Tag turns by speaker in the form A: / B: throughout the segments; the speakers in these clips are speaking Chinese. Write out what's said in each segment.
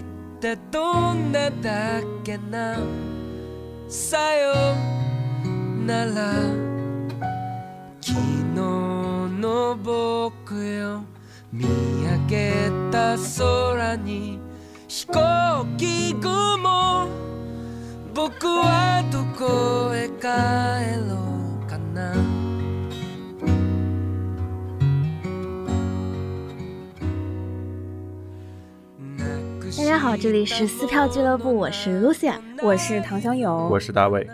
A: ってどんなだっけなさよなら昨日の僕よ見上げた空に飛行機雲僕はどこへ帰ろうかな
B: 大家好，这里是撕票俱乐部，我是 Lucia。
C: 我是唐香友，
D: 我是大卫，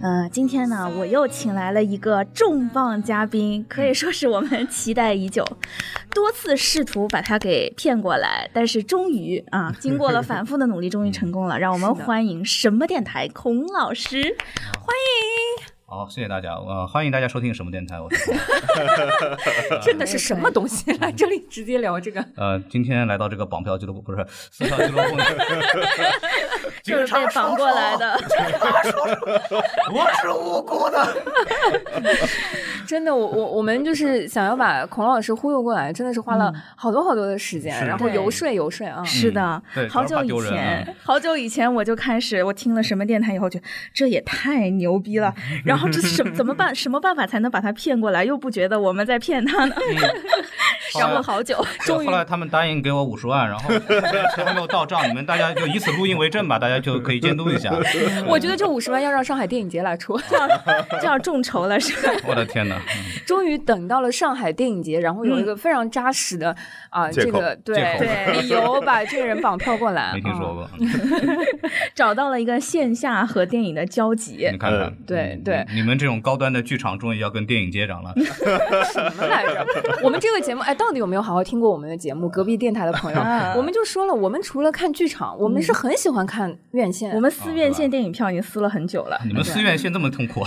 B: 呃，今天呢，我又请来了一个重磅嘉宾，可以说是我们期待已久，多次试图把他给骗过来，但是终于啊，经过了反复的努力，终于成功了。让我们
C: 是的
B: 欢迎什么电台孔老师，
E: 好，谢谢大家，呃，欢迎大家收听什么电台，我是黄
C: 真的是什么东西
E: 嗯
C: 来这里直接聊这个？
E: 呃，今天来到这个绑票俱乐部，不是撕票俱乐部呢，
B: 就是被绑过来的。
C: 真的，我我我们就是想要把孔老师忽悠过来，真的是花了好多好多的时间，
E: 嗯是
C: 然后
B: 对
C: 游说游说啊。
B: 是的，
E: 嗯对
B: 好久
E: 主要怕
B: 以
E: 丢人
B: 前，
E: 啊
B: 好久以前我就开始，我听了什么电台以后，就这也太牛逼 了。然后这什怎么办？什么办法才能把他骗过来？又不觉得我们在骗他呢？
E: 嗯
B: 想了好久，终
E: 后
B: 于
E: 来他们答应给我五十万，然后 钱还没有到账，你们大家就以此录音为证吧，大家就可以监督一下。
C: 我觉得这五十万要让上海电影节来 出，
B: 就要众筹了，是吧？
E: 我的天哪，
C: 终于等到了上海电影节，然后有一个非常扎实的啊
D: 借
C: 这
D: 口
C: 个
E: 嗯借口
C: 对理由把这个人绑票过来。
E: 没听说
C: 嗯
E: 过，
B: 找到了一个线下和电影的交集
E: 你，看看，
D: 嗯
C: 对
E: 嗯
C: 对，
E: 你们这种高端的剧场终于要跟电影接壤了，
C: 什么来着？我们这个节目，哎，到底有没有好好听过我们的节目？隔壁电台的 朋友
B: 啊，
C: 我们就说了，我们除了看剧场，我们是很喜欢看院线。
B: 我们撕
E: 哦
B: 院
E: 是吧
B: 线电影票已经撕了很久了。
E: 你们寺院线这么痛苦，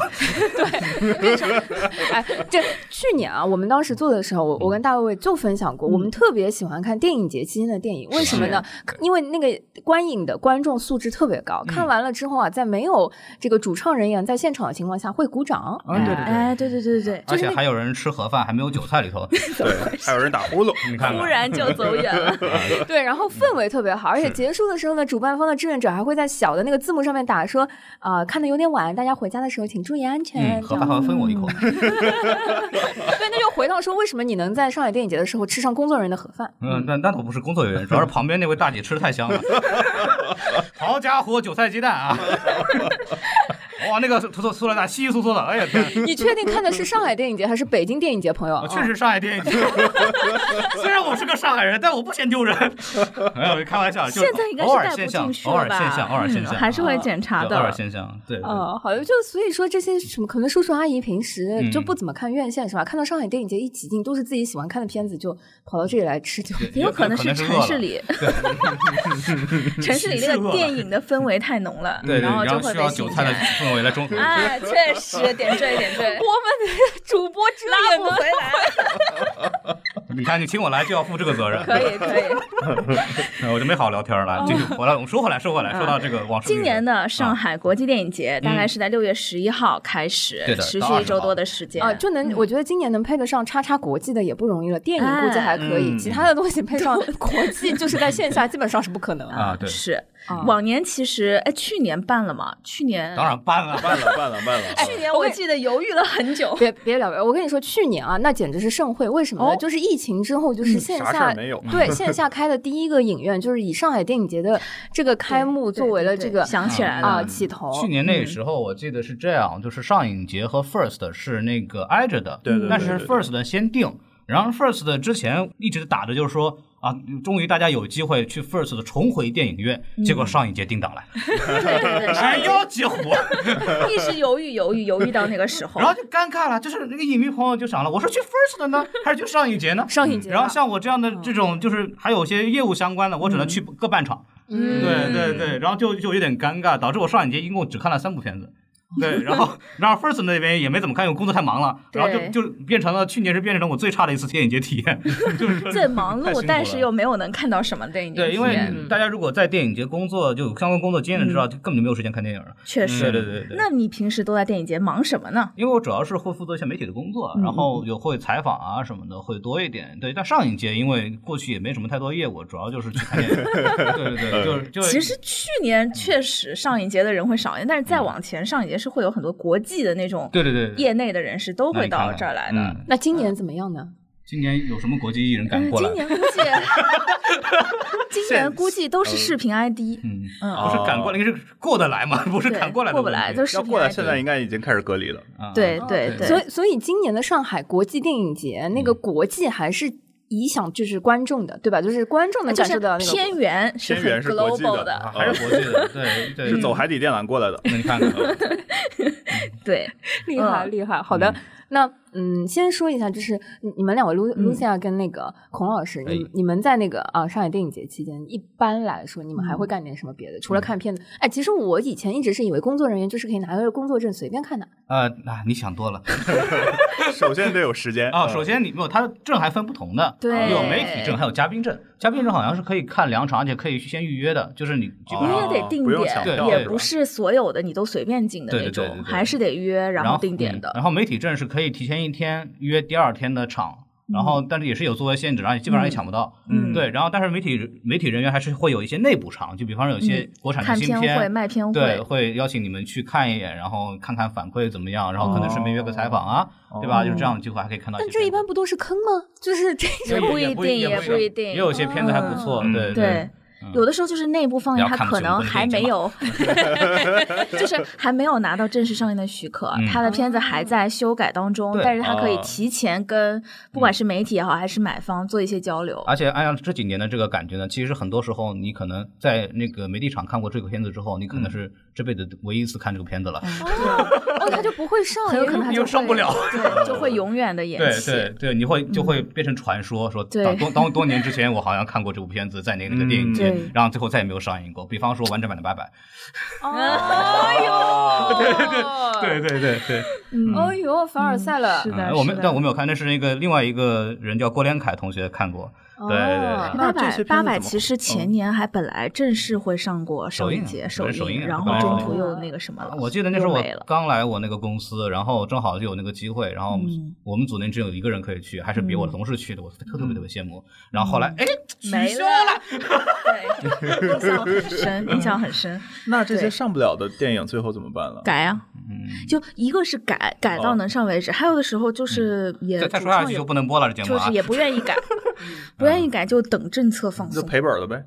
C: 哎，这去年啊，我们当时做的时候，我
E: 嗯
C: 我跟大卫就分享过，我们特别喜欢看电影节期间的电影，为什么呢？因为那个观影的观众素质特别
E: 嗯
C: 高，看完了之后啊，在没有这个主唱人员在现场的情况下会鼓掌。
E: 嗯对对对
B: 哎，对对对对
E: 而且还有人吃盒饭还没有韭菜里头，
D: 对，还有人打呼噜，
E: 你
B: 对，
E: 看
B: 突
E: 看。
B: 然就走远了。
C: 哎对，
E: 嗯
C: 然后氛围特别好，而且结束的时候呢，主办方的志愿者还会在小的那个字幕上面打说，啊，看的有点晚，大家回家的时候请注意安全。
E: 嗯，盒饭还会分我一口，
C: 对，那就回到说，为什么你能在上海电影节的时候吃上工作人员的盒饭？
E: 嗯，那那倒不是工作人员，主要是旁边那位大姐吃的太香了。 好家伙，韭菜鸡蛋啊！ 哇，那个塑塑塑料袋稀稀疏疏的，哎呀天！
C: 你确定看的是上海电影节还是北京电影节，朋友？
E: 我哦确实上海电影节， 虽然我是个上海人，但我不嫌丢人。 没有开玩笑， 就
B: 现在应该
E: 偶尔
B: 是带
E: 现
B: 不
E: 象
B: 进，去
E: 偶
B: 了
E: 尔
B: 吧？
E: 现象，偶尔现象，啊
B: 嗯还是会检查
E: 对偶尔
B: 的。
E: 现象，对。对
C: 哦，好的，就所以说这些什么，可能叔叔阿姨平时就不怎么看院线是吧？看到上海电影节一挤进，都是自己喜欢看的片子，就跑到这里来吃就。
B: 也有可能
E: 是
B: 是城市， 里，城市里那个电影的氛围太浓了，
E: 对，对
B: 嗯然后
E: 然
B: 就
E: 后
B: 会
E: 需
B: 被
E: 要
B: 吸
E: 韭
B: 引
E: 菜的氛围来中和一下。
B: 哎， 确实点缀点缀
C: 我，们 的主播之
B: 拉
C: 眼
B: 不
C: 呢？
B: 回来。
E: 你看，你请我来就要负这个责任，
B: 可以可 以，
E: 我就没好好聊天儿了。继续回来，我们说回来，说回来，说到这个往事。
B: 嗯今年的上海国际电影节大概是在六月十一号开始，
E: 嗯对的
B: 持
E: 到
B: 续一
E: 20
B: 周
E: 号
B: 多的时间
C: 啊，就能，我觉得今年能配得上叉叉国际的也不容易了。电影估计
B: 啊
C: 还可以，
E: 哎
C: 其他的东西 配上国际，就是在线下基本上是不可能
E: 啊，对，
B: 是
C: 啊
B: 往年其实哎，去年办了嘛，去年
E: 当然啊搬了，
D: 办了，办了，啊办了，
B: 去
C: 哦
B: 年我记得犹豫了很久，
C: 别别聊，我跟你说，去年啊，那简直是盛会。为什么呢？
B: 哦
C: 就是疫情之后，就是线
D: 啥事
C: 下
D: 儿没有
C: 对线下开的第一个影院，就是以上海电影节的这个开幕作为了这个
B: 对对对想起来了，
C: 啊起头。
E: 去年那时候我记得是这样，就是上影节和 First 是那个挨着的，
D: 对对对
E: 但是
D: 对对
E: First 的先定，然后 First 的之前一直打着就是说。啊，终于大家有机会去 First 的重回电影院，结果上影节定档了，哎呦，几乎，
B: 一直犹豫犹豫犹豫到那个时候
E: 然，后就尴尬了，就是那个影迷朋友就想了，我是去 First 的呢，还是去上影节呢？
C: 上影
B: 嗯
C: 节吧，
E: 然后像我这样的这种，就是还有些业务相关的，我只能去各半场。
B: 嗯
C: 嗯
E: 对对对，然后就就有点尴尬，导致我上影节一共只看了三部片子。对，然 后然后 First 那边也没怎么看，因为工作太忙了，然后
B: 对
E: 就就变成了去年是变成我最差的一次电影节体验，就是
B: 最忙
E: 太辛
B: 碌
E: 苦，
B: 但是
E: 了
B: 又没有能看到什么电影。
E: 对，
B: 嗯
E: 因为大家如果在电影节工作，就有相关工作经验的知道，就根本就没有时间看电影了。
B: 确实，
E: 对对嗯对
B: 嗯
E: 对。
B: 那你平时都在电影节忙什么呢？
E: 因为我主要是会负责一些媒体的工作，
B: 嗯
E: 然后有会采访啊什么的会多一点。对，但上影节因为过去也没什么太多业务，主要就是去看电影。 对对 对，就是就
B: 其实去年确实上影节的人会少一点，但是再往前，上影节是会有很多国际的那种
E: 对对对对，
B: 业内的人士都会到这儿来
E: 那你看
B: 的。
E: 看嗯
C: 那今年怎么样呢？
E: 今年有什么国际艺人敢
B: 嗯，
E: 过来？
B: 今年 估计，今年估计都是视频 ID。
E: 嗯，
B: 嗯，
E: 不是赶过来，应该是过得来嘛，不是
B: 对
E: 赶过来的
B: 过不
E: 问题
B: 来，都是视
D: 要
B: 频
D: 过来，
B: ID。
D: 现在应该已经开始隔离了。
E: 啊
B: 对
E: 啊
B: 对对，
C: 所以，所以今年的上海国际电影节，那
B: 嗯
C: 个国际还是影响就是观众的，对吧？就是观众能
B: 啊就
C: 感
B: 是
C: 受到那个
B: 偏远是
D: 偏
B: 很
D: 远是国际
B: global
E: 啊
B: 的，
E: 还是国际 的，对对，嗯
D: 是
B: 嗯
D: 走海底电缆过来的。
E: 那你看看，啊
B: 对，
C: 厉害
B: 嗯
C: 厉害。好的，那嗯，先说一下，就是你你们两位卢
B: 嗯
C: 卢西亚跟那个孔老师，你
E: 哎
C: 你们在那个啊上海电影节期间，一般来说你们还会干点什么别的？除了看片子，哎，其实我以前一直是以为工作人员就是可以拿个工作证随便看的，
E: 呃，
B: 嗯
E: 那你想多了。
D: 首先得有时间
E: 啊，首先你没有，它的证还分不同的，
B: 对嗯
E: 有媒体证，还有嘉宾证。嘉宾证好像是可以看两场，而且可以先预约的，就是你基本
B: 你
E: 上。
B: 也得
D: 哦
B: 定
D: 不用抢
B: 点，
E: 票
B: 也
E: 是吧
B: 不是所有的你都随便进的那
E: 对对对
B: 种，
E: 对对
B: 还是得约，然后定点
E: 嗯
B: 的。
E: 然后媒体证是可以提前一天约第二天的场，然后但是也是有座位限制，然后基本上也抢不到。
B: 嗯
E: 对。然后但是媒体媒体人员还是会有一些内部场，就比方说有一些国产的
B: 嗯看
E: 新
B: 片会、卖片
E: 对，
B: 会，
E: 会邀请你们去看一眼，然后看看反馈怎么样，然后可能顺便约个采访啊，
B: 哦
E: 对吧？就是这样的机会还可以看到些
C: 但
E: 片子。
C: 这一般不都是坑吗？就是这
E: 也
B: 不
E: 也
B: 一
E: 不
B: 定
E: 也
B: 也不一定
E: 也有些片子还不错，
D: 嗯
E: 对
B: 对。有的时候就是内部放映，
E: 不要
B: 它可
E: 看不起
B: 能
E: 我们
B: 还没有， 就是还没有拿到正式上映的许可
E: 嗯，
B: 它的片子还在修改当中，
E: 对嗯
B: 但是它可以
D: 哦
B: 提前跟不管是媒体也好，还是买方做一些交流。
E: 而且按照这几年的这个感觉呢，其实很多时候你可能在那个媒体场看过这个片子之后，你可能
B: 嗯
E: 是这辈子唯一一次看这个片子了。
C: 哦，他就不会上，
B: 很有可能它
E: 又
B: 就
E: 上不
B: 会
E: 了，
B: 对，就会永远的延
E: 对
B: 期。
E: 对 对，你会就会变成传说，说
B: 对
E: 当当当多年 之前我好像看过这部片子，在那个那个电影节
B: 嗯对，
E: 然后最后再也没有上映过。比方说完整版的《拜拜
D: 哦
C: 哎
D: 啊
B: 哦
C: 呦，对对》，
E: 对对对对，
D: 哦
C: 哎呦，哦凡尔赛了，
B: 嗯是的
E: 嗯我没但我没有看，那是那个另外一个人叫郭连凯同学看过，对对对对
B: 八
C: 哦
D: 那这
B: 百
D: 些片子
B: 八百
D: 怎么
B: 其实前年还本来正式会上过
E: 首
B: 映
E: 映
B: 节
E: 啊
B: 首
E: 首
B: 映，
E: 映啊
B: 然
E: 本
B: 后
E: 来
B: 中
E: 首
B: 途
E: 映
B: 又那个什么了，
E: 我记得那时候
B: 哦又
E: 我
B: 没了
E: 刚来我那个公司，然后正好就有那个机会，然后我们
B: 嗯
E: 我们组内只有一个人可以去，还是比我的同事去的，我特别
B: 嗯
E: 特别羡慕。然后后来，哎，
B: 没了，对，印象很深，印象很深。
D: 那这
B: 对
D: 些上不了的电影最后怎么办了？
B: 改啊，
E: 嗯
B: 就一个是改，改到能上为止；还有的时候就是也
E: 再再
B: 主
E: 说下
B: 创
E: 去
B: 也
E: 就不能播了，这节目
B: 就
E: 啊
B: 是。也不愿意 改，不愿意改就等政策放
D: 就
B: 松。
D: 赔本了呗，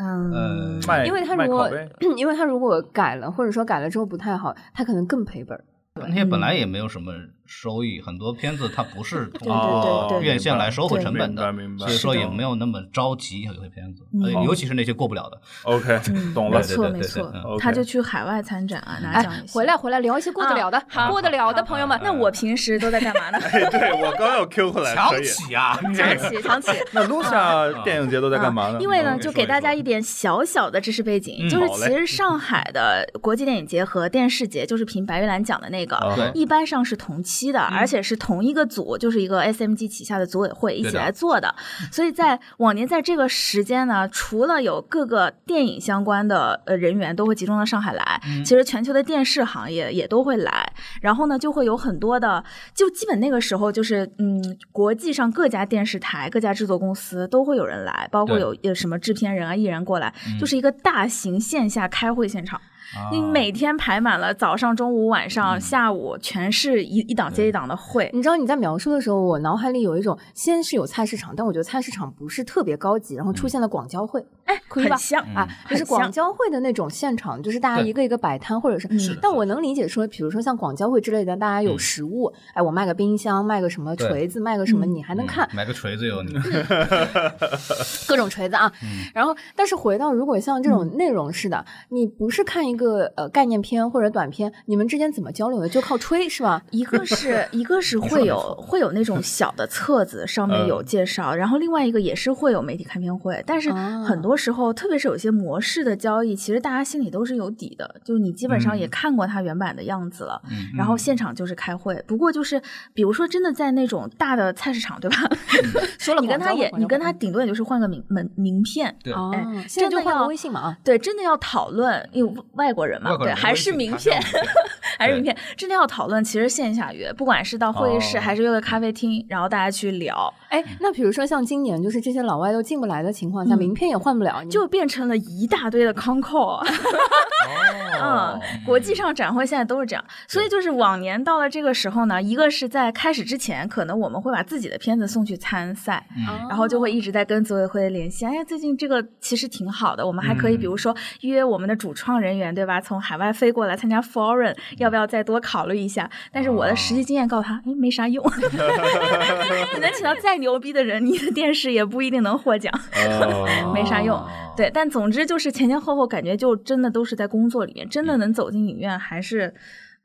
B: 嗯
E: 呃，
D: 卖
C: 因为他
D: 卖
C: 如果
D: 拷贝，
C: 因为他如果改了，或者说改了之后不太好，他可能更赔本儿。
E: 那些本来也没有什么收益，很多片子它不是
B: 嗯对对
E: 通过
B: 对
E: 哦院线来收回成本的
D: 哦明白明，
E: 所
D: 白
E: 以说
D: 是的
E: 也没有那么着急。有些片子，
B: 嗯
E: 呃尤其是那些过不了的，
D: OK，懂
B: 没
D: 了。
B: 错
E: 对对
B: 没
E: 对
B: 错
E: 对，
D: 嗯
B: 他
D: OK
B: 就去海外参展啊，拿
C: 哎
B: 奖也，行
C: 回。来回来，聊一些过得了的，过得了的朋友们。
B: 那我平时都在干 嘛呢？
D: 哎，对我刚 要 Q 回来，可
E: 强
D: 以。
E: 起啊！
B: 想起想起，
D: 那 Lucia 电影节都在干嘛呢？
B: 啊因为
E: 嗯
B: 呢，
E: 你
B: 就
E: 说
B: 给
E: 一
B: 大
E: 说
B: 家一点小小的知识背景，
E: 嗯
B: 就是
D: 好嘞
B: 其实上海的国际电影节和电视节，就是凭白玉兰奖的那个，
D: 啊
E: 哦
D: 哈
B: 一般上是同期的，
E: 嗯
B: 而且是同一个组，就是一个 SMG 旗下的组委会一
E: 对
B: 起
E: 的
B: 来做的。所以在往年在这个时间呢，除了有各个电影相关的呃人员都会集中到上海来，
E: 嗯
B: 其实全球的电视行业也都会来。然后呢，就会有很多的，就基本那个时候就是嗯，国际上各家电视台、各家制作公司都会有人来，包括
E: 对嗯
B: 有有什么制片人啊、艺人过来，就是一个大型线下开会现场。
E: 啊
B: 你每天排满了早上、中午、晚
C: 嗯
B: 上、下午，全是一一档接一档的会。
C: 你知道你在描述的时候，我脑海里有一种，先是有菜市场，但我觉得菜市场不是特别高级，然后出现了广交会，哎，可以吧
B: 很？像
E: 嗯
C: 啊，就是
B: 很像
C: 广交会的那种现场，就是大家
E: 对
C: 一个一个摆摊，或者
B: 是
C: 是
E: 的，
C: 但我能理解说，比如说像广交会之类的，大家有食物，哎，我卖个冰箱，卖个什么
E: 对
C: 锤子，卖个什么，
B: 嗯
C: 你还能看
E: 买个锤子 哟你。
C: 各种锤子啊。然后，但是回到如果像这种内容式的，你不是看一一个呃概念片或者短片，你们之间怎么交流的？就靠吹是吧？
B: 一个 是一个是会有会有那种小的册子上面
C: 嗯
B: 有介绍，然后另外一个也是会有媒体开片会，但是
C: 啊
B: 很多时候，特别是有些模式的交易，其实大家心里都是有底的，就是你基本上
C: 嗯
B: 也看过它原版的样子了，然后现场就是开会。不过就是比如说真的在那种大的菜市场，对吧？
C: 嗯说了
B: 你跟
C: 广
B: 他
C: 告
B: 也
C: 广告
B: 你跟他
C: 广
B: 顶多也就是换个名门名片。
E: 对
C: 告
B: 哎
C: 哦，现
B: 真的
C: 在就换
B: 要
C: 个微信嘛啊，
B: 对，真的要讨论，因为外国人嘛，
E: 外国人
B: 对，
E: 没
B: 还
E: 微
B: 是
E: 信
B: 名
E: 他
B: 片
E: 上，网
B: 还是名片，真的要讨论。其实线下约，不管是到会议室、
D: 哦
B: 还是约个咖啡厅，然后大家去聊，
C: 哎，那比如说像今年，就是这些老外都进不来的情况下，
B: 嗯
C: 名片也换不了，你们
E: 哦
B: 就变成了一大堆的 con call。嗯，
D: 哦
B: 国际上展会现在都是这样，所以就是往年到了这个时候呢，一个是在开始之前，可能我们会把自己的片子送去参赛，
E: 嗯
B: 然后就会一直在跟组委会联系。哎呀，最近这个其实挺好的，我们还可以
E: 嗯
B: 比如说约我们的主创人员，对吧？从海外飞过来参加 Foreign，要不要再多考虑一下？但是我的
E: 哦
B: 实际经验告诉他，哎，没 啥用。你能请到再牛逼的人，你的电视也不一定能获奖。
D: 哦
B: 没啥用。对，但总之就是前前后后感觉就真的都是在工作里面，真
E: 嗯
B: 的能走进影院还是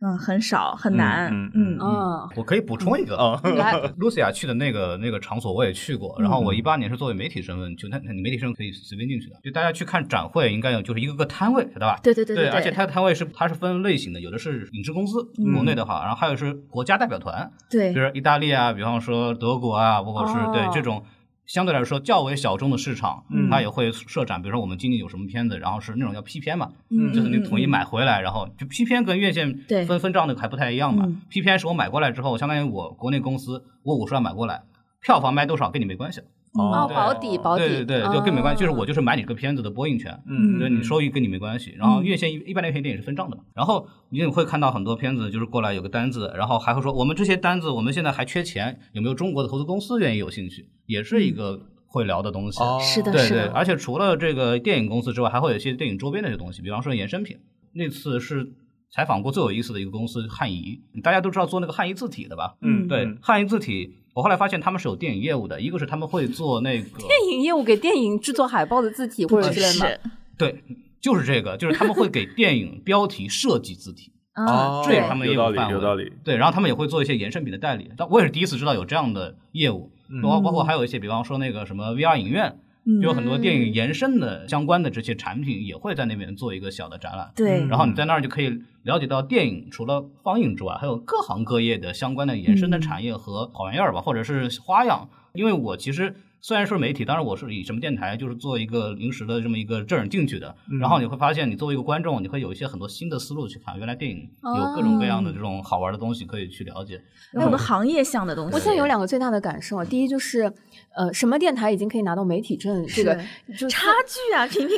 B: 嗯很少很难。
D: 嗯
B: 嗯
D: 嗯
C: 嗯，
E: 我可以补充一个
D: 哦
C: 来
E: Lucia 去的那个那个场所我也去过，然后我一八年是作为媒体身份去，那那你媒体身份可以随便进去的，就大家去看展会，应该有就是一个个摊位，对吧？
B: 对对对
E: 对
B: 对，
E: 而且它的摊位是它是分类型的，有的是影视公司，国内的话，然后还有是国家代表团，比
B: 对
E: 如说意大利啊，比方说德国啊，包括是
C: 哦
E: 对这种相对来说较为小众的市场
D: 嗯，
E: 它也会设展，比如说我们今年有什么片子，然后是那种叫批片嘛，
B: 嗯
E: 就是你统一买回来，然后就批片跟院线
B: 对
E: 分分账那个还不太一样嘛
B: 嗯。
E: 批片是我买过来之后，相当于我国内公司我五十万买过来，票房卖多少跟你没关系，
C: 哦，
D: 对
C: 保底保底，嗯
E: 对对对，就跟你没
B: 哦
E: 关系，就是我就是买你这个片子的播映权。
D: 嗯
E: 对你收益跟你没关系。然
B: 嗯
E: 后院线一一般的院线电影是分账的嘛，然后你会看到很多片子就是过来有个单子，然后还会说我们这些单子我们现在还缺钱，有没有中国的投资公司愿意有兴趣，也是
B: 嗯
E: 一个会聊的东西。
D: 哦
B: 是的，
E: 对
B: 是
E: 对，
B: 的，
E: 而且除了这个电影公司之外，还会有一些电影周边的一些东西，比方说衍生品。那次是采访过最有意思的一个公司汉仪，大家都知道做那个汉仪字体的吧？
D: 嗯
E: 对，汉仪字体。我后来发现他们是有电影业务的，一个是他们会做那个
C: 电影业务给电影制作海报的字体或者之类的
B: 是
C: 嘛，
E: 对，就是这个，就是他们会给电影标题设计字体，
B: 啊，
D: 哦
E: 这也是他们的
D: 有
E: 业
D: 道
E: 务
D: 理，
E: 范围。
D: 有道理。
E: 对，然后他们也会做一些衍生品的代理，但我也是第一次知道有这样的业务，包、包括还有一些，比方说那个什么 VR 影院，
B: 嗯
E: 就有很多电影延伸的相关的这些产品也会在那边做一个小的展览。
B: 对
D: 嗯
E: 然后你在那儿就可以了解到电影除了放映之外，还有各行各业的相关的延伸的产业和好玩意儿吧，或者是花样。因为我其实虽然说媒体，当然我是以什么电台就是做一个临时的这么一个证儿进去的，然后你会发现你作为一个观众，你会有一些很多新的思路去看，原来电影有各种各样的这种好玩的东西可以去了解。
B: 有很多行业向的东西。
C: 嗯我现在有两个最大的感受，第一就是，呃，什么电台已经可以拿到媒体证，这个就
B: 差距 啊，平平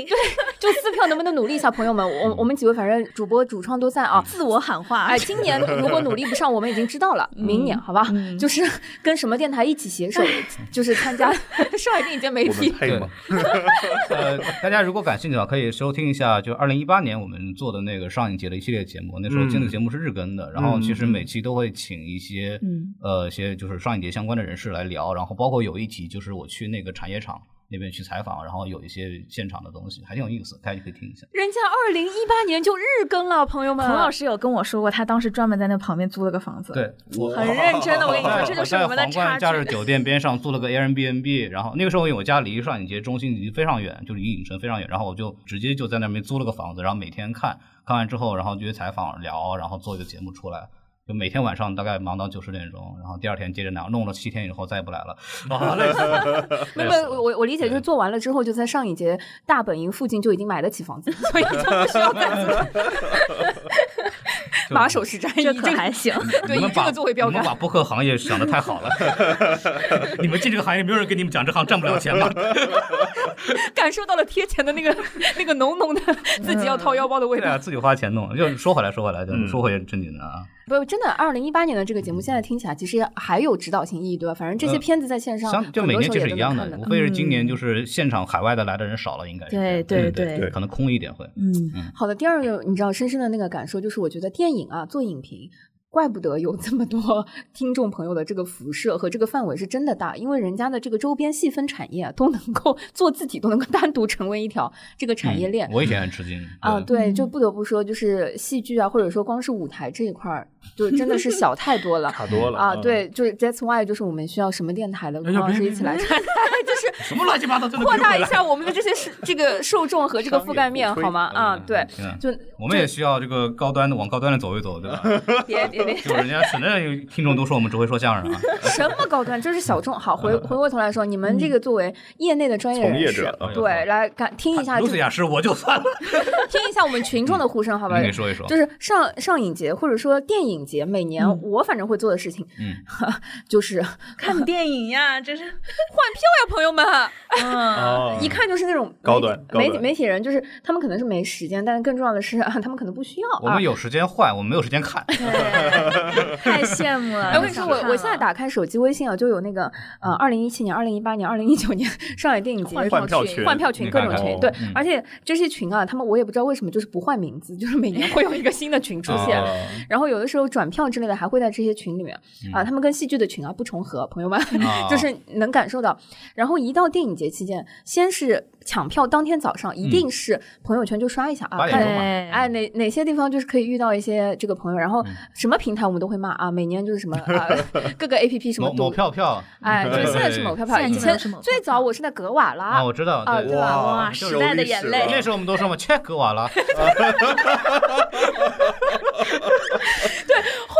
C: 就撕票能不能努力一下，朋友们？我我们几位反正主播主创都在啊。
B: 嗯自我嗯喊话，
C: 哎，今年如果努力不上，我们已经知道了，明年好吧，就是跟什么电台一 起携手，就是参加 上海电影节媒
D: 我们
C: 体。
D: 配吗？
E: 呃，大家如果感兴趣的话，可以收听一下，就二零一八年我们做的那个上影节的一系列节目。那时候
D: 嗯
E: 这个节目是日更的，然后其实每期都会请一些、呃一些就是上影节相关的人士来聊，然后包括有一题就是我去那个产业厂那边去采访，然后有一些现场的东西，还挺有意思，大家可以听一下。
C: 人家二零一八年就日更了，朋友们。
B: 孔老师有跟我说过，他当时专门在那旁边租了个房子，，
E: 对，我
B: 很认真的。我跟你说，这就是我们的
E: 在皇
B: 差
E: 冠假日
B: 距。
E: 酒店边上租了个 Airbnb，然后那个时候因为我家离上影节中心离非常远，就是离影城非常远，然后我就直接就在那边租了个房子，然后每天看看完之后，然后约采访聊，然后做一个节目出来。就每天晚上大概忙到九十点钟，然后第二天接着拿，弄了七天以后再也不来了，啊， 累死了，累
C: 没有，
E: 死
C: 没有
E: 了。嗯
C: 我我理解就
E: 对
C: 是做完了之后，就在上影节大本营附近就已经买得起房子，所以就不需要再 做
E: 就
C: 马首是瞻。以
B: 这
C: 这
B: 可还
C: 个
B: 行，
C: 对，
E: 你
C: 以
E: 们
C: 这
E: 把
C: 个作为标
E: 你
C: 杆
E: 们。把播客行业想的太好 了，你们进这个行业，没有人跟你们讲这行赚不了钱吗？
C: 感受到了贴钱的那个那个浓浓的自己要掏腰包的 味
E: 对
C: 道。
E: 啊，自己花钱弄。就说回来，说回来，就
D: 嗯
E: 说回正经的啊。
C: 不，真的，二零一八年的这个节目现在听起来其实还有指导性意义，对吧？反正这些
E: 嗯
C: 片子在线上
E: 相就
C: 很
E: 每
C: 多
E: 年
C: 时候
E: 其
C: 也
E: 实
C: 都
E: 一
C: 能
E: 样
C: 看嗯
E: 的
C: 的，
E: 无。非是今年就是现场海外的来的人少了，应该是
B: 对
E: 这样
B: 对
E: 对
B: 对
E: 可能空一点会。
B: 嗯，
C: 好的，第二个你知道深深的那个感受就是，我觉得电影啊做影评。怪不得有 这么多听众朋友的这个辐射和这个范围是真的大，因为人家的这个周边细分产业啊都能够做自己，都能够单独成为一条这个产业链。
E: 嗯我以前很吃惊
C: 啊，
E: 对
C: 对，就不得不说，就是戏剧啊，或者说光是舞台这一块儿，就真的是小太多 了
D: 卡多了
C: 啊。对，就是 That's why，就是我们需要什么电台的
D: 嗯哎
C: 孔
D: 呀
C: 老
D: 别
C: 师
D: 别
C: 一起来，就是
E: 什么乱七八糟，真的
C: 扩
E: 给我
C: 大
E: 来
C: 一下我们的这些是这个受众和这个覆盖面，
D: 商业互吹
C: 好吗？啊，
E: 嗯
C: 对
E: 天啊，
C: 就
E: 我们也需要这个高端的往高端的走一走，对吧？
C: 别别别，
E: 就是人家省内听众都说我们只会说相声啊，
C: 什么高端，这是小众。好，回回过头来说，你们这个作为业内的专业
D: 嗯从啊业
C: 人士
D: 者，啊
C: 对，来感 听一下
E: 露西
C: 这个，
E: 亚是我就算了，
C: 听一下我们群众的呼声，好吧
D: 嗯
E: 你？给说一说，
C: 就是上上影节或者说电影节，每年
B: 嗯
C: 我反正会做的事情
E: 嗯，
C: 就是 换
B: 看电影呀，这 是，
C: 票呀，哎朋友们。
E: 啊
B: 嗯，
D: 哦
C: 一看就是那种媒
D: 啊高端高
C: 媒
D: 端
C: 媒体人，就是他们可能是没时间，但是更重要的是啊，他们可能不需要
E: 我
C: 啊
E: 们。有时间换，我们没有时间 看，
B: 对，太羡慕了。
C: 哎，我跟你说，我我现在打开手机微信啊，就有那个呃，二零一七年、二零一八年、二零一九年 上海电影节
D: 换票
C: 群、
D: 群
C: 换票群
E: 你
C: 各
E: 看
C: 种
E: 看
C: 群，
D: 哦
C: 对
E: 嗯，
C: 而且这些群啊，他们我也不知道为什么就是不换名字，就是每年会有一个新的群出现。
E: 哦
C: 然后有的时候转票之类的还会在这些群里面
E: 嗯
C: 啊，他们跟戏剧的群啊不重合，朋友们
E: 啊
C: 就是能感受到。然后一到电影节期间，先是抢票，当天早上一定是朋友圈就刷一下啊，
E: 嗯八点
C: 看
E: 钟嘛，
B: 哎，
C: 哎，哪哪些地方就是可以遇到一些这个朋友，然
E: 嗯
C: 后什么平台我们都会骂啊，每年就是什 么啊，各个 A P P 什么
E: 某
C: 赌
E: 某，票票，
C: 哎，对，现在是某票票，
B: 现在
C: 以
B: 基本
C: 前
B: 上是某票
C: 最早我是在格瓦拉
E: 啊，我知道，
C: 啊
E: 对
C: 对吧
B: 哇
D: 这
B: 时
D: 有
B: 代的
D: 历
B: 眼
D: 史
B: 泪
D: 了
E: 那时候我们都说嘛，切格 瓦拉，
C: 后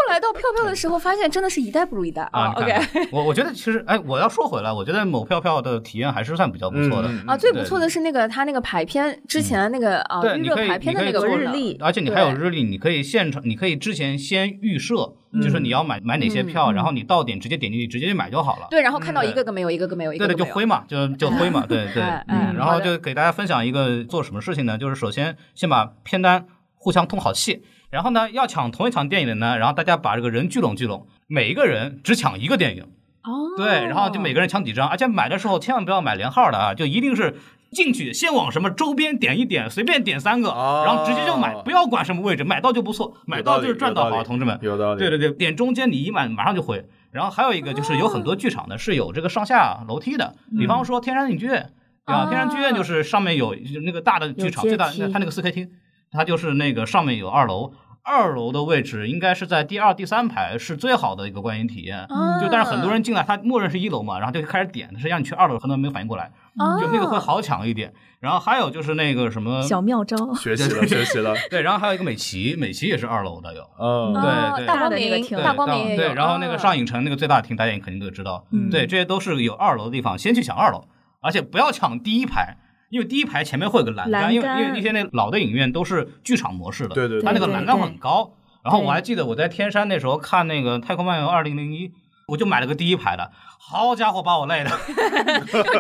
C: 来到票票的时候，发现真的是一代不如一代
E: 啊，
C: 啊
E: 你
C: ，OK
E: 看。看，我我觉得其实，哎，我要说回来，我觉得某票票的体验还是算比较不错的，
D: 嗯嗯
B: 哦
C: 啊，最不错的是那个他那个排片之前那个啊
E: 对
C: 预
E: 你
C: 热
E: 可以
C: 排片的
E: 你可
C: 那
E: 以
C: 个
E: 做
C: 功
B: 日
C: 能
B: 历
E: 而且你还有
C: 对
E: 日历，你可以现场，你可以之前先预设，就是你要买买哪些票，然后你到点直接点进去直接就买就好了。
C: 嗯对，然后看到
E: 嗯
C: 一个个没有，一个个没有，一
E: 对的，
C: 个个
E: 就
C: 没有。
E: 灰嘛，就就灰 嘛，对对。
C: 哎哎
E: 嗯，然
C: 好
E: 后
C: 的
E: 就给大家分享一个做什么事情呢？就是首先先把片单互相通好气，然后呢，要抢同一场电影的呢，然后大家把这个人聚拢聚拢，每一个人只抢一个电影。
C: 哦，
E: 对，然后就每个人抢几张，而且买的时候千万不要买连号的啊，就一定是进去先往什么周边点一点，随便点三个，
D: 哦
E: 然后直接就买，不要管什么位置，买到就不错，买到就是赚到，好啊吧，同志们。
D: 有道理。
E: 对对对，点中间你一买马上就回。然后还有一个就是有很多剧场呢是有这个上下楼梯的，比
D: 嗯
E: 方说天山影剧院，对吧？
C: 哦
E: 天山剧
D: 啊
E: 院就是上面有那个大的剧场，
B: 有阶
E: 最
B: 梯
E: 大的它那个四 K 厅，它就是那个上面有二楼。二楼的位置应该是在第二、第三排，是最好的一个观影体验。
C: 啊
B: 嗯
E: 就但是很多人进来，他默认是一楼嘛，然后就开始点，实际上你去二楼，很多人没有反应过来，
B: 哦
E: 就那个会好抢一点。然后还有就是那个什么，
C: 哦
B: 小妙招，
D: 学习了，学习 了。
E: 对，然后还有一个美琪，美琪也是二楼的有。
D: 嗯，
C: 啊
E: 对对
C: 大光
B: 大的那
C: 明
B: 个，厅
E: 对
C: 大光
E: 当
C: 明也有
E: 对，然后那个
C: 啊
E: 上影城那个最大厅，大家也肯定都知道。
B: 哦嗯
E: 对，这些都是有二楼的地方，先去抢二楼，而且不要抢第一排。因为第一排前面会有个栏
B: 栏
E: 因为
B: 杆
E: 因为那些那老的影院都是剧场模式的，
D: 对对对
E: 它那个
B: 对
E: 栏杆
B: 对
E: 很高。然后
B: 对
E: 我还记得我在天山那时候看那个《太空漫游二零零一》，我就买了个第一排的，好家伙把我累的，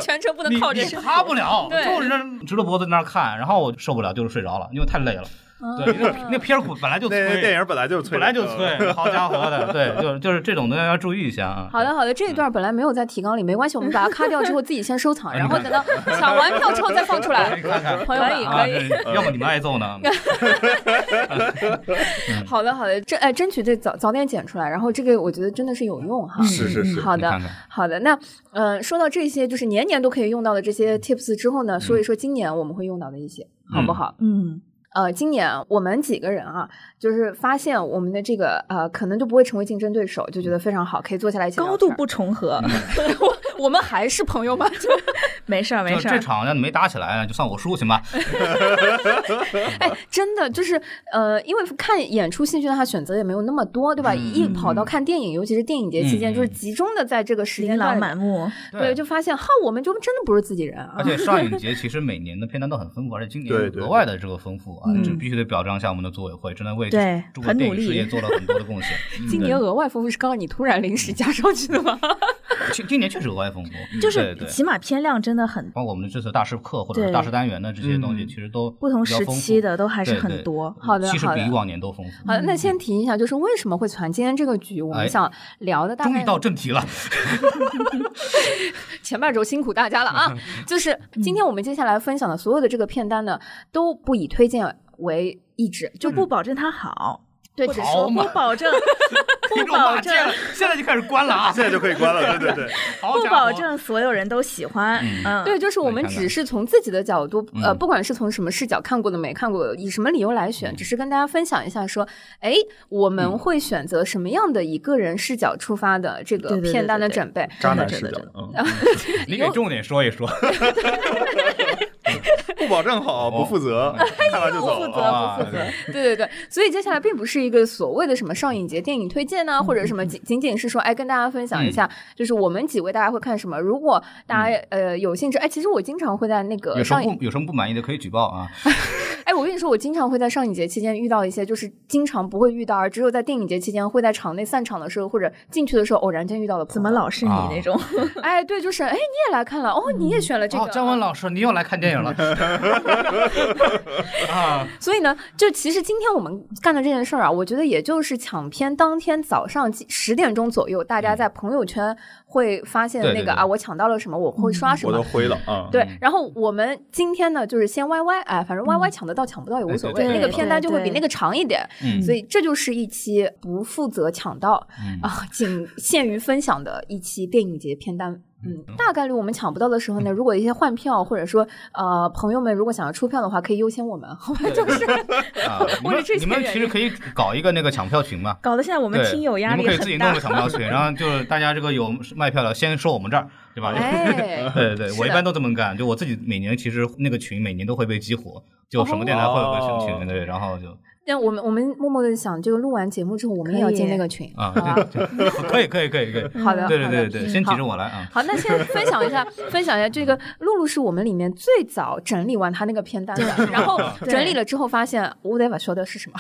C: 全程不
E: 你
C: 能靠着
E: 你，趴不了，
C: 对
E: 就是那直着脖子在那儿看，然后我受不了，就是睡着了，因为太累了。
C: 哦
E: 对，那
C: 嗯
E: 那片儿鼓本来就
D: 那
E: 催，
D: 那电影本来就
E: 本
D: 催人，
E: 来就 催，好家伙的，对，就是就是这种东西要注意一下啊。
C: 好的，好的，这一段本来没有在提纲里，没关系，我们把它咔掉之后自己先收藏，
E: 哎
C: 然后等到抢完票之后再放 出来。朋友
B: 可以
C: 们，
E: 啊，
C: 可以。
E: 这要不你们挨揍呢？
C: 好的，好的，争哎，争取这早早点剪出来。然后这个我觉得真的是有用哈。
D: 嗯。是是 是，
C: 好的
E: 你看看，
C: 好的。那呃，说到这些就是年年都可以用到的这些 tips 之后呢，说一说今年我们会用到的一些，好不好？
B: 嗯，
C: 呃，今年我们几个人啊，就是发现我们的这个呃，可能就不会成为竞争对手，就觉得非常好，可以坐下来一起聊
B: 高度
C: 天儿
B: 不重合，
E: 嗯
C: 我，我们还是朋友吗？ 就
B: 没事儿没
E: 就
B: 事
E: 这
B: 儿，
E: 场要你没打起来，啊就算我输行吧？
C: 哎，真的就是呃，因为看演出戏剧呢，他选择也没有那么多，对吧？一跑到看电影，尤其是电影节期间，
E: 嗯
C: 就是集中的在这个时
B: 琳
C: 间段
B: 琅
C: 里
B: 满目，
C: 对，就发现哈，我们就真的不是自己人啊
E: 而。且上影节其实每年的片单都很丰富，而且今年
D: 对对
E: 额外的这个丰富啊
B: 嗯，
E: 这必须得表彰一下我们的组委会，真的为
B: 对
E: 中国
B: 很
E: 电
B: 努
E: 影
B: 力
E: 事业做了很多的贡 献。嗯
C: 今年额外丰富是刚刚你突然临时加上去的吗？
E: 今今年确实额外丰富，嗯
B: 就是
E: 对对
B: 起码片量真的很
E: 包括我们的这次大师课或者
B: 对
E: 是大师单元的这些东西，
D: 嗯
E: 其实都
B: 不同
E: 比较
B: 时
E: 丰富
B: 期的都还是
E: 对
B: 很
E: 对
B: 多
C: 好的
E: 其实
C: 好的
E: 比往年都丰富。
C: 好，那先提一下，就是为什么会传今天这个局？我们
E: 嗯哎
C: 想聊的大
E: 终
C: 概
E: 于到正 题了，
C: 前半周辛苦大家了 啊！就是
B: 嗯
C: 今天我们接下来分享的所有的这个片单呢，都不以推荐为意志，
B: 就不保证它好，对，
E: 不
B: 只
E: 嗯好
B: 说不
E: 嘛
B: 保 证，
E: 听
B: 不
E: 众骂
B: 保
E: 街
B: 证
E: 了，现在就开始关了啊！
D: 现在就可以关 了。对对对，
E: 好
B: 不
E: 家伙
B: 保证所有人都喜欢。
E: 嗯
B: 嗯，
C: 对，就是我
E: 那
C: 们
E: 你看看
C: 只是从自己的角度，呃，
E: 嗯
C: 不管是从什么视角看过的、没看过的，以什么理由来选，
E: 嗯
C: 只是跟大家分享一下，说，哎，我们会选择什么样的以个人视角出发的这
B: 对
C: 个
B: 对对
C: 片单的
B: 对对
C: 准备？
D: 渣男
B: 真
D: 视
B: 的
D: 角
B: 真的，
D: 嗯，
E: 你给重点说一说，
D: 不保证好，不负责， 看完就走。
B: 哎不负责
D: 啊
E: 啊
B: 不负责
C: 对对对，所以接下来并不是一个所谓的什么上影节电影推荐
E: 嗯
C: 呢、或者什么，仅仅仅是说，哎，跟大家分享一下，就是我们几位大家会看什么。如果大家呃有兴致，哎，其实我经常会在那个
E: 嗯
B: 呃
E: 有什么
C: 上影，
E: 不有什么不满意的可以举报啊！
C: 哎，我跟你说，我经常会在上影节期间遇到一些，就是经常不会遇到，而只有在电影节期间会在场内散场的时候，或者进去的时候偶然间遇到的朋友。
B: 怎么老是你
E: 啊
B: 那种？
C: 哎，对，就是哎，你也来看了，哦，
B: 嗯
C: 你也选了这个，
E: 哦，姜文老师，你又来看电 影了啊？
C: 所以呢，就其实今天我们干的这件事儿啊，我觉得也就是抢片当天早上十点钟左右，大家在朋友圈会发现
E: 嗯
C: 那个
E: 对对嗯对
C: 啊，我抢到了什么，我会
B: 嗯
C: 刷什
D: 我
C: 么。
D: 都灰了啊！
C: 对，然后我们今天呢，就是先 YY，哎，反正 YY 抢得到抢不到也无所谓，
E: 对对
C: 那
E: 对
C: 个片单就会比
B: 嗯对对
C: 那个长一点，
E: 嗯
C: 所以这就是一期不负责抢到、
E: 嗯
C: 啊，仅限于分享的一期电影节片单。嗯，大概率我们抢不到的时候
E: 嗯
C: 呢，如果一些换票或者说呃朋友们如果想要出票的话，可以优先我们，好吧？就是
E: 啊，你
C: 为了
E: 们
C: 这些
E: 你们
C: 原
E: 其实可以搞一个那个抢票群嘛。
B: 搞得现在我们
E: 对，
B: 听友压
E: 你
B: 力
E: 们可以自己
B: 很
E: 弄
B: 大
E: 个。抢票群，然后就是大家这个有卖票的，先收我们这儿，对 吧？，
C: 哎
E: 对对
C: 是
E: 对，
C: 的
E: 我一般都这么干，就我自己每年其实那个群每年都会被激活，就什么电台会有个群
D: 哦
E: 群，对，然后就
C: 那我们我们默默的想，就录完节目之后，我们也要进那个群，
E: 啊
C: 好吧？
E: 可以可以可以可 以，
C: 好的，
E: 对对
C: 哦好
E: 对
C: 的。
E: 对，先急着我来啊。
C: 好，那先分享一下，分享一下这个露露是我们里面最早整理完她那个片单的，然后
B: 对
C: 整理了之后发现我得把说的是什么？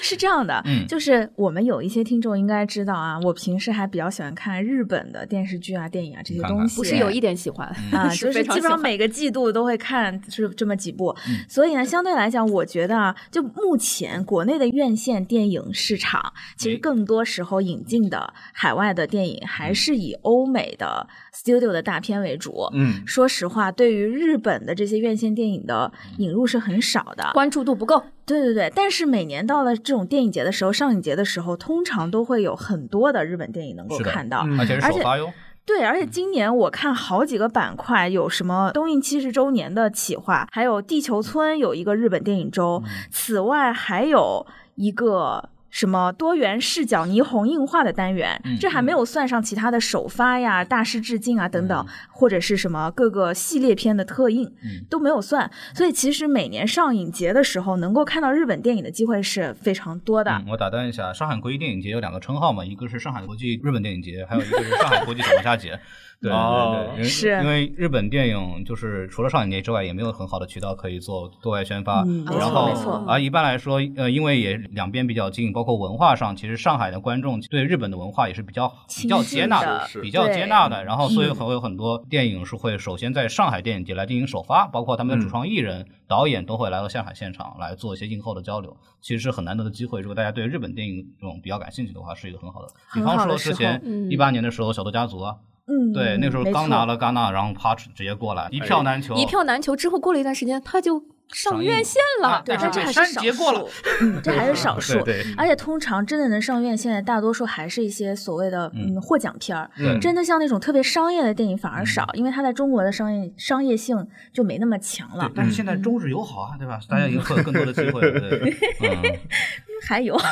B: 是这样的，
E: 嗯
B: 就是我们有一些听众应该知道啊，我平时还比较喜欢看日本的电视剧啊、电影啊这些
E: 你看看
B: 东西。
C: 不是有一点喜欢
E: 嗯
B: 啊，
C: 是
B: 就
C: 非
B: 是
C: 常
B: 基本
C: 喜
B: 上
C: 欢
B: 每个季度都会看，就是这么几部。
E: 嗯
B: 所以呢，相对来讲，我觉得啊，就目前国内的院线电影市场，其实
E: 哎
B: 更多时候引进的海外的电影还
E: 嗯
B: 是以欧美的 studio 的大片为主。
D: 嗯，
B: 说实话，对于日本的这些院线电影的
E: 嗯
B: 引入是很少的，
C: 关注度不够，
B: 对对对，但是每年到了这种电影节的时候，上影节的时候，通常都会有很多的日本电影能够
E: 是的
B: 看到。
D: 嗯
E: 而且是首发哟，
B: 对，而且
E: 嗯
B: 今年我看好几个板块，有什么东映七十周年的企划，还有地球村有一个日本电影周，
E: 嗯
B: 此外还有一个。什么多元视角霓虹映画的单元，
E: 嗯
B: 这还没有算上其他的首发呀、大师致敬啊等等，或者是什么各个系列片的特映、
E: 嗯
B: 都没有算。所以其实每年上影节的时候，能够看到日本电影的机会是非常多的。
E: 嗯，我打断一下，上海国际电影节有两个称号嘛，一个是上海国际日本电影节，还有一个是上海国际小龙虾节。对对
D: 哦
E: 对对，因为
B: 是
E: 因为日本电影就是除了上影节之外，也没有很好的渠道可以做对外宣发。
B: 嗯没
E: 然
C: 错
E: 后
C: 没错
E: 啊，一般来说，呃，因为也两边比较近，包括文化上，其实上海的观众对日本的文化也是比较比较接纳
B: 亲近的
E: 的
D: 是是，
E: 比较接纳的。然后，所以
B: 嗯
E: 会有很多电影是会首先在上海电影节来进行首发，包括他
B: 嗯
E: 们的主创艺人、导演都会来到上海现场来做一些映后的交流，其实是很难得的机会。如果大家对日本电影这种比较感兴趣的话，是一个很好的。比
B: 很好的
E: 方说之前
C: 时候嗯
E: 一八年的时候，《小偷家族》啊，
B: 嗯，
E: 对，那时候
B: 没
E: 刚
B: 错
E: 拿了戛纳，然后啪直接过来，一票难求，
C: 一票难求。之后过了一段时间，他就上
E: 上
C: 院
E: 映
C: 线了
E: 啊，
C: 对
E: 但
C: 吧
B: 但
E: 是
B: 这还
E: 被
B: 是
E: 删
B: 少
E: 节过了
B: 数，嗯，这还是少数。
E: 对对
B: 而且通常真的能上院线的，大多数还是一些所谓的嗯
E: 嗯
B: 获奖片儿。
E: 对
B: 真的像那种特别商业的电影反而少，因为它在中国的商业商业性就没那么强了
E: 对，。但是现在中日友好啊，对吧？大家已经会有更多的机会了，对，嗯，
B: 还有
E: 啊，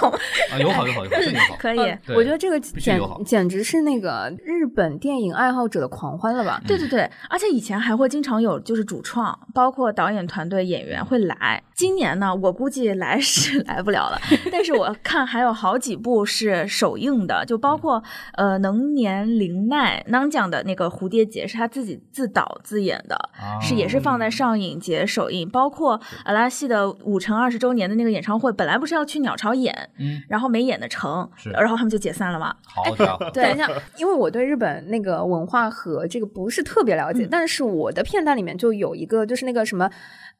E: 友好友好友好，真友好。
B: 可以，
C: 呃
E: 对
C: 我觉得这个
E: 必须
C: 简
E: 友好
C: 简直是那个日本电影爱好者的狂欢了 吧？
B: 对对对，而且以前还会经常有就是主创，包括导演团队、演员会来。今年呢，我估计来是 来不了了，但是我看还有好几部是首映的，就
E: 嗯
B: 包括呃能年玲奈囊奖的那个《蝴蝶结》是他自己自导自演的，
E: 啊
B: 是也是放在上影节首映，包括阿拉西的五城二十周年的那个演唱会，本来不是要去鸟巢演，
E: 嗯，
B: 然后没演的成，
E: 是
B: 然后他们就解散了嘛。
E: 好家伙，
C: 等一下，因为我对日本那个文化和这个不是特别了
B: 嗯
C: 解，但是我的片段里面就有一个，就是那个什么，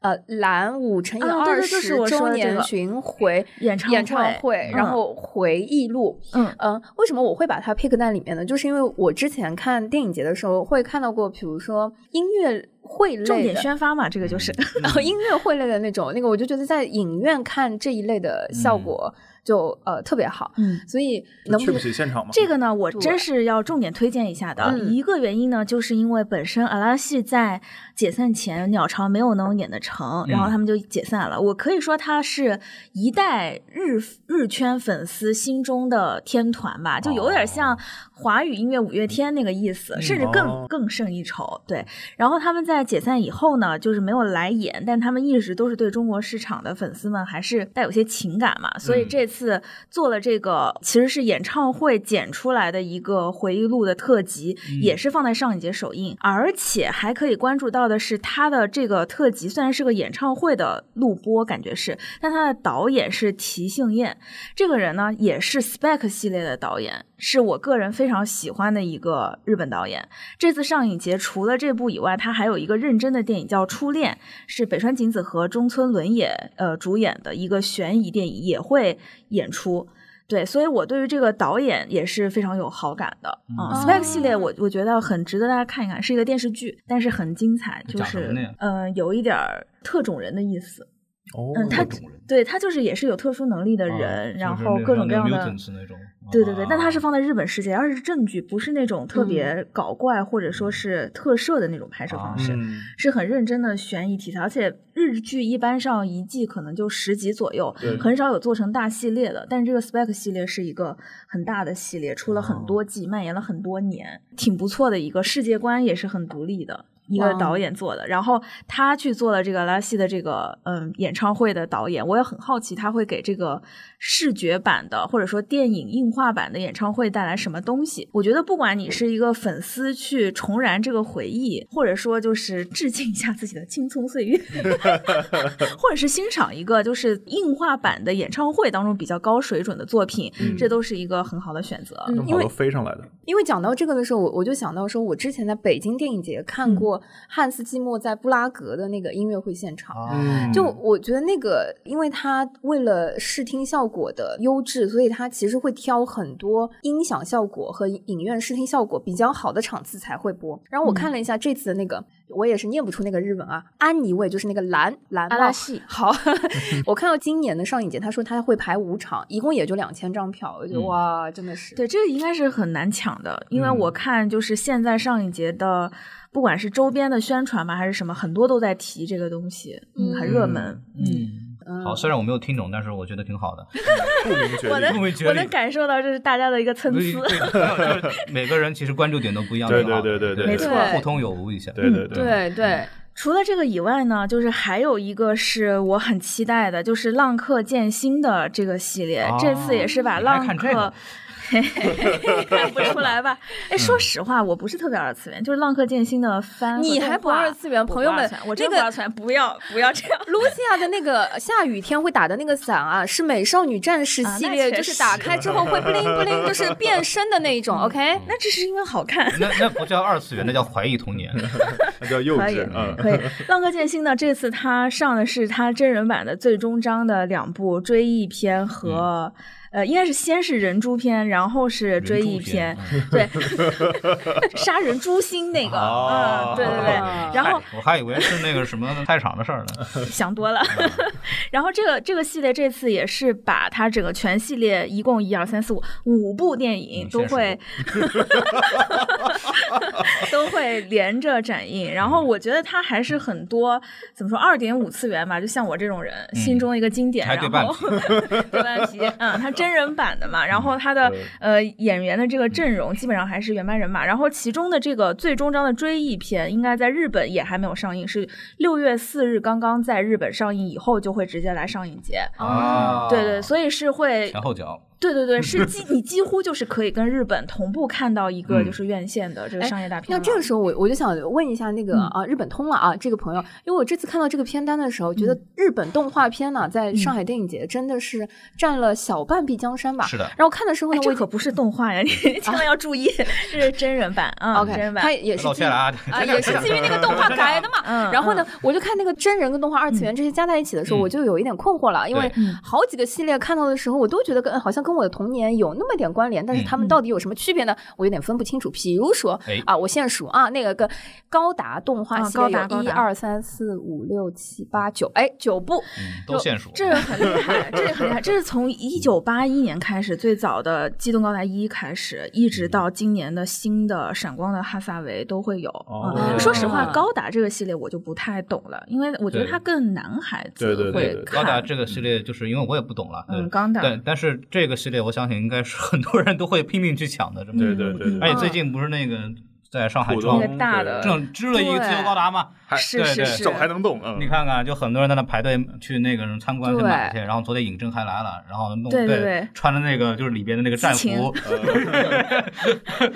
C: 呃，蓝五乘以
B: 啊对
C: 二
B: 对就是
C: 十
B: 我说
C: 周
B: 的这
C: 年
B: 个
C: 巡回
B: 演唱
C: 演唱
B: 会
C: 会，
B: 嗯
C: 然后回忆录。
B: 嗯
C: 嗯，为什么我会把它 pick 在里面呢？就是因为我之前看电影节的时候会看到过，比如说音乐会类
B: 重点
C: 的
B: 宣发嘛，这个就是。
C: 然后音乐会类的那种，那个我就觉得在影院看这一类的效果就、呃特别好，
B: 嗯
C: 所以能
D: 去不起现场嘛？
B: 这个呢，我真是要重点推荐一下的。
C: 嗯
B: 一个原因呢，就是因为本身阿拉西在解散前，鸟巢没有能演得成，然后他们就解散了。我可以说，他是一代日日圈粉丝心中的天团吧，就有点像华语音乐五月天那个意思，甚至更、
D: 哦
B: 更胜一筹。对，然后他们在解散以后呢，就是没有来演，但他们一直都是对中国市场的粉丝们还是带有些情感嘛，所以这次做了这个其实是演唱会剪出来的一个回忆录的特辑，也是放在上一节首映，而且还可以关注到的是他的这个特辑虽然是个演唱会的录播，感觉是，但他的导演是提性彦，这个人呢也是 Spec 系列的导演，是我个人非常喜欢的一个日本导演。这次上影节除了这部以外，他还有一个认真的电影叫《初恋》，是北川景子和中村伦也呃主演的一个悬疑电影，也会演出。对，所以我对于这个导演也是非常有好感的啊、
C: 嗯
B: s p e c 系列我我觉得很值得大家看一看，是一个电视剧，但是很精彩，就
E: 讲什么
B: 是
E: 的呀
B: 呃有一点儿特种人的意思。
D: 哦
B: 嗯他
E: 各种人
B: 对他就是也是有特殊能力的
E: 啊
B: 人，
E: 就是
B: 然
E: 那
B: 后各种
E: 像
B: 各样
E: New
B: 的
E: Mutants 那种
B: 对对对
E: 啊，嗯
B: 但它是放在日本世界，而是正剧，不是那种特别搞怪或者说是特摄的那种拍摄
E: 啊
B: 方式，
D: 嗯，
B: 是很认真的悬疑题材。而且日剧一般上一季可能就十集左右
D: 对，
B: 很少有做成大系列的。但是这个 Spec 系列是一个很大的系列，出了很多季，蔓延了很多年，挺不错的一个世界观，也是很独立的。一个
C: 哇
B: 导演做的，然后他去做了这个拉西的这个嗯演唱会的导演，我也很好奇他会给这个视觉版的或者说电影映画版的演唱会带来什么东西。我觉得不管你是一个粉丝去重燃这个回忆，或者说就是致敬一下自己的青葱岁月，或者是欣赏一个就是映画版的演唱会当中比较高水准的作品，
E: 嗯
B: 这都是一个很好的选择。
C: 嗯
D: 能
C: 因
D: 跑
C: 为
D: 到飞上来的，
C: 因为讲到这个的时候，我我就想到说，我之前在北京电影节
B: 嗯
C: 看过汉斯季默在布拉格的那个音乐会现场。
D: 嗯
E: 啊，
C: 就我觉得那个，因为它为了视听效果的优质，所以它其实会挑很多音响效果和影院视听效果比较好的场次才会播。然后我看了一下这次的那个，我也是念不出那个日文啊，安妮卫就是那个蓝蓝
B: 阿拉
C: 帽
B: 西
C: 好，我看到今年的上影节，他说他会排五场，一共也就两千张票，我觉得、
E: 嗯
C: 哇，真的是。
B: 对，这个应该是很难抢的，因为我看就是现在上一节的，不管是周边的宣传吧，还是什么，很多都在提这个东西，嗯，很热门。
E: 嗯，好，虽然我没有听懂，但是我觉得挺好 的。
D: 不明觉
B: 我
D: 厉
B: 能
E: 不会觉得
B: 我能感受到这是大家的一个参
E: 所以
B: 差。
E: 对就是每个人其实关注点都不一样，
D: 对
E: 挺好的
D: 对对对
B: 没
E: 对
B: 错
E: 互通有无一下。
D: 对
B: 嗯
D: 对对，
C: 对对，
B: 除了这个以外呢，就是还有一个是我很期待的，就是浪客剑心的这个系列，
E: 哦
B: 这次也是把浪
E: 你还看
B: 客。
E: 这个
B: 嘿嘿嘿看不出来吧？哎，说实话，我不是特别二次元，就是《浪客剑心》的番和动画。
C: 你还不二次元
B: 我不
C: 朋友
B: 二
C: 们
B: 次元我
C: 那
B: 真不
C: 个
B: 二次元，不要不要这样。
C: 露西亚的那个下雨天会打的那个伞啊，是美少女战士
B: 啊
C: 系
B: 那
C: 列，
B: 确
C: 就是打
B: 实嗯
C: 开之后会 bling bling，就是变身的 那一种。OK，
B: 那只是因为好看。
E: 那那不叫二次元，那叫怀 疑童年。
D: 那叫幼
B: 可以
D: 稚，嗯，
B: 可以，《浪客剑心》呢，这次他上的是他真人版的最终章的两部追忆篇和、呃，应该是先是人猪篇，然后是追忆篇，对， 杀人诛心那个，
D: 哦
B: 嗯，对对对，
C: 啊
B: 然 后
E: 我还以为是那个什么菜场的事儿呢。
B: 想多了。然后这个这个系列这次也是把它整个全系列一共一二三四五五部电影
E: 嗯
B: 都会、 都会连着展映。然后我觉得它还是很多怎么说二点五次元吧，就像我这种人、心中的一个经典。
E: 还对半
B: 然后 对半皮，嗯，它真人版的嘛，然后它的呃演员的这个阵容基本上还是原班人马。然后其中的这个最终章的追忆篇，应该在日本也还没有上映，是六月四日刚刚在日本上映以后就会直接来上映节。
E: 啊
B: 哦对对，所以是会，
E: 前后脚。
B: 对对 对，是几你几乎就是可以跟日本同步看到一个
E: 嗯
B: 就是院线的这个
C: 哎
B: 商业大片
C: 那
B: 了。
C: 这个时候我我就想问一下那个
B: 嗯
C: 啊，日本通了啊，这个朋友，因为我这次看到
B: 嗯
C: 这个片单的时候，觉得日本动画片呢，在上海电影节真的是占了小半壁碧江山》吧。
E: 是的，
C: 然后看的时候
B: 哎
C: 呢，我
B: 这
C: 已
B: 可
C: 经
B: 不是动画呀， 你千万要注意，这是真人版啊，真
C: 啊 OK，
B: 人
C: 它
B: 版。
C: 也是
E: 道
C: 基
E: 歉
C: 于
E: 了啊，
C: 啊，也是基于那个动画改的嘛。
B: 嗯
C: 然后呢，我就看那个真人跟动画二次元这些加在一起的时候，
E: 嗯
C: 我就有一点困惑了，因为
B: 嗯
C: 好几个系列看到的时候，我都觉得跟好像跟我的童年有那么点关联，但是他们到底有什么区别呢？我有点分不清楚。比如说
E: 哎
C: 啊，我现数啊，那个跟高达动画
B: 啊
C: 系
B: 高
C: 列
B: 达
C: 有
B: 高
C: 一
B: 达
C: 二三四五六七八九，哎，九部。
E: 嗯，都现数。
B: 这个很厉害，这个很厉害，这是从一九八一年开始，最早的《机动高达一》开始，一直到今年的新的《闪光的哈萨维》都会有。
D: 哦
B: 嗯说实话，
C: 哦
B: 高达这个系列我就不太懂了，因为我觉得
E: 对
B: 它更男孩子
D: 对对对
B: 会
D: 对
E: 高
B: 看。
E: 达这个系列，就是因为我也不懂了，呃
B: 嗯，
E: 对
B: 高达，
E: 但但是这个系列，我相信应该是很多人都会拼命去抢的，这么
D: 对对对
B: 嗯
E: 而
D: 对，
E: 且最近不是那个在上海
D: 浦
E: 撞
D: 东
B: 那个大的
E: 正支了一个自由高达嘛，
D: 还
B: 是
E: 对
B: 是
E: 对
B: 是
D: 手，还能动，嗯，
E: 你看看，就很多人在那排队去那个参观去
C: 对
E: 买去，然后昨天尹正还来了，然后弄
B: 对对
E: 对
B: 对
E: 穿的那个就是里边的那个战
B: 激情
E: 服，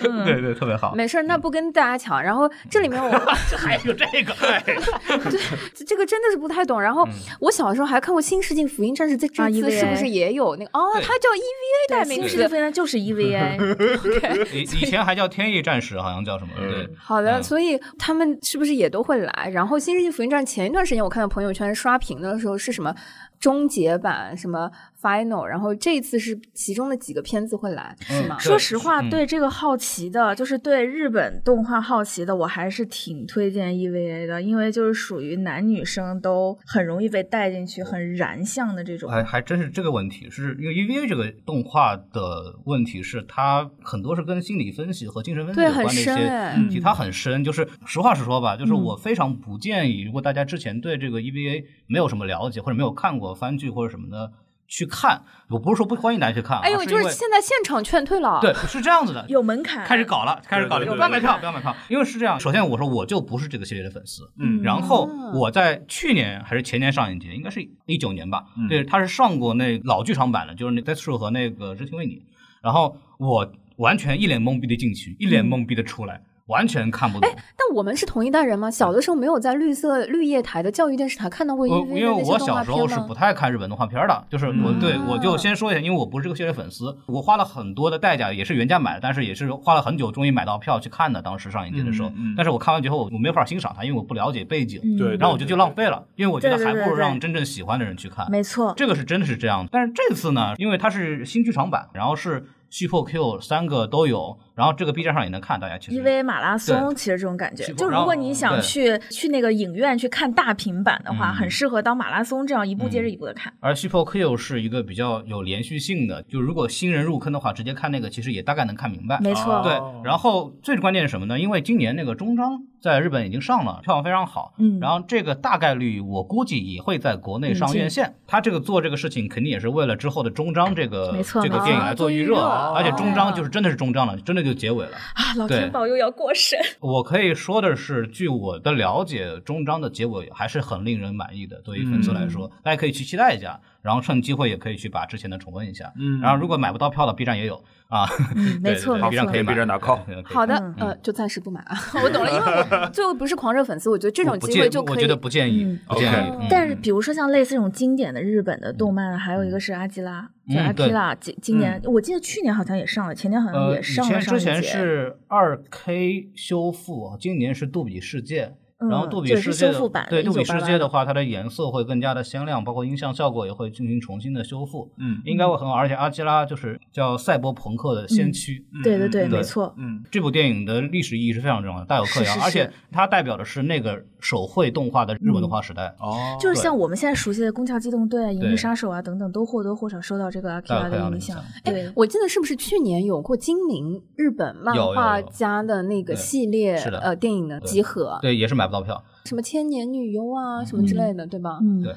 B: 嗯
E: 对对，特别好。
C: 没事儿，那不跟大家抢。然后这里面我
E: 还有这个，哎
C: 这这个真的是不太懂。然后
E: 嗯
C: 我小时候还看过《新世纪福音战士》，在
B: 啊
C: 这次是不
B: EVA
C: 是也有那个？哦，
E: 对
C: 它叫 EVA 代
B: 对，
C: 名
B: 新世
C: 词
B: 界。飞弹就是 E EVA，
E: 以以前还叫天翼战士，好像叫什么？
D: 嗯
E: 对，
C: 好的，
E: 嗯
C: 所以他们是不是也都会来？然后《新世纪福音战》前一段时间我看到朋友圈刷屏的时候是什么终结版、什么 final，然后这一次是其中的几个片子会来，是吗
E: 嗯？
B: 说实话，
E: 嗯
B: 对这个好奇的，就是对日本动画好奇的，我还是挺推荐 EVA 的，因为就是属于男女生都很容易被带进去，很燃向的这种。
E: 还还真是这个问题，是因为 EVA 这个动画的问题是它很多是跟心理分析和精神分析
C: 对
E: 有关的一
C: 很深
E: 些嗯
C: 哎
E: 问题，它很深。就是实话实说吧，就是
B: 嗯
E: 我非常不建议，如果大家之前对这个 EVA 没有什么了解或者没有看过番剧或者什么的。去看，我不是说不欢迎大家去看啊，
C: 哎呦，
E: 是
C: 就
E: 因
C: 是
E: 为
C: 现在现场劝退了。
E: 对，是这样子的，
B: 有门槛，
E: 开始搞了，开始搞了，
D: 对对对
E: 不要买票，不要买票，因为是这样。首先我说我就不是这个系列的粉丝，
D: 嗯
E: 然后
C: 啊
E: 我在去年还是前年上映节，应该是一九年吧，
D: 嗯
E: 对，他是上过那老剧场版的，就是那 Death Show 和那个《知情为你》，然后我完全一脸懵逼的进去，一脸懵逼的出来，完全看不懂。
C: 但我们是同一代人吗？小的时候没有在绿色绿叶台的教育电视台看到过 EVA
E: 我
C: 的
E: 因为
C: 那些
E: 我
C: 动
E: 小
C: 画
E: 时候
C: 片
E: 是
C: 吗
E: 不？太看日本动画片的，就是我
D: 嗯
E: 对我就先说一下，因为我不是这个系列粉丝，我花了很多的代价，也是原价买的，但是也是花了很久，终于买到票去看的。当时上映节的时候
D: 嗯嗯，
E: 但是我看完之后，我没法欣赏它，因为我不了解背景，
B: 嗯
D: 对
E: 然后我就就浪费了，因为我觉得
B: 对
E: 还
B: 对
E: 不如
B: 对对
E: 让真正喜欢的人去看。
B: 没错，
E: 这个是真的是这样，但是这次呢，因为它是新剧场版，然后是续破 Q 三个都有，然后这个 B 站上也能看，大家其实
B: 因为马拉松
E: 对
B: 其实这种感觉
E: 去，
B: 就
E: 然
B: 如
E: 后
B: 果你想
E: 对
B: 去去那个影院去看大屏版的话，
E: 嗯
B: 很适合当马拉松这样一步接着
E: 嗯
B: 一步的看。
E: 而 Super Q 是一个比较有连续性的，就如果新人入坑的话，直接看那个其实也大概能看明白。
B: 没错，
D: 哦
E: 啊对，然后最关键是什么呢？因为今年那个终章在日本已经上了，票房非常好。
B: 嗯
E: 然后这个大概率我估计也会在国内上院线。他这个做这个事情肯定也是为了之后的终章这个
B: 没错
E: 这个
B: 没错
E: 电影来做预热，
C: 哦
E: 而且终章就是真的是终章了，真的就结尾了。
B: 啊，老
E: 对
B: 天保佑要过 审，
E: 我可以说的是，据我的了解，终章的结尾还是很令人满意的。对于粉丝来说，大家可以去期待一下，然后趁机会也可以去把之前的重温一下。
D: 嗯
E: 然后如果买不到票的，B 站也有啊，
B: 嗯没
E: 对
B: 错
E: 对
B: 没
E: 对，B 站
B: 错
E: 可以买
D: B 站打 call
E: 对对可以
C: 好的
B: 嗯，
C: 呃，就暂时不买啊。我懂了，因为我最后不是狂热粉丝，我觉得这
E: 我
C: 种
E: 不
C: 机会
E: 建
C: 就可
E: 我
C: 以。
E: 觉得不建
B: 嗯
E: 议，不建议
D: OK。
E: 嗯
B: 但是，比如说像类似这种经典的日本的动漫，还有一个是阿基拉，
E: 嗯
B: 就阿基
E: 对嗯
B: 拉，今今年我记得去年好像也上了，前年好像
E: 呃，
B: 也
E: 以
B: 上
E: 前
B: 了上
E: 之
B: 一
E: 前
B: 节，
E: 是二 K 修复，今年是杜比世界。
B: 嗯
E: 然后杜比
B: 对
E: 世
B: 是
E: 界
B: 修
E: 的
B: 复版，
E: 对杜比世界的
B: 1988，
E: 话，它的颜色会更加的鲜亮，包括音像效果也会进行重新的修复。
D: 嗯
E: 应该会很好。而且阿基拉就是叫赛博朋克的先驱，
B: 对对对，
E: 嗯
B: 没
E: 对
B: 错，
D: 嗯
E: 这部电影的历史意义是非常重要的，大有克
B: 是
E: 洋。
B: 是
E: 而且
B: 是嗯
E: 它代表的是那个手绘动画的日本动画时代。
D: 哦，
B: 就是
E: 对
B: 像我们现在熟悉的《宫壳机动队》啊、《银
E: 对
B: 翼杀手》啊等等，都或多或少受到这个阿基
E: 大有
B: 拉
E: 克洋的
B: 影
E: 影
B: 响
E: 响。
B: 对，
C: 我记得是不是去年有过精灵日本漫
E: 有有
C: 画
E: 有
C: 家的那个
E: 对
C: 系列
E: 是的
C: 呃电影的
E: 对
C: 集合，
E: 对，也是买不到票。
C: 什么千年女优啊什么之类的，对吧？
B: 嗯
E: 对，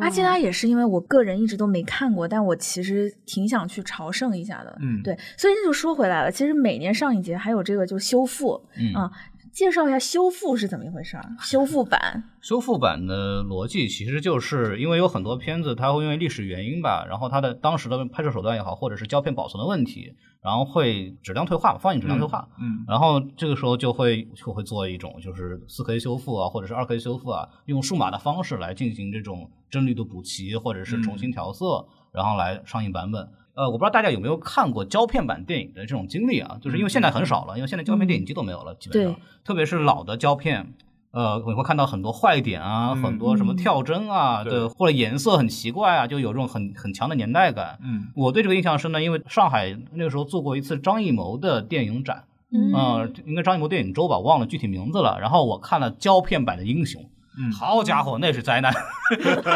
B: 阿基拉也是因为我个人一直都没看过，但我其实挺想去朝圣一下的。
D: 嗯
B: 对，所以这就说回来了，其实每年上一节还有这个就修复，
E: 嗯
B: 啊，介绍一下修复是怎么一回事儿？啊修复版，
E: 修复版的逻辑其实就是因为有很多片子，它会因为历史原因吧，然后它的当时的拍摄手段也好，或者是胶片保存的问题，然后会质量退化，放映质量退化。
D: 嗯
E: 然后这个时候就会就会做一种就是四 K 修复啊，或者是二 K 修复啊，用数码的方
D: 嗯
E: 式来进行这种帧率的补齐，或者是重新调色，然后来上映版本。呃，我不知道大家有没有看过胶片版电影的这种经历啊？就是因为现在很少了，因为现在胶片
D: 嗯
E: 电影机都没有了，基本上
B: 对，
E: 特别是老的胶片。呃，你会看到很多坏点啊，
D: 嗯
E: 很多什么跳帧啊，
D: 对
E: 对，或者颜色很奇怪啊，就有这种很很强的年代感。
D: 嗯，
E: 我对这个印象深呢，因为上海那个时候做过一次张艺谋的电影展，
C: 嗯
E: 呃，应该张艺谋电影周吧，忘了具体名字了。然后我看了胶片版的《英雄》，
D: 嗯
E: 好家伙，那是灾难！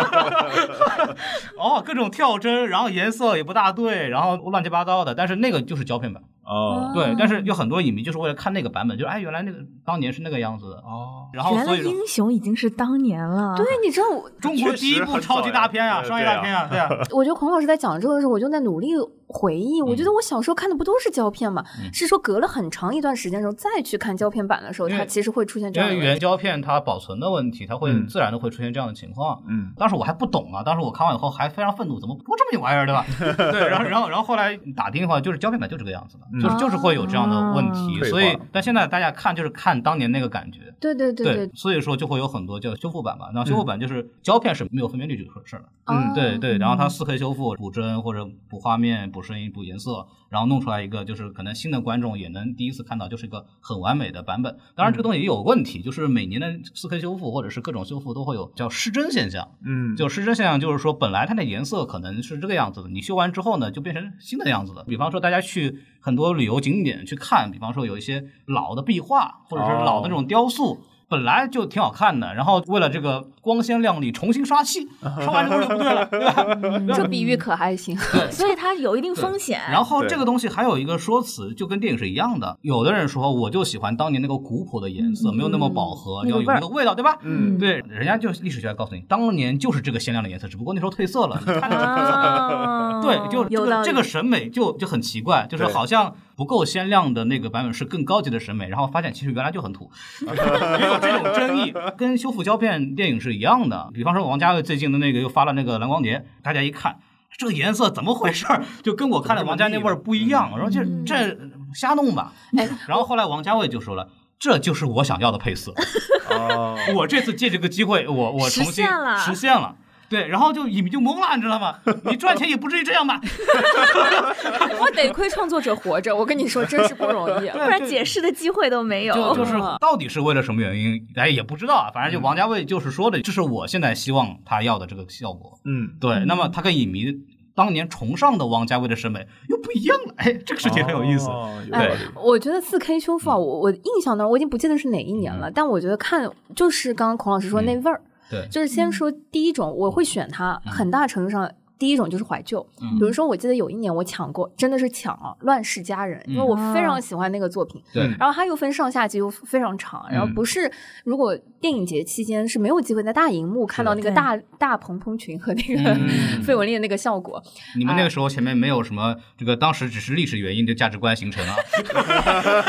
E: 哦，各种跳帧，然后颜色也不大对，然后乱七八糟的。但是那个就是胶片版，
D: 哦
E: 对。但是有很多影迷就是为了看那个版本，就是哎，原来那个当年是那个样子的。
D: 哦，
E: 然后
B: 原来
E: 所以说
B: 英雄已经是当年了，
C: 对，你知道我，
E: 中国第一
D: 确实
E: 部
D: 很
E: 超级大片啊，
D: 早呀
E: 商业大片啊，对啊，
C: 我觉得孔老师在讲这个的时候，我就在努力回忆。我觉得我小时候看的不都是胶片嘛？
E: 嗯
C: 是说隔了很长一段时间之后再去看胶片版的时候，
E: 因为
C: 它其实会出现这
E: 因
C: 样
E: 为
C: 的问
E: 原
C: 题。
E: 胶片它保存的问题，它会
D: 嗯
E: 自然的会出现这样的情况。
D: 嗯，
E: 当时我还不懂啊，当时我看完以后还非常愤怒，怎么播这么一玩意儿，对 吧？对，然后然后然后后来打听的话，就是胶片版就这个样子的，
D: 嗯
E: 就是
C: 啊
E: 就是会有这样的问题，
D: 啊
E: 所
D: 废
E: 以
D: 话
E: 但现在大家看就是看当年那个感觉。
C: 对对对对，
E: 所以说就会有很多叫修复版嘛。那修复版就是胶片是没有分辨率这个事儿的，
C: 啊
D: 嗯
E: 对对。然后它四 K 修复、补帧或者补画面、补声音、补颜色，然后弄出来一个就是可能新的观众也能第一次看到，就是一个很完美的版本。当然这个东西也有问题，就是每年的四 K 修复或者是各种修复都会有叫失真现象。
D: 嗯，
E: 就失真现象，就是说本来它的颜色可能是这个样子的，你修完之后呢，就变成新的样子的。比方说，大家去很多旅游景点去看，比方说有一些老的壁画或者是老的那种雕塑。本来就挺好看的，然后为了这个光鲜亮丽重新刷漆，刷完之后就不对了，对吧？
C: 这比喻可还行。
B: 所以它有一定风险。
E: 然后
D: 对
E: 这个东西还有一个说辞，就跟电影是一样的。有的人说，我就喜欢当年那个古朴的颜色，没有那么饱和，
C: 那
E: 要
C: 个
E: 有
C: 味
E: 那
C: 儿
E: 个味道，对吧？
D: 嗯
E: 对，人家就是历史学家告诉你，当年就是这个鲜亮的颜色，只不过那时候褪色了。你看那个
B: 啊
E: 对，就这
B: 有道
E: 个
B: 理
E: 这个审美就就很奇怪，就是
D: 对
E: 好像不够鲜亮的那个版本是更高级的审美，然后发现其实原来就很土，也有这种争议，跟修复胶片电影是一样的。比方说王家卫最近的那个又发了那个蓝光碟，大家一看。这个颜色怎么回事儿？就跟我看的王家那味儿不一样。然后这
B: 嗯
E: 这瞎弄吧。哎然后后来王家卫就说了，这就是我想要的配色。
D: 哦，
E: 我这次借这个机会，我我重新
B: 实现了
E: 实现了对，然后就你们就懵了，你知道吗？你赚钱也不至于这样吧？
C: 我得亏创作者活着，我跟你说，真是不容易。
B: 不然解释的机会都没
E: 就
B: 有。
E: 就是
C: 哦
E: 到底是为了什么原因，哎，也不知道啊。反正
C: 嗯
E: 就王家卫就是说的，这是我现在希望他要的这个效果。
D: 嗯，
E: 对，那么他跟影迷当年崇尚的王家卫的审美又不一样了，哎，这个事情很有意思。
D: 哦有道
E: 对
D: 理，
C: 我觉得四 K 修
E: 嗯
C: 复啊，我我印象当中我已经不记得是哪一年了，但我觉得看就是刚刚孔老师说那味儿，
E: 嗯对
C: 就是先说第一种，我会选它，很大程度上。第一种就是怀旧，
E: 嗯
C: 比如说，我记得有一年我抢过，真的是抢啊，《乱世佳人》，因为
E: 嗯
C: 我非常喜欢那个作品。
E: 对
D: 嗯
C: 然后它又分上下集，又非常长。然后
E: 嗯
C: 不是，如果电影节期间是没有机会在大荧幕看到那个
B: 对
C: 大大蓬蓬裙和那个啊
E: 嗯
C: 费雯丽的那个效果，
E: 你们那个时候前面没有什么这个，当时只是历史原因的价值观形成 啊。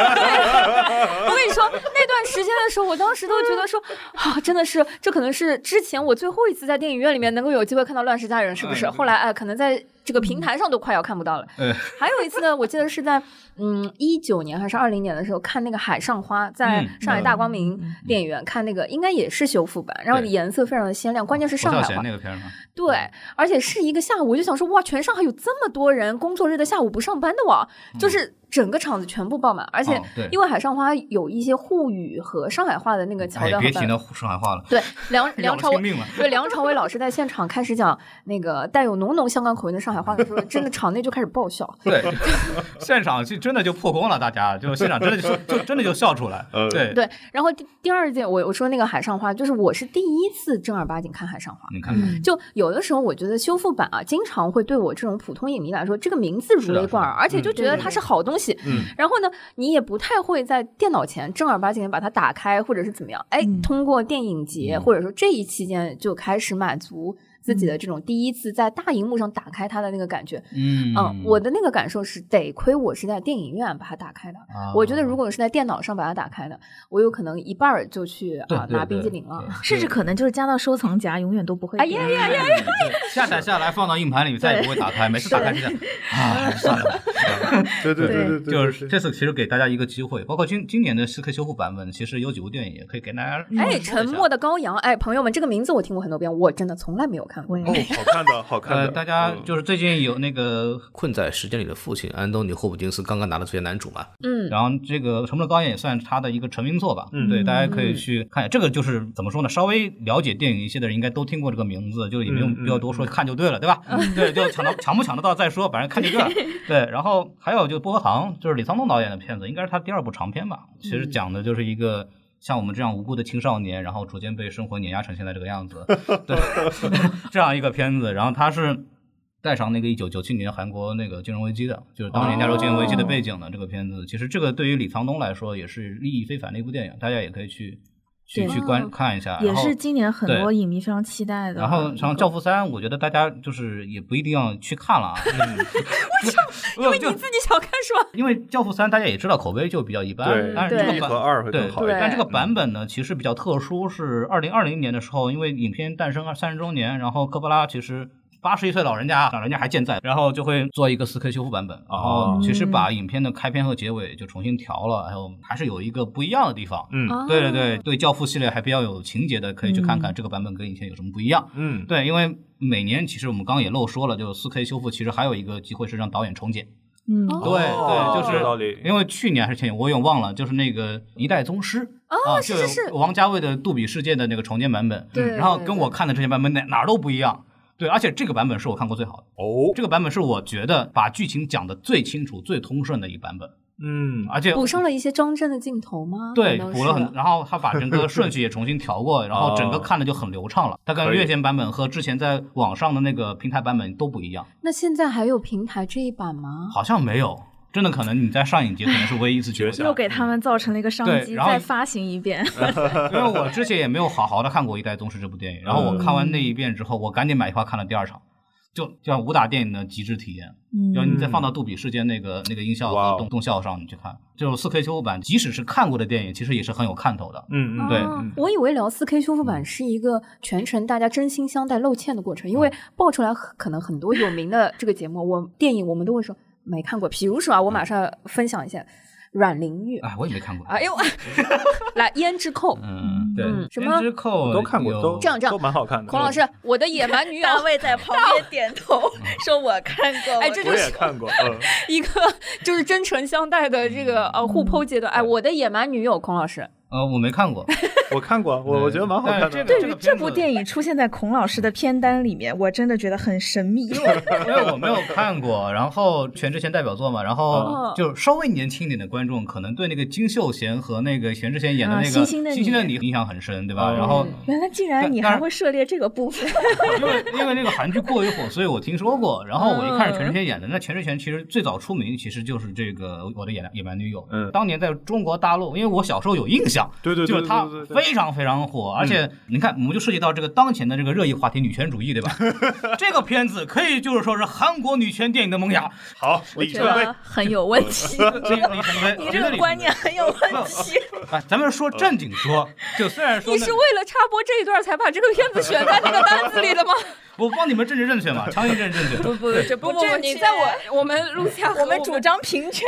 C: 我跟你说，那段时间的时候，我当时都觉得说，啊，真的是，这可能是之前我最后一次在电影院里面能够有机会看到《乱世佳人》，是不是？
E: 哎
C: 后来哎，可能在这个平台上都快要看不到了。
E: 哎
C: 还有一次呢，我记得是在嗯一九年还是二零年的时候看那个《海上花》，在
E: 嗯
C: 上海大光明电影院看那个，应该也是修复版，然后
E: 对
C: 颜色非常的鲜亮， 关 键是
E: 侯
C: 上
E: 孝
C: 海
E: 贤
C: 话。
E: 那个片儿嘛，
C: 对，而且是一个下午，我就想说，哇，全上海有这么多人工作日的下午不上班的哇，就是整个场子全部爆满，而且
E: 嗯哦对
C: 因为海上花有一些沪语和上海话的那个 桥
E: 哎，
C: 段
E: 别
C: 很
E: 提
C: 棒。
E: 那上海话了，
C: 对， 梁
E: 要
C: 梁
E: 我
C: 朝
E: 亲
C: 伟。
E: 命了。
C: 对梁朝伟老师在现场开始讲那个带有浓浓香港口音的上海话的时候，真的场内就开始爆笑。
E: 对， 现场就真的就破功了，大家就现场真的就就真的就笑出来。
D: 呃
E: 对，
C: 对，然后第第二件，我我说那个海上花，就是我是第一次正儿八经看海上花，
E: 你看看，
B: 嗯
C: 就有的时候，我觉得修复版啊，经常会对我这种普通影迷来说，这个名字
E: 是啊嗯
C: 如
E: 的
C: 雷贯耳，而且就觉得它是好东西。
D: 嗯，
C: 然后呢，你也不太会在电脑前正儿八经地把它打开，或者是怎么样。哎，通过电影节、
E: 嗯
C: 或者说这一期间就开始满足自己的这种第一次在大荧幕上打开它的那个感觉。
E: 嗯
C: 嗯，我的那个感受是，得亏我是在电影院把它打开的。
E: 啊
C: 我觉得如果是在电脑上把它打开的，我有可能一半儿就去
E: 对
C: 啊
E: 对
C: 拿冰
E: 对
C: 激凌了。
E: 对
B: 甚至可能就是加到收藏夹，永远都不会
C: 哎
B: 变。
C: 呀呀呀！
E: 对下载下来放到硬盘里，再也不会打开，每次打开就这样，啊，算了吧。
D: 对对对对对，
E: 就是
D: 对
E: 这次其实给大家一个机会，包括今今年的四 K 修复版本，其实有几部电影也可以给大家说一下。
C: 哎，沉默的羔羊，哎，朋友们，这个名字我听过很多遍，我真的从来没有看过哎
B: 我。也
D: 哦，好看的，好看
E: 呃，
D: 的，
E: 大家
D: 嗯
E: 就是最近有那个，
F: 困在时间里的父亲安东尼·霍普金斯刚刚拿了最佳男主嘛，
C: 嗯，
E: 然后这个《沉默的羔羊》也算他的一个成名作吧。
D: 嗯
E: 对，大家可以去看一下。这个就是怎么说呢？稍微了解电影一些的人应该都听过这个名字，就也没有
D: 嗯嗯
E: 必要多说，看就对了，对吧？ 对，就抢到抢不抢得到再说，反正看就对了。对，然后还有就是薄荷糖，就是李沧东导演的片子，应该是他第二部长片吧。其实讲的就是一个。像我们这样无辜的青少年，然后逐渐被生活碾压成现在这个样子，对， 这样一个片子。然后他是带上那个一九九七年韩国那个金融危机的，就是当年亚洲金融危机的背景的这个片子。其实这个对于李沧东来说也是意义非凡的一部电影，大家也可以去去
B: 对嗯
E: 去观看一下。
B: 也
E: 然后
B: 是今年很
E: 对
B: 多影迷非常期待的。
E: 然后像《教父三》，我觉得大家就是也不一定要去看了 啊。 因为你
C: 自己想看是吧？
E: 因为《教父三》大家也知道口碑就比较一般，
D: 对，
E: 但是这
D: 一
E: 个
D: 和
E: 版
D: 二会
E: 对
D: 更好一点。
E: 但这个版本呢其实比较特殊，是二零二零年的时候，因为影片诞生二三十周年，然后科波拉其实。八十一岁老人家，老人家还健在，然后就会做一个四 K 修复版本，然
D: 哦
E: 后其实把影片的开篇和结尾就重新调了，还有还是有一个不一样的地方。
B: 哦
D: 嗯
E: 对对对对，教父系列还比较有情节的，可以去看看这个版本跟以前有什么不一样。
D: 嗯，
E: 对，因为每年其实我们刚刚也漏说了，就是四 K 修复其实还有一个机会是让导演重剪。
B: 嗯，
D: 哦
E: 对对，就是
D: 有道理
E: 因为去年还是前年，我有点忘了，就是那个《一代宗师》啊，就是
C: 哦是是
E: 王家卫的《杜比世界》的那个重建版本，
C: 对
E: 然后
C: 对
E: 跟我看的这些版本哪哪儿都不一样。对，而且这个版本是我看过最好的，
D: 哦，
E: 这个版本是我觉得把剧情讲的最清楚、最通顺的一版本，
D: 嗯，
E: 而且
C: 补上了一些装帧的镜头吗？
E: 对
C: 可能
E: 补了
C: 是
E: 很，。然后他把整个顺序也重新调过，然后整个看的就很流畅了。它跟
D: 可以
E: 院线版本和之前在网上的那个平台版本都不一样，
C: 那现在还有平台这一版吗？
E: 好像没有，真的可能你在上影节可能是唯一一次
D: 绝
E: 绝
D: 响
B: 又给他们造成了一个商
E: 对
B: 机，
E: 然后
B: 再发行一遍。
E: 因为我之前也没有好好的看过《一代宗师》这部电影，然
D: 嗯
E: 后我看完那一遍之后，我赶紧买票看了第二场，就叫武打电影的极致体验。然后
B: 嗯，
E: 你再放到杜比世界那个那个音效
D: 哇
E: 和
D: 哦
E: 动动效上，你去看，就是四 K 修复版，即使是看过的电影，其实也是很有看头的。
D: 嗯嗯，
E: 对嗯
C: 啊我以为聊四 K 修复版是一个全程大家真心相待露馅的过程，因为爆出来很可能很多有名的这个节目，我电影我们都会说没看过。比如说啊，我马上分享一下《阮玲玉》，
E: 哎，我也没看过。
C: 哎呦， 来胭脂扣，
E: 嗯，对
C: 嗯，什么
E: 胭脂扣
D: 都看过，
E: 有
D: 都
C: 这样这样
D: 都蛮好看的。
C: 孔老师，我的野蛮女友，
B: 大卫在旁边点头说：“我看过。”
C: 哎这
D: 我
C: 就
D: 也看过，嗯，
C: 一个就是真诚相待的这个呃互剖阶段。哎，我的野蛮女友，孔老师，
E: 呃，我没看过。
D: 我看过，我我觉得蛮好看的。
E: 但是
B: 对
E: 这
B: 于
E: 个
B: 这
E: 片
B: 部
E: 子
B: 电影出现在孔老师的片单里面，我真的觉得很神秘，因为
E: 因为我没有看过，然后全智贤代表作嘛，然后
C: 哦
E: 就稍微年轻一点的观众，可能对那个金秀贤和那个全智贤演的那
B: 啊
E: 个
B: 星星的你
E: 星星的你》印象很深，对吧？
D: 嗯
E: 然后
B: 原来竟然你
E: 但
B: 还会涉猎这个部 分。
E: 因为因为那个韩剧过于火，所以我听说过。然后我一看是全智贤演的，
B: 嗯
E: 那全智贤其实最早出名其实就是这个《我的野蛮野蛮女友》。
D: 嗯
E: 当年在中国大陆，因为我小时候有印象，
D: 对对对
E: 就是她
D: 对对对嗯对
E: 非常非常火。而且你看，我们就涉及到这个当前的这个热议话题——女权主义，对 吧？这个片子可以就是说是韩国女权电影的萌 芽。
D: 好，李正威，
B: 很有问题，
E: 这个李晨飞，
B: 你
E: 绝
B: 这
E: 对
B: 个
E: 李
B: 观
E: 晨
B: 念很有问题。
E: 飞哎，咱们说正 经说，就虽然说
C: 你
E: 那
C: 是为了插播这一段才把这个片子选在那个单子里的吗？
E: 我帮你们政治正确嘛，强行政治正确。
B: 不，这
C: 不不不，你在我我们录下和
B: 啊我们主张平权。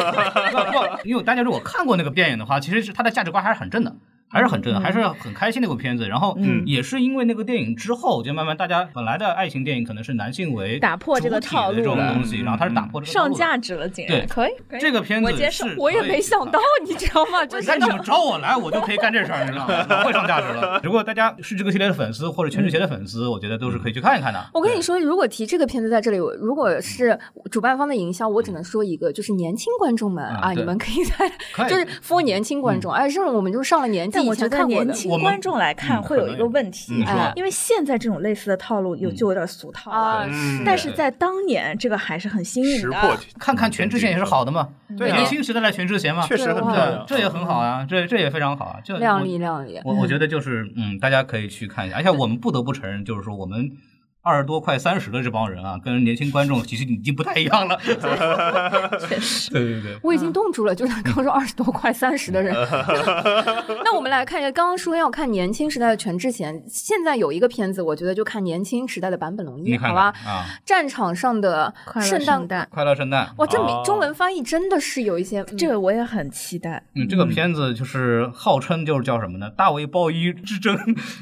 E: 不 不，因为大家如果看过那个电影的话，其实是它的价值观还是很正的。还是很正的，还是很开心的一部片子。然后
D: 嗯
E: 也是因为那个电影之后，就慢慢大家本来的爱情电影可能是男性为
B: 打破这个
E: 主体的
B: 套路
E: 这种
B: 了嗯
E: 东西，然后它是打破这个套
B: 上
E: 路的
B: 价值了，竟然
E: 对
B: 可以，可以
E: 这个片子
B: 我接受
E: 是
C: 我也
E: 可以
C: 没
E: 去
C: 想
E: 看
C: 到，你知道吗？就是
E: 那你们找我来，我就可以干这事儿，你知道吗？老会上价值了。如果大家是这个系列的粉丝或者全智贤的粉丝，我觉得都是可以去看一看
B: 嗯
E: 的。
C: 我跟你说，如果提这个片子在这里，我如果是主办方的营销，我只能说一个，就是年轻观众们
E: 啊
C: 啊，
E: 对哎嗯
C: 你们可以在
E: 可
B: 呃
E: 以
C: 就是 for 年轻观众，哎，这种我们就上了年纪
B: 但
C: 以
B: 我觉
C: 前
B: 得
C: 看过
B: 年
C: 的。
B: 轻
E: 我们
B: 观众来看
E: 嗯
B: 会有一个问题啊
E: 你，说
C: 哎
B: 因为现在这种类似的套路有
E: 嗯
B: 就有点俗套了，
C: 啊，
D: 嗯
B: 但是在当年这个还是很新颖
D: 识破
B: 的。
D: 题，
E: 看看全智贤也是好的嘛，
B: 嗯
D: 对啊
E: 年轻时代的全智贤嘛，
D: 确实很漂
E: 对
D: 亮，，
E: 这也很好啊，这这也非常好啊，这
C: 靓丽。亮丽，
E: 嗯哎我我我觉得就是嗯，大家可以去看一下，而且我们不得不承认，就是说我们。二十多快三十的这帮人啊，跟年轻观众其实已经不太一样了。
B: 确实，
E: 对对对，
C: 我已经冻住了，就是他刚说二十多快三十 的人。那我们来看一下，刚刚说要看年轻时代的全智贤，现在有一个片子，我觉得就看年轻时代的坂本龙一，
E: 你看看
C: 好吧？
E: 啊，
C: 战场上的
B: 快乐
C: 圣
B: 圣
C: 诞，
B: 诞，
E: 快乐圣诞。
C: 哇，这
D: 哦
C: 美中文翻译真的是有一些嗯
B: 这个我也很期待。
E: 嗯，这个片子就是号称就是叫什么呢？大卫鲍伊之争。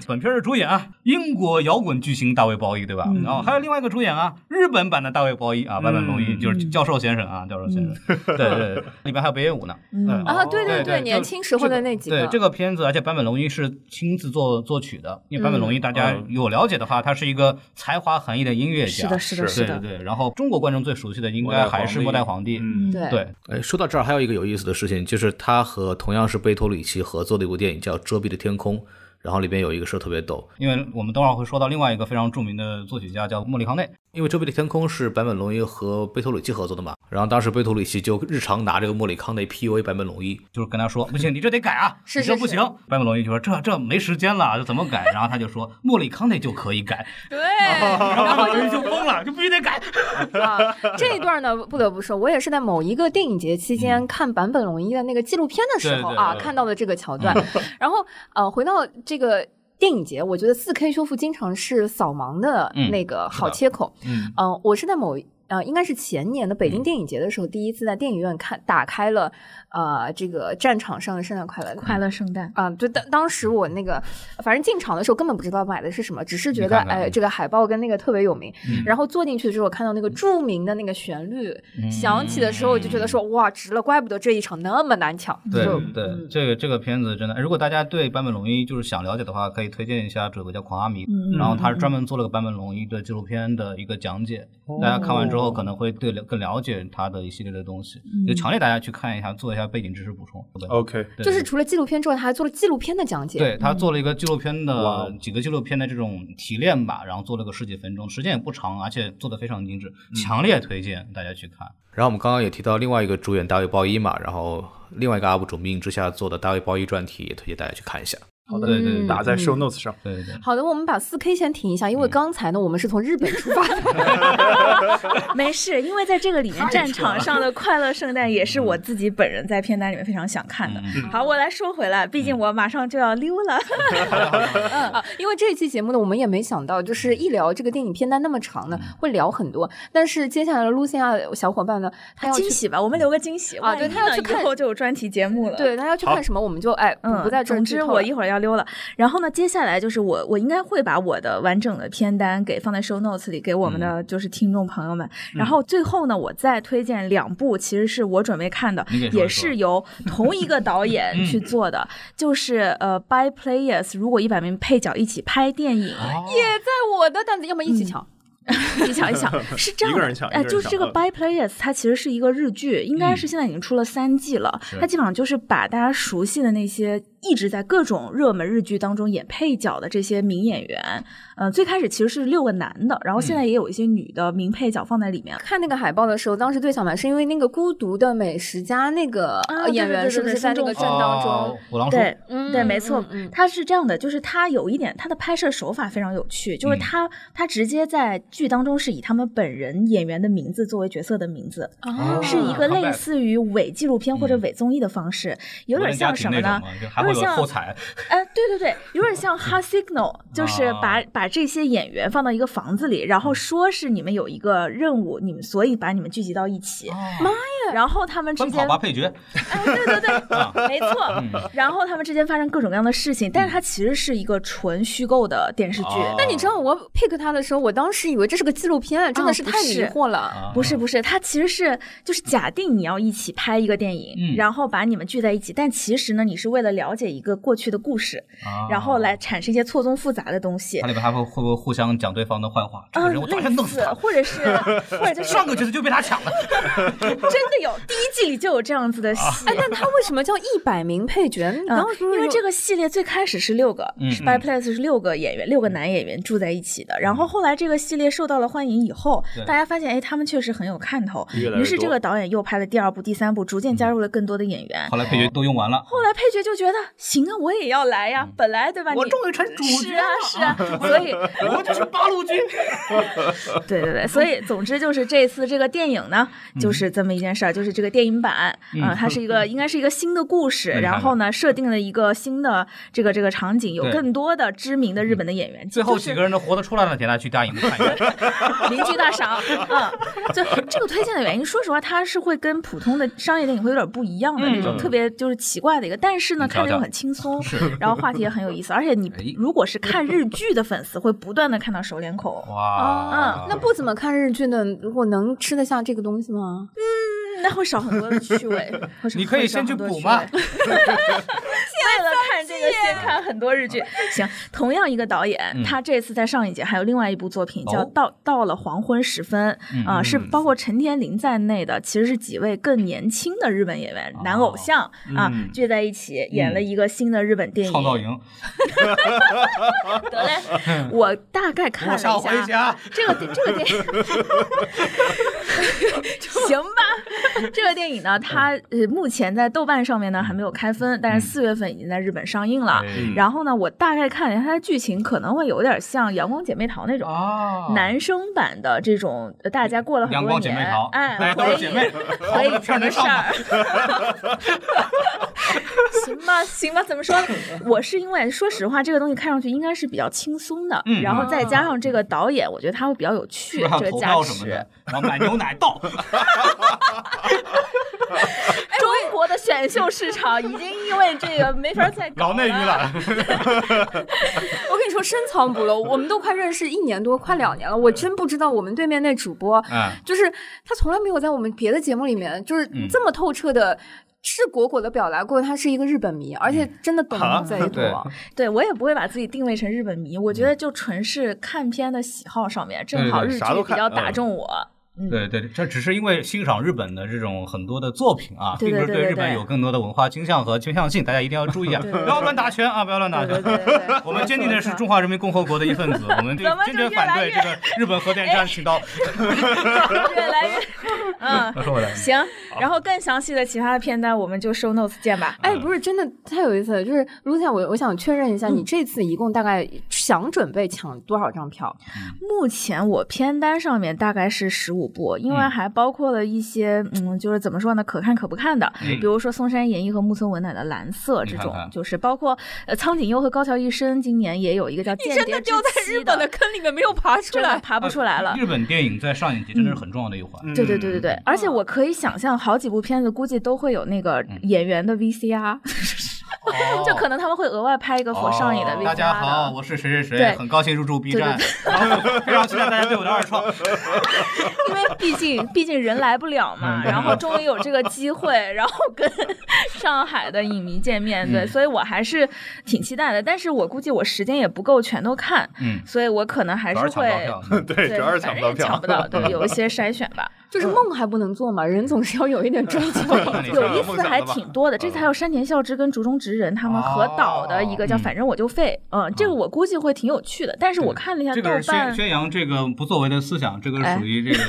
E: 本片的主演啊，英国摇滚巨星大卫鲍伊，对吧？然后还有另外一个主演啊，日本版的大卫鲍伊啊，坂本龙一
D: 嗯
E: 就是教授先生啊，教授先生。对对对，里面还有北野武呢。
B: 嗯
C: 啊，对
E: 对对
C: 对，
E: 就
C: 年轻时候的那几
E: 对这个片子，而且坂本龙一是亲自作作曲的，因为坂本龙一大家
D: 嗯
E: 有了解的话，他是一个才华横溢的音乐
B: 是
E: 家。
B: 的，是的，
D: 是
B: 是
E: 对
B: 的，
E: 对对。然后中国观众最熟悉的应该还是末代皇帝。
D: 嗯，
C: 对
E: 对，
F: 哎，说到这儿还有一个有意思的事情，就是他和同样是贝托鲁奇合作的一部电影叫《遮蔽的天空》，然后里边有一个事儿特别逗，
E: 因为我们等会儿会说到另外一个非常著名的作曲家叫莫里康内，
F: 因为《遮蔽的天空》是坂本龙一和贝托鲁奇合作的嘛，然后当时贝托鲁奇就日常拿这个莫里康内 PUA 坂本龙一，
E: 就是跟他说不行，你这得改啊，
C: 是
E: 你这
C: 是
E: 不
C: 是
E: 行。坂本龙一就说这这没时间了，这怎么改？然后他就说莫里康内就可以 改，
C: 对，
E: 哦然后人就疯了，就必须得改。
C: 啊， 这一段呢，不得不说，我也是在某一个电影节期间看坂本龙一的那个纪录片的时候
E: 嗯对对嗯
C: 啊，
E: 对
C: 看到的这个桥段。 然后呃，回到这个电影节，我觉得四 K 修复经常是扫盲的
E: 嗯
C: 那个好
E: 是的
C: 切口。
E: 嗯，
C: 嗯、我是在某呃，应该是前年的北京电影节的时候，第一次在电影院看打开了呃这个战场上的圣诞快乐。
E: 嗯
B: 快乐圣诞，
C: 啊、就当当时我那个，反正进场的时候根本不知道买的是什么，只是觉得
E: 你看看
C: 哎，
E: 嗯
C: 这个海报跟那个特别有名。
E: 嗯
C: 然后坐进去之后，看到那个著名的那个旋律、
E: 嗯
C: 响起的时候，我就觉得说哇，值了，怪不得这一场那么难抢。
E: 对
C: 就
E: 对，这个这个片子真的，如果大家对坂本龙一就是想了解的话，可以推荐一下这个叫狂阿弥，
B: 嗯
E: 然后他是专门做了个坂本龙一的纪录片的一个讲解，大家看完
D: 哦
E: 之后可能会对了更了解他的一系列的东西，就强烈大家去看一下，做一下背景知识补充。对
F: 哦
D: OK，
E: 对
C: 就是除了纪录片之外，他还做了纪录片的讲解。
E: 对他做了一个纪录片
D: 哇
E: 的
D: 哦
E: 几个纪录片的这种提炼吧，然后做了个十几分钟，时间也不长，而且做的非常精致，强烈推荐大家去看。
F: 嗯然后我们刚刚也提到另外一个主演大卫鲍伊嘛，然后另外一个 UP 主命之下做的大卫鲍伊专题，也推荐大家去看一下。
E: 好的，对对对，
D: 嗯打在 show notes 上。
E: 对对对。
C: 好的，我们把四 K 先停一下，因
E: 嗯
C: 为刚才呢，我们是从日本出发的。
B: 嗯没事，因为在这个里面，战场上的快乐圣诞也是
E: 嗯
B: 我自己本人在片单里面非常想看的。好，我来说回来，毕
E: 嗯
B: 竟我马上就要溜了。
C: 啊，因为这一期节目呢，我们也没想到，就是一聊这个电影片单那么长
E: 嗯
C: 呢，会聊很多。但是接下来的路线亚小伙伴呢，他要去
B: 惊喜吧，我
E: 嗯
B: 们留个惊喜
C: 啊对他要去看
B: 以后就有专题节目了。。
C: 对他要去看什么，我们就哎不
B: 嗯，
C: 不在这儿
B: 总
C: 剧
B: 之，
C: 透了。
B: 我一会儿要溜了。然后呢，接下来就是我，我应该会把我的完整的片单给放在 show notes 里，给我们
E: 嗯
B: 的就是听众朋友们。然后最后呢，我再推荐两部，其实是我准备看的，
E: 你给说一说嗯
B: 也是由 同一个导演去做的，就是呃，By Players，如果一百名配角一起拍电影，
E: 哎
C: 也在我的单子，要么
B: 嗯
C: 一起抢。
B: 你想 一想，是这样
D: 一
B: 的，
D: 个人抢
B: 哎、
D: 一个人嗯
B: 就是这个《By Players》，它其实是一个日剧，应该是现在已经出了三季了。它基本上就是把大家熟悉的那些一直在各种热门日剧当中演配角的这些名演员，呃，最开始其实是六个男的，然后
D: 嗯
B: 现在也有一些女的名配角放在里面。
C: 看那个海报的时候，当时最想买是因为那个《孤独的美食家》那个
B: 啊
C: 呃演
B: 对
C: 员
B: 对对
C: 是不是
B: 对
C: 在那个
B: 孙
C: 阵当
E: 哦
C: 中？，
E: 虎狼叔，
B: 对，
C: 嗯
B: 对，没错，
C: 嗯嗯
B: 它是这样的，就是它有一点，它的拍摄手法非常有趣，
C: 嗯
B: 就是它、它直接在剧当中是以他们本人演员的名字作为角色的名字，
C: 啊
B: 是一个
E: comeback
B: 类似于伪纪录片或者
E: 嗯
B: 伪综艺的方式，有
E: 有
B: 点像什么呢？
E: 还会
B: 有点
E: 有
B: 像
E: 后采，
B: 哎，对对对，有点像《
E: 嗯
B: 哈 Signal》，就是
E: 啊
B: 把、把这些演员放到一个房子里，然
E: 嗯
B: 后说是你们有一个任务，你们所以把你们聚集到一起，
E: 妈呀，
B: 然后他哦们之
E: 奔跑
B: 间
E: 哦吧配角，
B: 哎，对对
E: 啊
B: 对，没
E: 嗯
B: 错。然后他们之间发生各种各样的事情，但是它其实是一个纯虚构的电视剧。
E: 哦
C: 但你知道我 pick 他的时候，我当时以为这是个纪录片啊，真的是
B: 啊不
C: 太迷
B: 是
C: 惑了。
B: 不是不是，它其实是就是假定你要一起拍一个电影，
E: 嗯
B: 然后把你们聚在一起，但其实呢，你是为了了解一个过去的故事，
E: 啊
B: 然后来产生一些错综复杂的东西
E: 它。里面还会会不会互相讲对方的坏话？这个
B: 嗯，
E: 人我早就
B: 类
E: 弄死
B: 似，
E: 他了，
B: 或者 是，或者就是
E: 上个角色就被 他抢了。
B: 真的有第一季里就有这样子的戏，
E: 啊
C: 哎，但他为什么叫一百名配角？你
B: 嗯
C: 当时
B: 因为这
C: 个
B: 个系列最开始是六个、
E: 嗯
B: 是 b y Place 是六个演员，六个男演员住在一起的。然后后来这个系列受到了欢迎以后
E: 对，
B: 大家发现哎，他们确实很有看头，
D: 越来越
B: 于是这
D: 多
E: 嗯
B: 个导演又拍了第二部、第三部，逐渐加入了更多的演员。
E: 后来配角都用完了，
B: 后来配角就觉得行啊，我也要来呀，本来对吧？你
E: 嗯我终于成主
B: 是
E: 角
B: 啊
E: 了，
B: 是啊，所以
E: 我就是八 路军。
B: 对对 对，所以总之就是这次这个电影呢，
E: 嗯
B: 就是这么一件事儿，就是这个电影版啊、呃它是一 个应该是一个新的故事，
E: 嗯
B: 然后呢设定了一个新的这个这个场景，有
E: 对
B: 更多的知名的日本的演员，
E: 最 后
B: 就是
E: 几个人都活得出来了，给他去大荧幕看 一下。
B: 邻居大 赏，嗯，就这个推荐的原因，说实话，它是会跟普通的商业电影会有点不一样的那种，
E: 嗯
B: 特别就是奇怪的一个，但是呢，
E: 你瞧
B: 看着又
E: 瞧
B: 很轻松，
E: 是
B: 然后话题也很有意思，而且你
E: 哎
B: 如果是看日剧的粉丝，会不断的看到手脸 口，
E: 哦
B: 哦
E: 哇，
C: 啊那不怎么看日剧的，如果能吃得下这个东西吗？
B: 嗯那会少很多的趣 味。会少
E: 你可以
B: 会少
E: 先去
B: 很多
E: 补
B: 趣
E: 嘛
B: 味为了看这个，先看很多日剧。行，同样一个导演，
E: 嗯
B: 他这次在上一届还有另外一部作品叫
E: 哦
B: 《到、到了黄昏时分》
E: 嗯
B: 啊、是包括陈天林在内的，其实是几位更年轻的日本演员、
E: 哦
B: 男偶像、啊
E: 嗯
B: 聚在一起演了一个新的日本电影。
E: 创造营，
B: 得嘞，我大概看了
E: 我
B: 一
E: 想回
B: 下啊。
E: 家。
B: 这个这个电 影， 行吧，这个电影呢，它呃目前在豆瓣上面呢还没有开分，但是四月份已经在日本上映了。
E: 嗯 哎
B: 然后呢，我大概看了一下它的剧情，可能会有点像《阳光姐妹淘》那种。
E: 啊，
B: 男生版的这种，呃大家过了很
E: 阳
B: 多
E: 光姐
B: 年，
E: 妹淘，
B: 哎，
E: 大家都
B: 回
E: 是
B: 忆
E: 姐妹，
B: 回
E: 好
B: 以
E: 片
B: 前
E: 能
B: 的事
E: 上吗
B: 儿。 行吧，行吧，怎么说呢？我是因为说实话，这个东西看上去应该是比较轻松的，
E: 嗯
B: 然后再加上这个导演，我觉得他会比较有趣，
E: 是不是还
B: 这
E: 有
B: 个
E: 投
B: 加
E: 票什么
B: 持。
E: 的？然后买牛奶 到，
B: 中国的选秀市场已经因为这个没法 再搞
D: 劳内娱
B: 了。
D: 览，
C: 我跟你说，深藏不露，我们都快认识一年多，快两年了，我真不知道我们对面那主播，
E: 嗯，
C: 就是他从来没有在我们别的节目里面，就是
E: 嗯
C: 这么透彻的。赤果果的表达过，他是一个日本迷，而且真的懂
D: 啊
C: 贼
E: 嗯对
C: 多。
B: 对我也不会把自己定位成日本迷，我觉得就纯是看片的喜好上面，正好
E: 嗯对
B: 日
E: 对
D: 啥
B: 剧
D: 都
B: 比
D: 看
B: 较打中 我。嗯，
E: 对对，这只是因为欣赏日本的这种很多的作品啊，
B: 对
E: 并
B: 对
E: 不是
B: 对对
E: 日本
B: 对
E: 有更多的文化倾向和倾向性，大家一定要注意啊，
B: 对对对
E: 不要乱打拳啊，不要乱打
B: 对对
E: 拳。
B: 对对对，
E: 我们坚定的是中华人民共和国的一份子，我们对
B: 怎么就
E: 坚决反对
B: 越来越哎
E: 这个日本核电站 倾倒。
B: 越来越， 嗯，
E: 说回来，
B: 行，然后更详细的其他的片段，我们就 show notes 见吧。
E: 嗯
C: 哎，不是，真的太有意思了。就是卢夏，我我想确认一下，你
E: 嗯
C: 这次一共大概想准备抢多少张票？
B: 目前我片单上面大概是十五部，因为
E: 嗯
B: 还包括了一些，嗯，就是怎么说呢，可看可不看的，
E: 嗯
B: 比如说松山研一和木村文乃的《蓝色》这
E: 你看
B: 种，
E: 看
B: 就是包括呃苍井优和高桥一生今年也有一个叫《间谍之妻》的，
C: 坑里面没有爬出
B: 真的。爬
E: 啊
B: 不出来 了。
E: 呃
B: 嗯
E: 日本电影在上影节真的是很重要的一环。
B: 对对对对对，而且
E: 嗯
B: 我可以想象，好几部片子估计都会有那个演员的 VCR，就 可能他们会额外拍一个佛上瘾的 VCR 的。
E: 哦大家好，我是谁谁
B: 对
E: 谁，很高兴入驻 B 站，非常期待大家对我的二创。
B: 因为毕竟毕竟人来不了嘛，
E: 嗯
B: 然后终于有这个机会，然后跟 上海的影迷见面，对，
E: 嗯
B: 所以我还是挺期待的。但是我估计我时间也不够全都看，
E: 嗯，
B: 所以我可能还
E: 主
B: 是
E: 要是抢不到
B: 会
E: 票。
D: 对，主要是抢
B: 反正
D: 不到
B: 也抢
D: 票
B: 不。到，对，有一些筛选吧。
E: 嗯
C: 就是梦还不能做嘛，人总是要有 一点追求。
E: 你
B: 有
E: 看
B: 意
E: 看
B: 思还挺多的，这次还有山田孝之跟竹中直人他们合导的一个叫
E: 哦
B: 《反正我就废》，嗯，这个我估计会挺有趣的。但是我看了一下
E: 这
B: 豆
E: 个是宣
B: 瓣，
E: 宣扬这个不作为的思想，这个
C: 哎
E: 属于 这个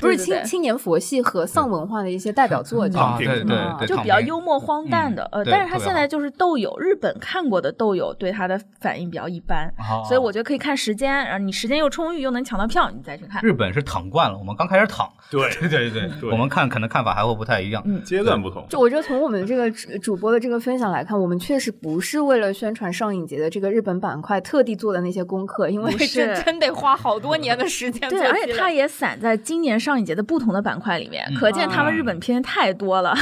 C: 不
B: 对对
C: 是青
B: 对
C: 青年佛系和丧文化的一些代表作，就
E: 啊，
C: 是
E: 对
C: 这
E: 对
C: 种啊
E: 对，
B: 就
E: 躺
B: 比较
E: 平
B: 幽默荒诞的，呃，
E: 嗯对
B: 但是他
E: 特别
B: 现在
E: 好
B: 就是豆友，日本看过的豆友对他的反应比较一般，
E: 哦
B: 所以我觉得可以看时间，然后你时间又充裕又能抢到票，你再去看。
E: 日本是躺惯了，我们刚开始躺，
D: 对，
E: 对对对，
D: 对
E: 我们看可能看法还会不太一样。
B: 嗯
D: 阶段不同，
C: 就我觉得从我们这个主主播的这个分享来看，我们确实不是为了宣传上影节的这个日本板块特地做的那些功课，因为
B: 不是
C: 这真得花好多年的时间
B: 对，
C: 做积累。
B: 而且它也散在今年上影节的不同的板块里面，
E: 嗯
B: 可见他们日本片太多 了，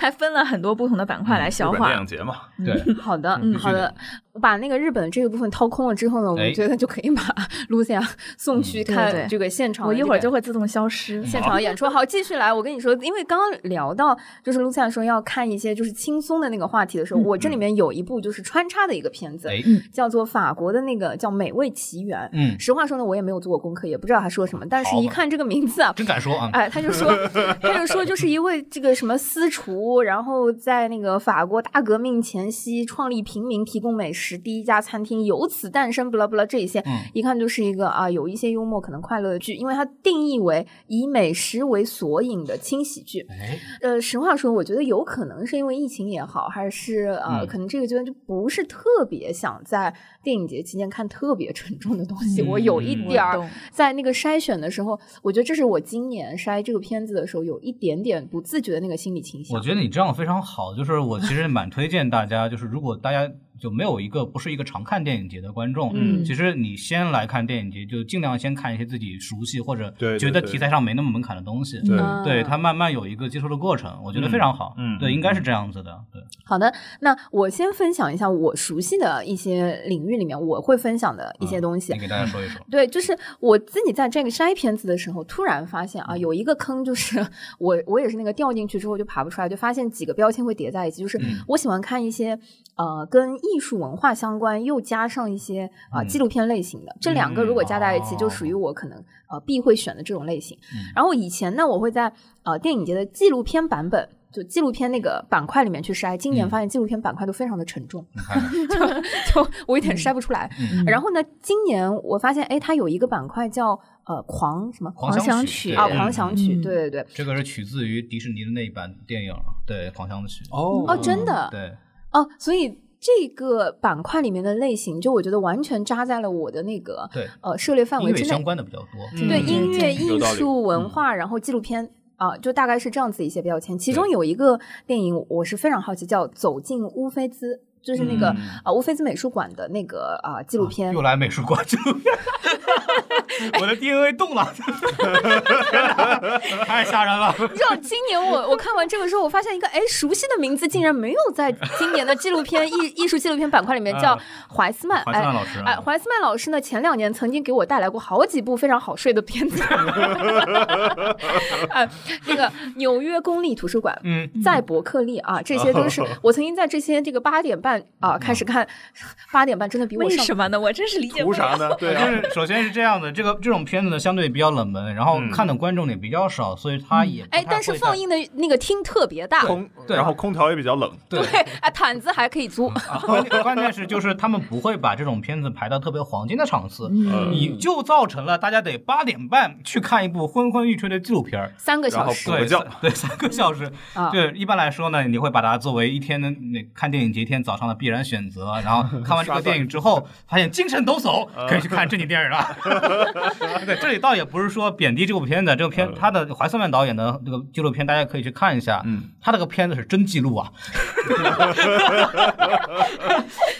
B: 还分了很多不同的板
E: 嗯
B: 块来消
D: 日本电
B: 化。
D: 影节嘛，
E: 对，
C: 好的，
E: 嗯
C: 好
E: 必须
C: 的
E: 的，
C: 把那个日本这个部分掏空了之后呢，我
E: 哎嗯
C: 们觉得就可以把 Lucia 送去
B: 对对
C: 看
B: 对
C: 这个现场
B: 我
E: 哦
C: 的这
B: 一
C: 个。嗯
B: 会儿就会自动消失。
C: 现场演出好，继续来。我跟你说，因为刚刚聊到就是 Lucia 说要看一些就是轻松的那个话题的时候，我这里面有一部就是穿插的一个片子，
E: 嗯哎，
C: 叫做法国的那个叫《美味奇缘》。
E: 嗯，
C: 实话说呢，我也没有做过功课，也不知道他说什么，但是
E: 好
C: 一
E: 吧
C: 看这个名字啊，
E: 真敢说啊！
C: 哎，他 就说，他就说，就是一位这个什么私厨，然后在那个法国大革命前夕创立平民提供美食第一家餐厅，由此诞生，不啦不啦这一些，
E: 嗯
C: 一看就是一个啊有一些幽默可能快乐的剧，因为它定义为以美食为索引的轻喜剧。
E: 哎，
C: 呃，实话说，我觉得有可能是因为疫情也好，还是呃，
E: 嗯
C: 可能这个阶段就不是特别想在电影节期间看特别沉重的东西。我有一
E: 嗯
C: 点
B: 我
C: 儿
B: 懂
C: 在那个筛选的时候，我觉得这是我今年筛这个片子的时候有一点点不自觉的那个心理倾向。
E: 我觉得你这样非常好，就是我其实蛮推荐大家，就是如果大家就没有一个不是一个常看电影节的观众，
C: 嗯
E: 其实你先来看电影节，就尽量先看一些自己熟悉或者
D: 对对
E: 觉得
D: 对
E: 题材上没那么门槛的东西，
D: 对
C: 嗯
E: 对它慢慢有一个接受的过程，我觉得非常好，
D: 嗯嗯
E: 对，应该是
D: 嗯
E: 这样子的，对，
C: 好的，那我先分享一下我熟悉的一些领域里面我会分享的一
E: 嗯
C: 些东西。啊
E: 你给大家说一说，
C: 对，就是我自己在这个筛片子的时候，突然发现啊，有一个坑，就是 我我也是那个掉进去之后就爬不出来，就发现几个标签会叠在一起，就是
E: 嗯
C: 我喜欢看一些呃跟艺术文化相关，又加上一些啊、
E: 嗯
C: 纪录片类型的，这两个如果加在一起，
E: 哦
C: 就属于我可能呃必会选的这种类型。
E: 嗯
C: 然后以前呢，我会在呃电影节的纪录片版本。就纪录片那个板块里面去筛，今年
E: 嗯
C: 发现纪录片板块都非常的沉重，
E: 你看看，
C: 就我有点筛不出来。
E: 嗯，
C: 然后呢，今年我发现，哎，它有一个板块叫呃狂什么
E: 狂
B: 狂想
E: 曲
B: 曲
E: 对
C: 啊
E: 嗯
C: 狂想曲，
B: 嗯
C: 对对对，
E: 这个是取自于迪士尼的那一版电影，对，狂想曲，
D: 哦
C: 哦，真的
E: 对，
C: 哦，所以。这个板块里面的类型，就我觉得完全扎在了我的那个
E: 对
C: 呃涉猎范
E: 音
C: 围
E: 乐
C: 之
E: 相
C: 内。
E: 关的比较多，
D: 嗯
C: 对
B: 嗯
C: 音乐、
B: 对
D: 有
C: 艺
D: 道理
E: 嗯
C: 术、文化，然后纪录片啊，就大概是这样子一些标签。其中有一个电影我是非常好奇，叫《走进乌菲兹》，就是那个
E: 嗯
C: 啊乌菲兹美术馆的那个啊纪录片
E: 又。来美术馆就， 我的 DNA 动了，太吓人了。
C: 你知道今年我我看完这个之后，我发现一个哎熟悉的名字竟然没有在今年的纪录片艺艺术纪录片板块里面叫
E: 啊
C: 怀斯曼，
E: 怀斯曼
C: 哎
E: 老师啊
C: 哎，怀斯曼老师呢，前两年曾经给我带来过好几部非常好睡的片子， 哎，那个纽约公立图书馆，
E: 嗯，哦
C: 在伯克利啊，这些都是我曾经在这些这个八点半啊开
E: 嗯
C: 始看，八点半真的比我
B: 为
C: 上
B: 什么呢？我真是理解不
D: 图啥
B: 了。
D: 呢？对
E: 就
D: 啊，
E: 是首先是这样的，这个这种片子呢相对比较冷门，然后
D: 嗯
E: 看的观众也比较少，所以它也不太
C: 哎，但是
E: 会
C: 放
E: 在
C: 映的那个厅特别大，
D: 空，
E: 对
D: 然后空调也比较冷。
E: 对。
C: 啊，毯子还可以租，
E: 啊 关键关键是就是他们不会把这种片子排到特别黄金的场次，
D: 嗯
E: 你就造成了大家得八点半去看一部昏昏欲睡的纪录片儿，
C: 三个
D: 然
C: 小
D: 后
C: 时
D: 补个
E: 对
D: 觉
E: 三对三个小时，
C: 啊。
E: 对，一般来说呢，你会把它作为一天的那看电影节一天早上的必然选择。然 后看完这个电影之后，发现精神抖擞，
D: 嗯
E: 可以去看正经电影了。 对，这里倒也不是说贬低这部片子，这个片他的怀斯曼导演的这个纪录片，大家可以去看一下。
D: 嗯，
E: 他这个片子是真记录啊，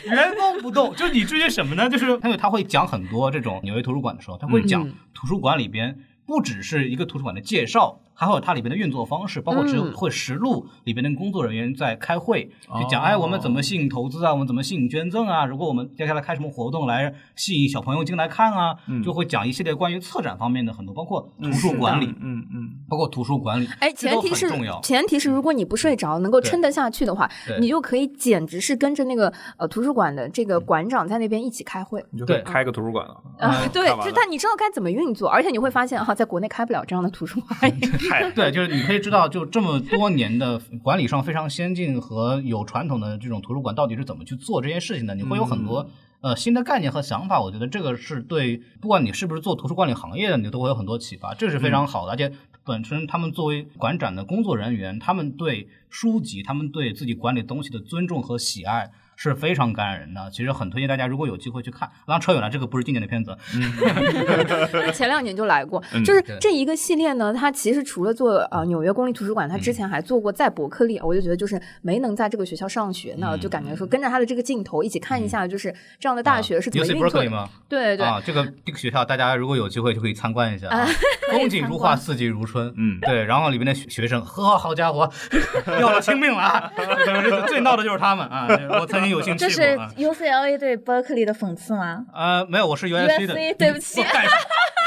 E: 原封不动。 就是你注意什么呢？就是因为他会讲很多这种纽约图书馆的时候，他会讲图书馆里边不只是一个图书馆的介绍，还会有它里边的运作方式，包括只有
C: 嗯
E: 会实录里边的工作人员在开会，就讲
D: 哦
E: 哎我们怎么吸引投资啊，我们怎么吸引捐赠啊，如果我们接下来开什么活动来吸引小朋友进来看啊，就会讲一系列关于策展方面的很多，包括图书管理，
D: 嗯嗯，
E: 包括图书管理，
C: 哎，
E: 这
C: 前
E: 都
C: 提
E: 很
C: 是
E: 重要。嗯
C: 前提是，如果你不睡着，能够
E: 对
C: 撑得下去的话，
E: 对
C: 你就可以简直是跟着那个呃图书馆的这个
E: 嗯
C: 馆长在那边一起开会
D: 你就可以
E: 对
D: 开个图书馆 了。
C: 啊、
E: 哎
C: 对
D: 看，完
C: 就
D: 了
C: 但你知道该怎么运作，而且你会发现哈、在国内开不了这样的图 书馆。
D: 嗨，
E: 对，就是你可以知道，就这么多年的管理上非常先进和有传统的这种图书馆到底是怎么去做这件事情的，你会有很多、呃新的概念和想法。我觉得这个是对，不管你是不是做图书管理行业的，你都会有很多启发，这是非常好的。而且本身他们作为馆长的工作人员，他们对书籍、他们对自己管理东西的尊重和喜爱。是非常感人的，其实很推荐大家，如果有机会去看。当然扯远了，这个不是今年的片子，
C: 前两年就来过，
D: 嗯
C: 就是
E: 对
C: 这一个系列呢，它其实除了做呃纽约公立图书馆，
E: 嗯
C: 它之前还做过在伯克利，我就觉得就是没能在这个学校上学呢，
E: 嗯啊
C: 就感觉说跟着他的这个镜头一起看一下，就是这样的大学是怎么
E: UC
C: 运作
E: Berkeley
C: 的。
E: 吗？
C: 对对对，
E: 啊，这个这个学校大家如果有机会就可以参观一下，啊、 风景如画，四季如春。
D: 嗯
E: 对，然后里面的学学生，呵，好家伙， 要了亲命了啊！最闹的就是他们啊！我曾经有幸
B: 这
E: 去过
B: 是
E: 啊。
B: UCLA 对 Berkeley 的讽刺吗？
E: 呃，没有，我是 USC 的。
B: USC 对不起
E: 我干什么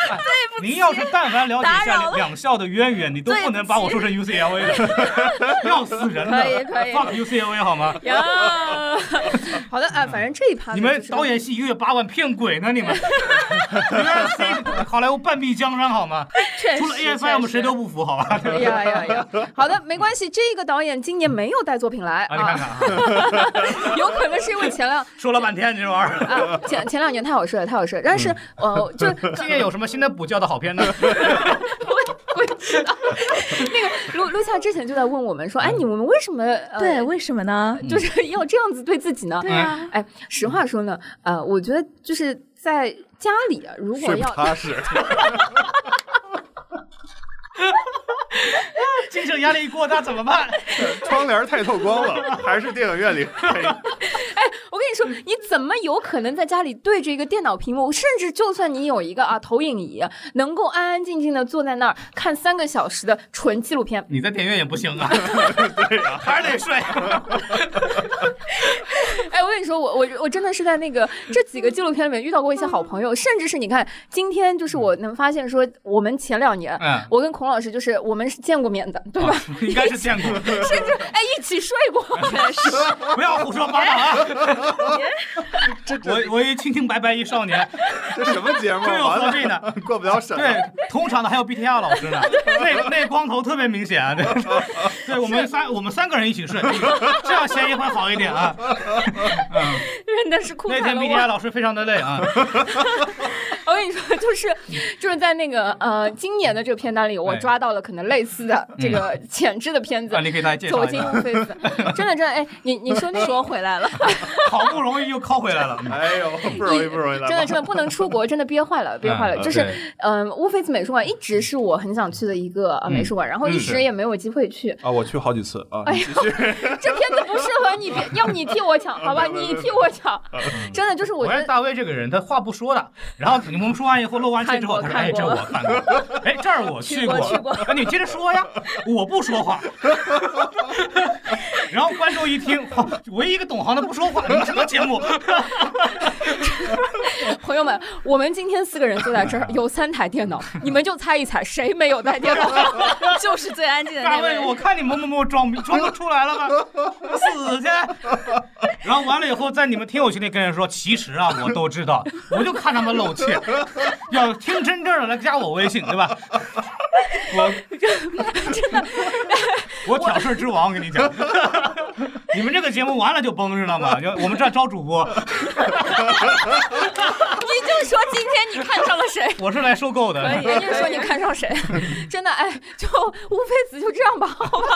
E: 哎您要是但凡了解一
B: 打
E: 下
B: 扰了
E: 两校的渊源，你都
B: 对不
E: 不能把我
B: 起
E: 说成 UCLA 的，要死人了！
B: 可以可以
E: 放 UCLA 好吗？
B: 呀，
C: 好的啊，反正这一趴呢
E: 你们
C: 就是
E: 导演系一个月八万骗鬼呢？你 们，你们 C 好莱坞半壁江山好吗？
C: 确实
E: 除了 AFI
C: 确
E: 我们谁
C: 实
E: 都不服好 吧？
C: 哎呀呀呀！好的，没关系，这个导演今年没有带作品来
B: 哎
E: 啊，你看
C: 啊，
E: 看啊，
C: 有可能是因为前两
E: 说了半天这玩意儿，
C: 啊前前两年太好睡了，太好睡了，但是
B: 嗯
C: 呃， 就
E: 今年有什么新的补觉的好片呢？
C: 我也知道，那个露露夏之前就在问我们
B: 嗯
C: 说，哎，你们为什么呃
B: 对，为什么呢？
C: 就是 要这样子对自己呢？
B: 对啊，
C: 哎，实话说呢，呃，我觉得就是在家里啊，如果
D: 睡不
C: 要
D: 踏实，
E: 精神压力过大怎么办？
D: 窗帘太透光了，还是电影院里 可以。
C: 我跟
E: 嗯
C: 你说，你怎么有可能在家里对着一个电脑屏幕，甚至就算你有一个啊投影仪，能够安安静静的坐在那儿看三个小时的纯纪录片？
E: 你在电影院也不行啊，还是得睡。
C: 哎，我跟你说，我我我真的是在那个这几个纪录片里面遇到过一些好朋友，甚至是你看今天，就是我能发现说，我们前两年。
E: 嗯，
C: 我跟孔老师就是我们是见过面的，对吧？
E: 应该是见过，
C: 甚至 哎一起睡 过，
E: 不要胡说八道啊！我我一清清白白一少年，
D: 这什么节目？啊
E: 真有
D: 完
E: 合
D: 了
E: 计呢。
D: 过不了审。
E: 对，同场的还有 BTR 老师呢，那那光头特别明显啊！对，对我们三我们三个人一起睡，这样嫌疑会好一点 啊。
C: 真的是哭
E: 那
C: 惨
E: 天
C: 了
E: BTR
C: 我。
E: 老师非常的累 啊，
C: 我跟你说，就是就是在那个呃今年的这个片单里，我
E: 哎嗯
C: 抓到了可能类似的这个潜质的片子
E: 啊，，你给大家介
C: 走
E: 绍一
C: 进
E: 下，
C: 乌菲斯，真的真的，哎，你你说那说回来了，
E: 好不容易又靠回来了。嗯
D: 哎呦，不容易，不容易，来吧
C: 真的真的不能出国，真的憋坏了，憋坏了。
E: 嗯
C: 就是
E: 对
C: 嗯，乌菲兹美术馆一直是我很想去的一个呃
E: 嗯
C: 美术馆，然后一
E: 嗯
C: 直也没有机会去。
D: 啊！我去好几次啊，
C: 哎
D: 你继续。
C: 这片子不适合你，别要不你替我
E: 啊
C: 抢，好吧？
D: 没有
C: 你替我抢，真的就是我
E: 我
C: 觉
E: 看
C: 得。
E: 大卫这个人，他话不说的。然后我们说完以后，漏完气之后，他
C: 看
E: 说：“
C: 过
E: 哎，这我
C: 看过
E: 看过，哎，这儿我去过。
C: 去过去
E: 哎，你接着说呀，我不说 话。然后观众一听，哦唯一一个懂行的不说话，你们什么节目？
C: 朋友们，我们今天四个人坐在这儿，有三台电脑，你们就猜一猜谁没有带电 脑？
B: 就是最安静的
E: 大
B: 那
E: 卫，
B: 位。
E: 我看你某某某装 逼装不出来了吗？死去！然后完了以后，在你们听友群里跟人说，其实 啊，我都知道，我就看他们露 怯。要听真正的来加我微信，对吧？我真的，我挑事之王，跟你 讲，你们这个节目完了就崩，知道吗？就我们这招主播，
C: 你就说今天你看上了谁？
E: 我是来收购的。
C: 可以，人家说你看上 谁，真的哎，就乌菲兹就这样吧，好 吧？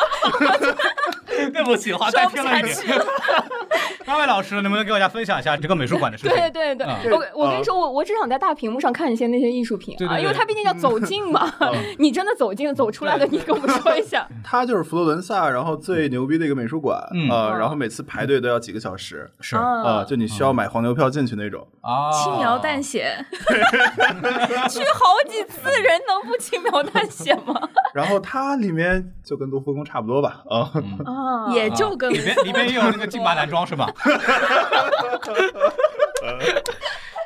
E: 对不起，话再偏了一点。 大卫老师，能不能给大家分享一下这个美术馆的事情？
C: 对对对，
E: 啊
C: 我我跟你说，我我只想在大屏幕上看一些那些艺术品
E: 对对
C: 啊，
E: 对嗯
C: 因为它毕竟叫走近嘛，你真的走近走出来的，你跟我们说一下。
D: 它就是佛罗伦萨，然后最牛逼的一个美术馆
E: 嗯
D: 啊，然后每次排队都要几个小时
E: 是嗯
D: 啊，
C: 啊，
D: 就你需要买黄牛票进去那种。
E: 啊，
B: 轻描淡写，
C: 去好几次，人能不轻描淡写吗？
D: 然后它里面就跟卢浮宫差不多吧啊，
E: 嗯
C: 啊
B: 也就跟
E: 里边里边也有那个金马男装是吧？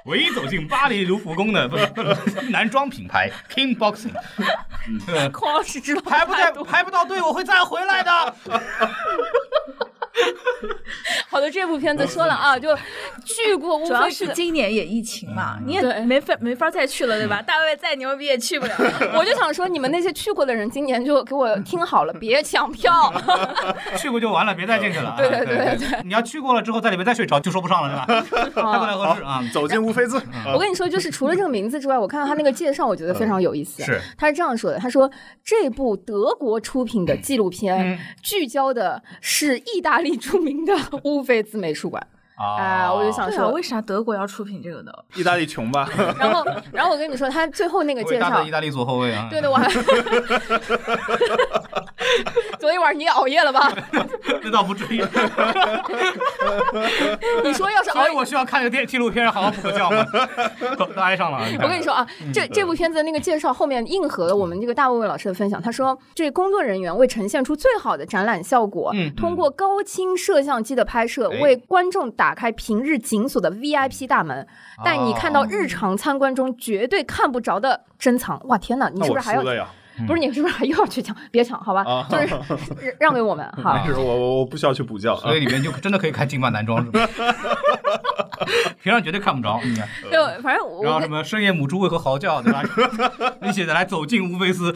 E: 唯一走进巴黎卢浮宫的不是男装品牌 King Boxing，对
C: 孔老师知道
E: 排不
C: 太
E: 在
C: 多。
E: 排不到队，我会再回来的。
C: 好的，这部片子说了啊，就去过乌
B: 主要
C: 菲
B: 是
C: 兹。
B: 今年也疫情嘛，你
C: 对
B: 也没法没法再去了，对吧？大卫再牛逼也去 不了。
C: 我就想说，你们那些去过的人，今年就给我听 好了，别抢票。
E: 去过就完了，别再进去了啊。
C: 对对对哦
E: 对对，你要去过了之后在里面再睡着就说不上了是吧？太不太合适啊。
D: 走进乌菲兹，
C: 我跟你说，就是除了这个名字之外，我看到他那个介绍，我觉得非常有意思。
E: 是，
C: 他是这样说的：他说这部德国出品的纪录
E: 嗯
C: 片聚焦的是意大利著名的乌菲兹美术馆。啊我就想
B: 对
C: 说
B: 啊，为啥德国要出品这个呢？
D: 意大利穷吧？
C: 然后，然后我跟你说，他最后那个
E: 伟
C: 介
E: 大
C: 绍
E: 的意，大利左后卫啊。
C: 对的，我还。 昨天晚上你也熬夜了吧？
E: 那倒不至于。
C: 你说要是熬
E: 所以
C: 夜，
E: 我需要看个
C: 哦
E: 电纪录片，好好补个觉 嘛。都都挨上了啊。
C: 我跟你说啊，这这部片子的那个介绍后面应和了我们这个大卫老师的分享。他说，这工作人员为呈现出最好的展览效果，
E: 嗯
C: 通过高清摄像机的拍摄，
E: 哎
C: 为观众打开平日紧锁的 VIP 大门，带你看到日常参观中绝对看不着的珍藏。哇，天哪！你
D: 那
C: 是不
D: 我
C: 是还要
D: 输？了呀？
C: 不是你是不是还又要去抢？ 别抢，好吧
D: 啊，
C: 就是让给我们，好
D: 没。事，我我我不需要去补觉。啊
E: 所以里面就真的可以看金发男装，是吧？ 平常绝对看不着。嗯
C: 就反正我
E: 然后什
C: 我跟
E: 么深夜母猪为何嚎叫，对吧？ 你写的来走进乌菲斯，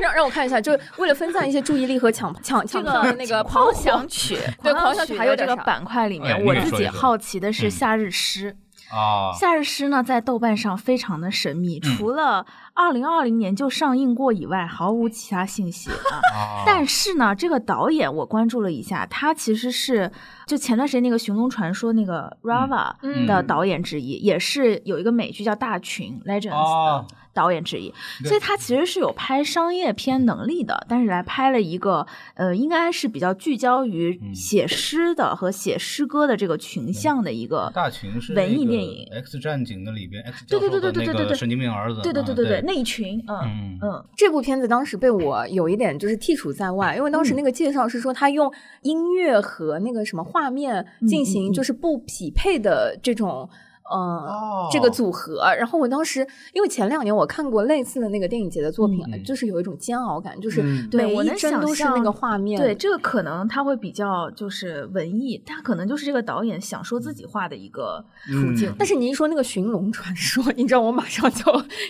C: 让让我看一下，就是为了分散一些注意力和抢抢
B: 这
C: 抢票
B: 个
C: 的那个
B: 狂
C: 火
B: 想曲，
C: 对
B: 狂
C: 狂
B: 想
C: 想
B: 曲
C: 曲
B: 还
C: 还
B: 有
C: 有
B: 这
C: 点
B: 个
C: 啥
B: 板块里面
E: 哎，
B: 我
E: 你也
B: 自
E: 说
B: 己
E: 一说
B: 好奇的是
E: 嗯
B: 夏日诗。
E: 啊，
B: 夏日诗呢，在豆瓣上非常的神秘，
E: 嗯
B: 除了二零二零年就上映过以外，毫无其他信息 啊。
E: 啊
B: 但是呢，这个导演我关注了一下，他其实是就前段时间那个《寻龙传说》那个 Rava
C: 嗯
B: 的导演之一，也是有一个美剧叫《大群 Legends》
E: 啊
B: 的导演之一，
E: 对
B: 所以他其实是有拍商业片能力的，但是来拍了一个呃，应该是比较聚焦于
E: 嗯
B: 写诗的和写诗歌的这个群像的一个
E: 大群是
B: 文
E: 那
B: 艺
E: 个
B: 电影
E: X 战警》的里边，X
B: 对
E: 教
B: 对对
E: 授的
B: 对对
E: 那
B: 对对
E: 个
B: 对
E: 神经病儿子，
B: 对对对
E: 嗯
B: 对对，那一群，嗯
E: 嗯
B: 嗯，
C: 这部片子当时被我有一点就是剔除在外，因为当时那个介绍是说他用音乐和那个什么画面
B: 嗯
C: 进
B: 嗯嗯
C: 行就是不匹配的这种。
E: 哦
C: 呃，这个组合，然后我当时因为前两年我看过类似的那个电影节的作品，
E: 嗯
C: 就是有一种煎熬感，就是
D: 嗯
B: 对
C: 每
B: 我
C: 一
B: 能
C: 帧
B: 想
C: 都是那
B: 象
C: 个画面，
B: 对，这个可能他会比较就是文艺，他可能就是这个导演想说自己画的一 个处境。
C: 但是你一说那个《寻龙传说》，你知道我马上就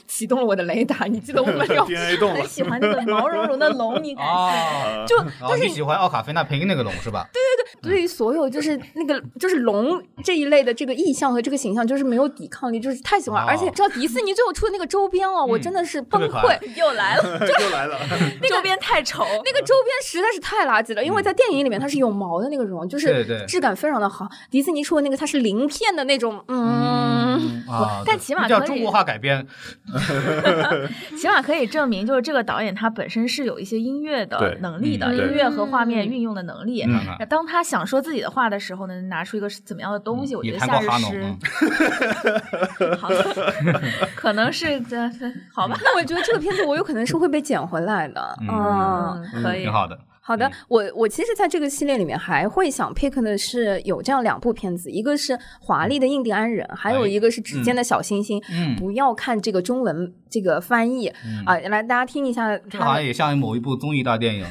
C: 启动了我的雷达。你记得我们 有
D: DNA 动
B: 很
D: 了，
B: 喜欢那个毛茸茸的龙，你感觉？
E: 啊，
C: 就
E: 然后你喜欢奥卡菲娜配音那个龙是吧？
C: 对于所有
E: 嗯
C: 就是那个就是龙这一类的这个意象和这个形象，就是没有抵抗力，就是太喜欢。
E: 哦嗯
C: 而且知道迪士尼最后出的那个周边哦，我真的是崩
E: 特别可爱
C: 溃。
B: 又来了，
D: 又来了，
B: 周边太丑。
C: 那个周边实在是太垃圾了，因为在电影里面它是有毛的那个绒，就
E: 嗯对
C: 是
E: 对
C: 质感非常的好。迪士尼出的那个它是鳞片的那种，嗯，
E: 啊，
B: 但
E: 对
B: 起码
E: 那叫
B: 可以
E: 中国话改编，
B: 起码可以证明，就是这个导演他本身是有一些音乐的
D: 对
B: 能力的，音
E: 嗯
D: 对
B: 乐和画面运用的能力。
E: 看看
B: 那当他想说自己的话的时候呢，拿出一个是怎么样的东西？我觉
E: 也
B: 得
E: 拍
B: 夏
E: 过
B: 日
E: 哈农，
B: 诗
E: 嗯，
B: 好， 可能是这好吧，
C: 那我觉得这个片子我有可能是会被捡回来的，
E: 嗯
C: 嗯。
B: 嗯，可以，
E: 挺好的。
C: 好的
E: 嗯，
C: 我我其实在这个系列里面还会想 pick 的是有这样两部片子，一个是《华丽的印第安人》，还有一个是《指尖的小星星》。
E: 哎嗯
C: 不要看这个中文这个翻译啊、
E: 嗯
C: 来大家听一下
E: 这个哎好
C: 它
E: 像也像某一部综艺大电影，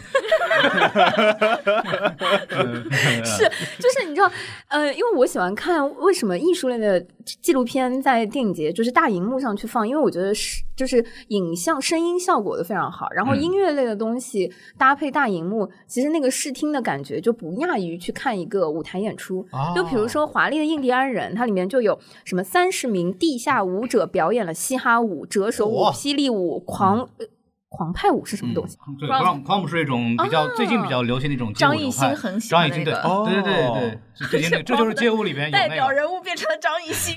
E: 是
C: 就是你知道，呃，因为我喜欢看为什么艺术类的纪录片在电影节就是大荧幕上去放，因为我觉得是就是影像声音效果都非常好，然后
E: 嗯
C: 音乐类的东西搭配大荧幕，其实那个视听的感觉就不亚于去看一个舞台演出。就比
E: 哦
C: 如说《华丽的印第安人》，它里面就有什么三十名地下舞者表演了嘻哈舞、折手舞、
E: 哇
C: 霹雳舞、狂、呃狂派舞是什么东西？
E: 哦对 crump crump 是一种比较最近比较流行的一种街舞
B: 啊张
E: 流
B: 艺
E: 派
B: 兴很喜
E: 张
B: 欢
E: 艺兴
B: 那
E: 对
B: 个
E: 对对对对
D: 哦，
E: 是最近那个这就是街舞里边有
B: 代
E: 那
B: 表
E: 个，
B: 人物变成了张艺兴。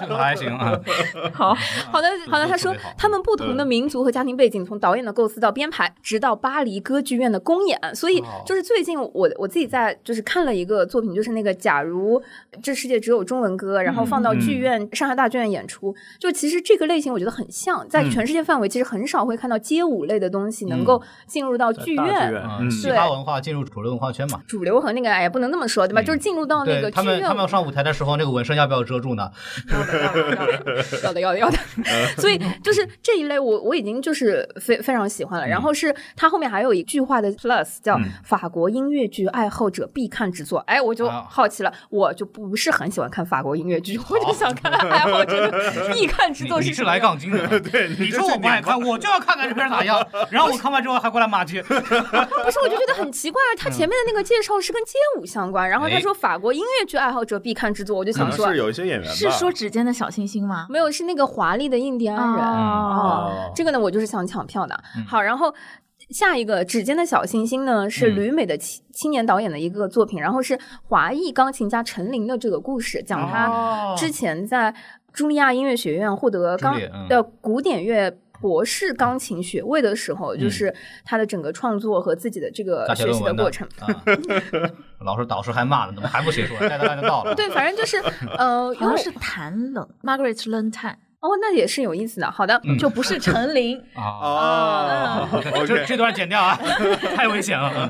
E: 这个还行啊。
B: 好，
C: 好的，好的。
E: 嗯
C: 他说
E: 特别好，
C: 他们不同的民族和家庭背景，从导演的构思到编排，直到巴黎歌剧院的公演。所以
E: 哦，
C: 就是最近我我自己在就是看了一个作品，就是那个《假如这世界只有中文
E: 嗯
C: 歌》，然后放到剧院、上海大剧院演出。就其实这个类型，我觉得很像，在
E: 嗯
C: 全世界范围，其实很少会看到街舞类的东西能够进入到剧
D: 大
C: 院。
D: 剧院
E: 嗯，
D: 嗯
E: 嘻哈文化进入主流文化圈嘛。
C: 主流和那个哎呀，不能那么说对吧？
E: 嗯
C: 就是进入到那
E: 对
C: 个
E: 他
C: 剧
E: 们，
C: 院
E: 他们要上舞台的时候，那个纹身要不要遮住呢？
C: 要的要的要的要的要的 要的，
E: 嗯
C: 所以就是这一类我我已经就是非非常喜欢了。然后是它后面还有一句话的 plus 叫
E: 嗯
C: 法国音乐剧爱好者必看之作，哎，我就
E: 啊
C: 好奇了，我就不是很喜欢看法国音乐剧，我就想看爱好 者的必看之
E: 你
C: 作
E: 你
C: 什
E: 是
C: 么
E: 来
C: 样。
E: 杠精的，
D: 对，
E: 你
D: 这
E: 说
D: 是
E: 我不爱
D: 拧巴
E: 看，我就要看看这片咋 样。然后我看完之后还过来骂街，
C: 不是，我就觉得很奇怪，啊它前面的那个介绍是跟街舞相关，然后他
E: 嗯哎
C: 说法国音乐剧爱好者必看之作，我就
D: 可
C: 想
D: 能
C: 说
D: 是有一些演员吧，
B: 是说指尖的小星星吗？
C: 没有是那个华丽的印第安人。
B: 哦，
D: 哦
C: 这个呢，我就是想抢票的。
E: 嗯
C: 好，然后。下一个《指尖的小星星》呢，是
E: 嗯
C: 旅美的青青年导演的一个作品，然后是华裔钢琴家陈琳的这个故事，讲他
E: 哦
C: 之前在茱莉亚音乐学院获得
E: 茱
C: 钢
E: 莉嗯
C: 的古典乐博士钢琴学位的时候，就是他的整个创作和自己的这个
E: 嗯大学
C: 学
E: 论
C: 习的
E: 文
C: 过程。
E: 啊，老师导师还骂了，怎么还不写出来？带带带就到了。
C: 对，反正就是呃，
B: 好像
C: 又
B: 是谭冷 Margaret Lentan，
C: 哦，那也是有意思的。
E: 嗯
C: 好的，
B: 就不是陈 琳。
E: 啊，
D: 哦
E: 这
D: ，OK，
E: 这段剪掉 啊，太危险了。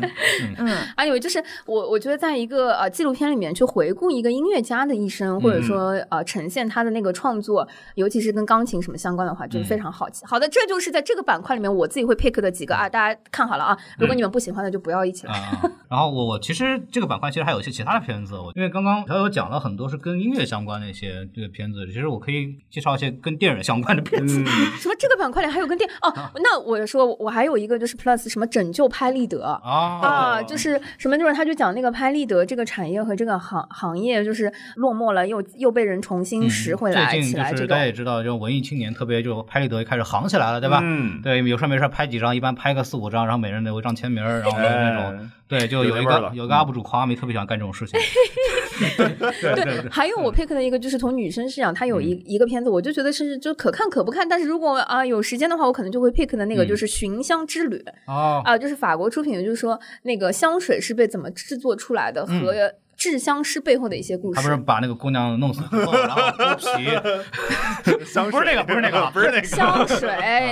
E: 嗯
B: 嗯，
C: 还有就是我，我觉得在一个呃纪录片里面去回顾一个音乐家的一生，
E: 嗯
C: 或者说呃呈现他的那个创作，尤其是跟钢琴什么相关的话，就是
E: 嗯
C: 非常好奇。好的，这就是在这个板块里面我自己会 pick 的几个啊，大家看好了啊。如果你们不喜欢的就不要一起来。
E: 嗯啊、 然后我我其实这个板块其实还有一些其他的片子，我因为刚刚小友讲了很多是跟音乐相关的一些这个片子，其实我可以介绍一些跟电影相关的片子。
D: 嗯
C: 什么这个板块里还有跟电哦？
E: 啊
C: 那我说我还有一个就是 Plus 什么拯救拍立得啊
E: 啊
C: 啊，就是什么就是他就讲那个拍立得这个产业和这个行行业就是落寞了，又又被人重新拾回来、
E: 嗯最近
C: 起来
E: 就
C: 这
E: 是
C: 种
E: 大。家也知道，就文艺青年特别就拍立得开始行起来了，对吧？
D: 嗯，
E: 对，有事没事拍几张，一般拍个四五张，然后每人留一张签名儿，然后那种，
D: 哎
E: 对，就有一
D: 有那味儿
E: 个
D: 了嗯
E: 有一个 UP 主狂阿梅特别喜欢干这种事 情，
C: 对，还有
E: 嗯
C: 我 pick 的一个就是从女生视角，她有一一个片子，我就觉得是就可看可不看，但是如果啊有时间的话，我可能就会 pick 的那个
E: 嗯
C: 就是《寻香之旅》
E: 哦，
C: 啊，就是法国出品的，就是说那个香水是被怎么制作出来的和制香师背后的一些故
E: 嗯他不是
C: 事。
E: 把那个姑娘弄死之后，然后剥 皮，
D: 香水
E: 不是那个不是那个
D: 不是那个，
C: 香水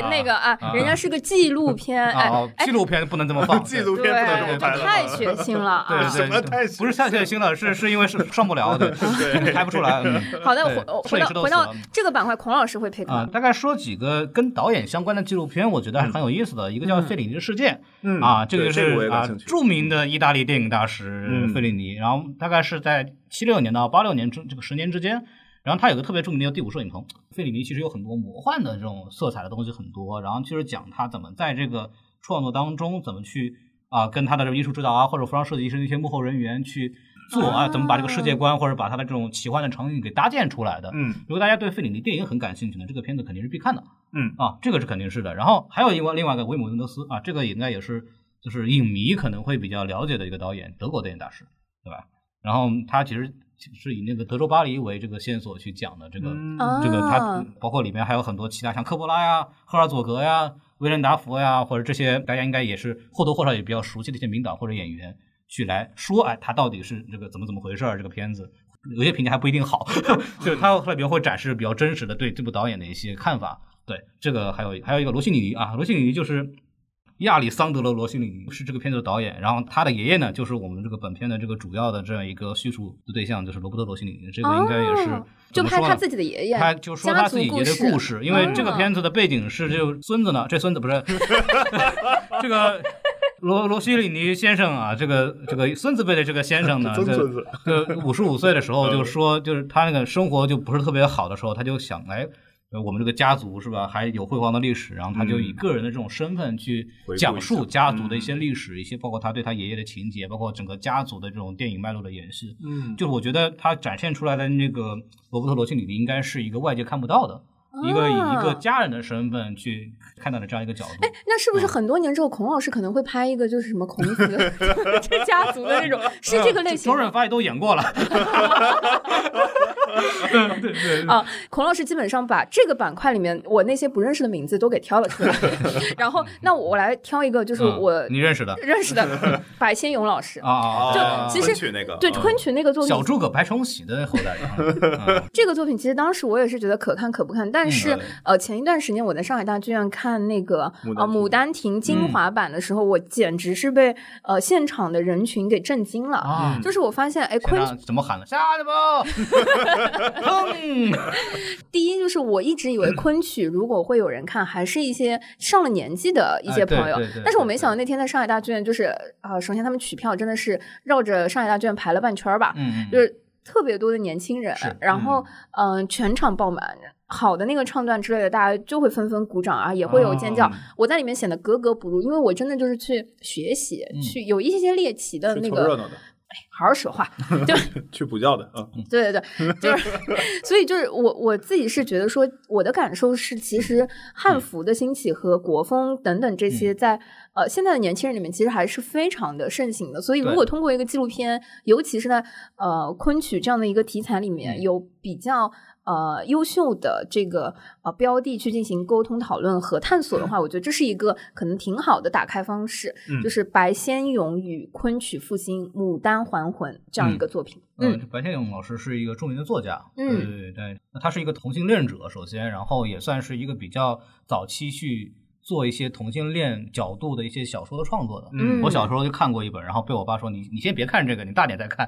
C: 那个啊，人家是个纪录片，哎
E: 啊，纪录片不能这么放，
D: 纪录
C: 对，
D: 片不能这么拍了吧，
C: 太血腥了
E: 对
C: 啊！
E: 对
D: 什么
E: 对
D: 太
E: 不是太血腥了，是是因为是上不了，对， 拍不出来。嗯
C: 好的，
E: 对
C: 回哦
E: 摄
C: 回
E: 影师
C: 到
E: 都
C: 回
E: 死了
C: 到这个板块，孔老师会 pick
E: 啊、
C: 吗？
E: 大概说几个跟导演相关的纪录片，我觉得还很有意思的，一个叫费里尼的世界，
D: 嗯
E: 啊，这
D: 对
E: 个就
D: 这个我
E: 是
D: 也
E: 啊
D: 感兴趣。
E: 著名的意大利电影大师
D: 嗯
E: 费里尼，然后大概是在七六年到八六年这这个十年之间。然后他有个特别著名的叫第五摄影棚，费里尼其实有很多魔幻的这种色彩的东西很多，然后就是讲他怎么在这个创作当中怎么去啊、跟他的这种艺术指导啊或者服装设计师那些幕后人员去做啊，怎么把这个世界观或者把他的这种奇幻的场景给搭建出来的。
D: 嗯
E: 如果大家对费里尼电影很感兴趣呢，这个片子肯定是必看的
D: 嗯
E: 啊，这个是肯定是的。然后还有一个另外一个维姆文德斯啊，这个应该也是就是影迷可能会比较了解的一个导演，德国电影大师，对吧？然后他其实是以那个德州巴黎为这个线索去讲的这个、
D: 嗯
C: 啊
E: 这个他包括里面还有很多其他像科波拉呀、赫尔佐格呀、威廉达福呀，或者这些大家应该也是或多或少也比较熟悉的一些名导或者演员去来说，哎，他到底是这个怎么怎么回事儿？这个片子有些评价还不一定好，就是他特别会展示比较真实的对这部导演的一些看法。对，这个还有还有一个罗西里尼啊，罗西里尼就是亚历桑德罗·罗西里尼是这个片子的导演，然后他的爷爷呢，就是我们这个本片的这个主要的这样一个叙述的对象，就是罗伯特·罗西里尼。这个应该也是、
C: 哦就拍他自己的爷爷
E: 他就说他自己爷爷的
C: 家族故
E: 故
C: 事
E: 事，因为这个
C: 哦
E: 片子的背景是就孙子呢，这孙子 不是这个罗罗西里尼先生啊，这个这个孙子辈的这个先生 呢，
D: 曾
E: 这
D: 孙子嗯
E: 就五十五岁的时候，就说就是他那个生活就不是特别好的时候，他就想，哎，呃我们这个家族是吧，还有辉煌的历史，然后他就
D: 嗯
E: 以个人的这种身份去讲述家族的一些历史，一些包括他对他爷爷的情节，包括整个家族的这种电影脉络的演示。
D: 嗯，
E: 就是我觉得他展现出来的那个罗伯特·罗切里尼，应该是一个外界看不到的，一个以一个
C: 啊
E: 家人的身份去看到的这样一个角度。
C: 那是不
E: 嗯
C: 是很多年之后，孔老师可能会拍一个就是什么孔子 这家族的那
E: 嗯
C: 种，是这个类型
E: 周
C: 吗
E: 润发呃也都演过了，
C: 啊？孔老师基本上把这个板块里面我那些不认识的名字都给挑了出 来，然后那我来挑一个， 就是
E: 嗯
C: 我
E: 你认识的
C: 认识 的白先勇老师。
E: 啊啊啊！呃
C: 就其实
D: 昆曲那个
C: 对昆曲那个作品
E: 小诸葛白崇禧的后代，嗯
C: 这个作品其实当时我也是觉得可看可不看，但是、
E: 嗯
C: 呃，前一段时间我在上海大剧院看那个
D: 牡丹亭
C: 呃《牡丹亭》
E: 嗯
C: 精华版的时候，我简直是被呃现场的人群给震惊了。
E: 啊，
C: 就是我发现，哎，
E: 现
C: 昆
E: 场怎么喊的？下去嗯 吧！砰！
C: 第一就是我一直以为
E: 嗯
C: 昆曲如果会有人看，还是一些上了年纪的一些
E: 哎对
C: 朋友
E: 对对，
C: 但是我
E: 对
C: 没
E: 对
C: 想到那天在上海大剧院，就是啊、呃首先他们取票真的是绕着上海大剧院排了半圈儿吧，
E: 嗯，
C: 就是特别多的年轻人
E: 是，
C: 然后嗯、呃全场爆满。好的那个唱段之类的，大家就会纷纷鼓掌啊，也会有尖叫。
E: 哦
C: 我在里面显得格格不入，因为我真的就是去学习，
E: 嗯
C: 去有一些猎奇的那
D: 去凑热
C: 个，
D: 闹的，
C: 好好说话，对吧
E: 嗯
D: 去补觉的啊，
C: 对对对，就是， 所以就是我我自己是觉得说，我的感受是，其实
E: 嗯
C: 汉服的兴起和国风等等这些在，呃现在的年轻人里面，其实还是非常的盛行的。所以如
E: 对
C: 果通过一个纪录片，尤其是在呃昆曲这样的一个题材里面，
E: 嗯
C: 有比较呃优秀的这个呃标的去进行沟通讨论和探 索的话，我觉得这是一个可能挺好的打开方式，
D: 嗯
C: 就是白先勇与昆曲复兴《牡丹还魂》这样一个作品。
E: 嗯，白先勇老师是一个著名的作家，
C: 嗯
E: 对对对，那他是一个同性恋者，首先，然后也算是一个比较早期去做一些同性恋角度的一些小说的创作的。
C: 嗯
E: 我小时候就看过一本，然后被我爸说你你先别看这个，你大点再 看。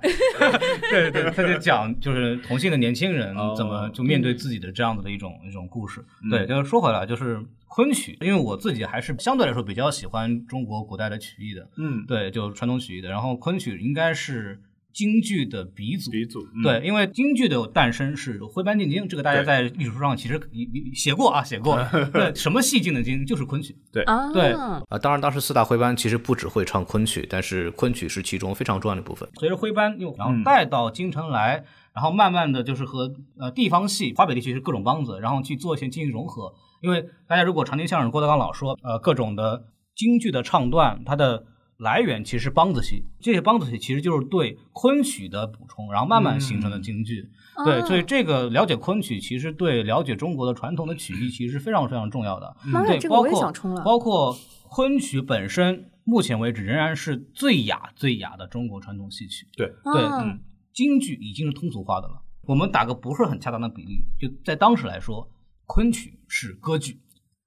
E: 对对，他就讲就是同性的年轻人
F: 哦
E: 怎么就面对自己的这样子的一种一种故事。
D: 嗯
E: 对，就是说回来就是昆曲，因为我自己还是相对来说比较喜欢中国古代的曲艺的，
D: 嗯，
E: 对，就传统曲艺的。然后昆曲应该是京剧的鼻祖。
D: 鼻祖，嗯
E: 对，因为京剧的诞生是徽班进京，这个大家在历史书上其实也也写过啊，写过。 对，什么戏进的京就是昆曲。
C: 啊，
E: 对嗯
F: 啊，当然当时四大徽班其实不只会唱昆曲，但是昆曲是其中非常重要的部分。
E: 随着徽班又然后
D: 嗯
E: 带到京城来，然后慢慢的就是和呃地方戏，华北地区是各种梆子，然后去做一些进行融合。因为大家如果常听相声，郭德纲老说，呃，各种的京剧的唱段，它的来源其实是梆子戏，这些梆子戏其实就是对昆曲的补充，然后慢慢形成的
D: 嗯
E: 京剧。
C: 哦
E: 对，所以这个了解昆曲，其实对了解中国的传统的曲艺，其实是非常非常重要的。
C: 妈呀
E: 对，
C: 这个
E: 包
C: 我也
E: 括
C: 想冲浪
E: 包括昆曲本身，目前为止仍然是最雅最雅的中国传统戏曲。对，
C: 啊
E: 嗯，京剧已经是通俗化的了。我们打个不是很恰当的比例，就在当时来说，昆曲是歌剧，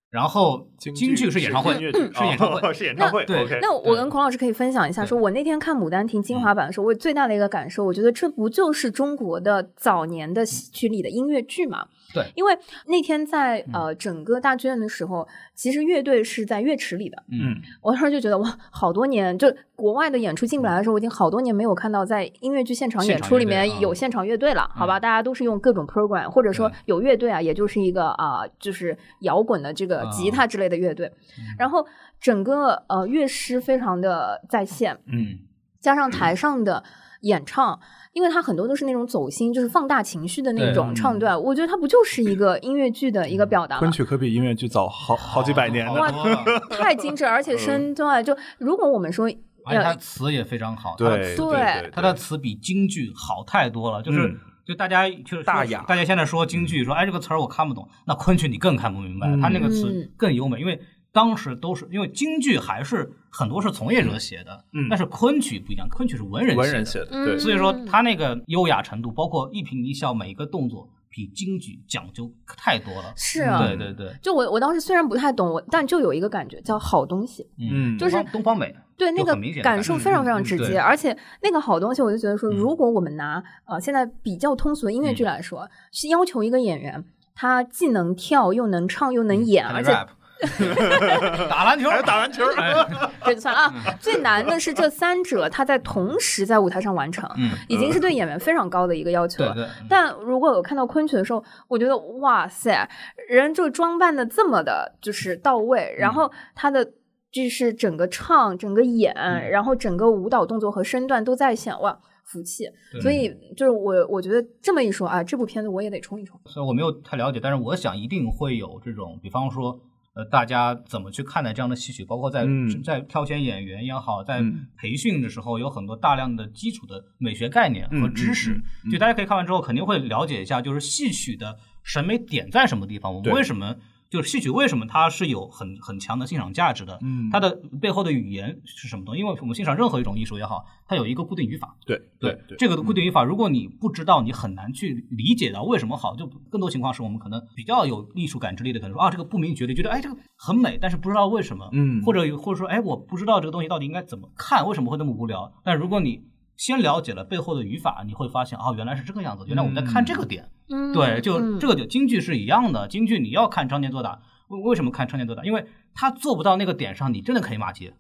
E: 然后京剧是演唱会，
D: 音乐剧
E: 是演唱
D: 哦
E: 会。
D: 是演唱会。
E: 那
D: OK
C: 嗯那我跟孔老师可以分享一下，
E: 对嗯
C: 说我那天看《牡丹亭》精华版的时候，我最大的一个感受，我觉得这不就是中国的早年的戏曲里的音乐剧嘛？
E: 对
C: 因为那天在
E: 嗯
C: 呃整个大剧院的时候，其实乐队是在乐池里的。
E: 嗯，
C: 我当时就觉得哇，好多年就国外的演出进不来的时候，我已经好多年没有看到在音乐剧现场
E: 现
C: 演
E: 场
C: 出里
E: 乐队
C: 面
E: 啊
C: 有现场乐队了，好吧？
E: 嗯
C: 大家都是用各种 program，或者说
E: 对
C: 有乐队啊，也就是一个啊、就是摇滚的这个
E: 啊
C: 吉他之类的乐队。
E: 嗯
C: 然后整个呃乐师非常的在线，
E: 嗯，
C: 加上台上的演唱，因为它很多都是那种走心，就是放大情绪的那
E: 对
C: 种
E: 嗯
C: 唱段，我觉得它不就是一个音乐剧的一个表达吗
D: 昆？曲可比音乐剧早好好几百年
E: 好
C: 哦
D: 的，
E: 多 了，
C: 太精致，
E: 嗯
C: 而且身段就如果我们说
E: 而且它
C: 呃
E: 哎词也非常好，它的
D: 对
E: 词
C: 啊对
E: 它的词比京剧好太多了，就是。
D: 嗯
E: 就大家就是
D: 大雅
E: 大家现在说京剧，说哎这个词儿我看不懂，那昆曲你更看不明白，
D: 嗯
E: 它那个词更优美，因为当时都是因为京剧还是很多是从业者写的，
D: 嗯
E: 但是昆曲不一样，昆曲是文人
D: 文人
E: 写
D: 写
E: 的，
D: 的，
C: 嗯
D: 对，
E: 所以说他那个优雅程度，包括一颦一笑，每一个动作比京剧讲究太多了。嗯
C: 是啊。
E: 对对对，
C: 就我我当时虽然不太懂，我但就有一个感觉叫好东西，
D: 嗯
C: 就是
E: 东方东方美，
C: 对那
E: 就
C: 个
E: 很明显的
C: 感
E: 感
C: 受
E: 觉
C: 非常非常
E: 嗯
C: 直
E: 对
C: 接，而且那个好东西，我就觉得说，
E: 嗯
C: 如果我们拿呃现在比较通俗的音乐剧来说，是要求一个演员他既能跳又能唱又能演，啊
E: 还嗯能
C: 而且
E: rap，打篮球，
D: 还有打篮球，
E: 哎
C: 这就算了啊。最难的是这三者他在同时在舞台上完成，
E: 嗯，
C: 已经是对演员非常高的一个要求
E: 对嗯
C: 了。
E: 对，
C: 但如果我看到昆曲的时候，我觉得哇塞，人就装扮的这么的，就是到位，
E: 嗯
C: 然后他的就是整个唱、整个演，
E: 嗯
C: 然后整个舞蹈动作和身段都在线，哇，服气。
E: 对
C: 所以就是我，我觉得这么一说啊，这部片子我也得冲一冲。
E: 虽然我没有太了解，但是我想一定会有这种，比方说，呃，大家怎么去看待这样的戏曲，包括在、
D: 嗯
E: 在挑选演员也好，在
D: 嗯
E: 培训的时候，有很多大量的基础的美学概念和
D: 嗯
E: 知识，
D: 嗯嗯
E: 就大家可以看完之后肯定会了解一下，就是戏曲的审美点在什么地方，我们
D: 对
E: 为什么。就是戏曲为什么它是有很很强的欣赏价值的？
D: 嗯
E: 它的背后的语言是什么东西？因为我们欣赏任何一种艺术也好，它有一个固定语法，
D: 对对对，嗯
E: 这个的固定语法，如果你不知道，你很难去理解到为什么好。就更多情况是我们可能比较有艺术感知力的，可能说啊，这个不明觉厉，觉得哎这个很美，但是不知道为什么，
D: 嗯
E: 或者或者说哎我不知道这个东西到底应该怎么看，为什么会那么无聊？但如果你先了解了背后的语法，你会发现啊，原来是这个样子，原来我们在看这个点。
C: 嗯
E: 对，就这个就京剧是一样的，京剧你要看唱念做打，为为什么看唱念做打？因为他做不到那个点上，你真的可以骂街。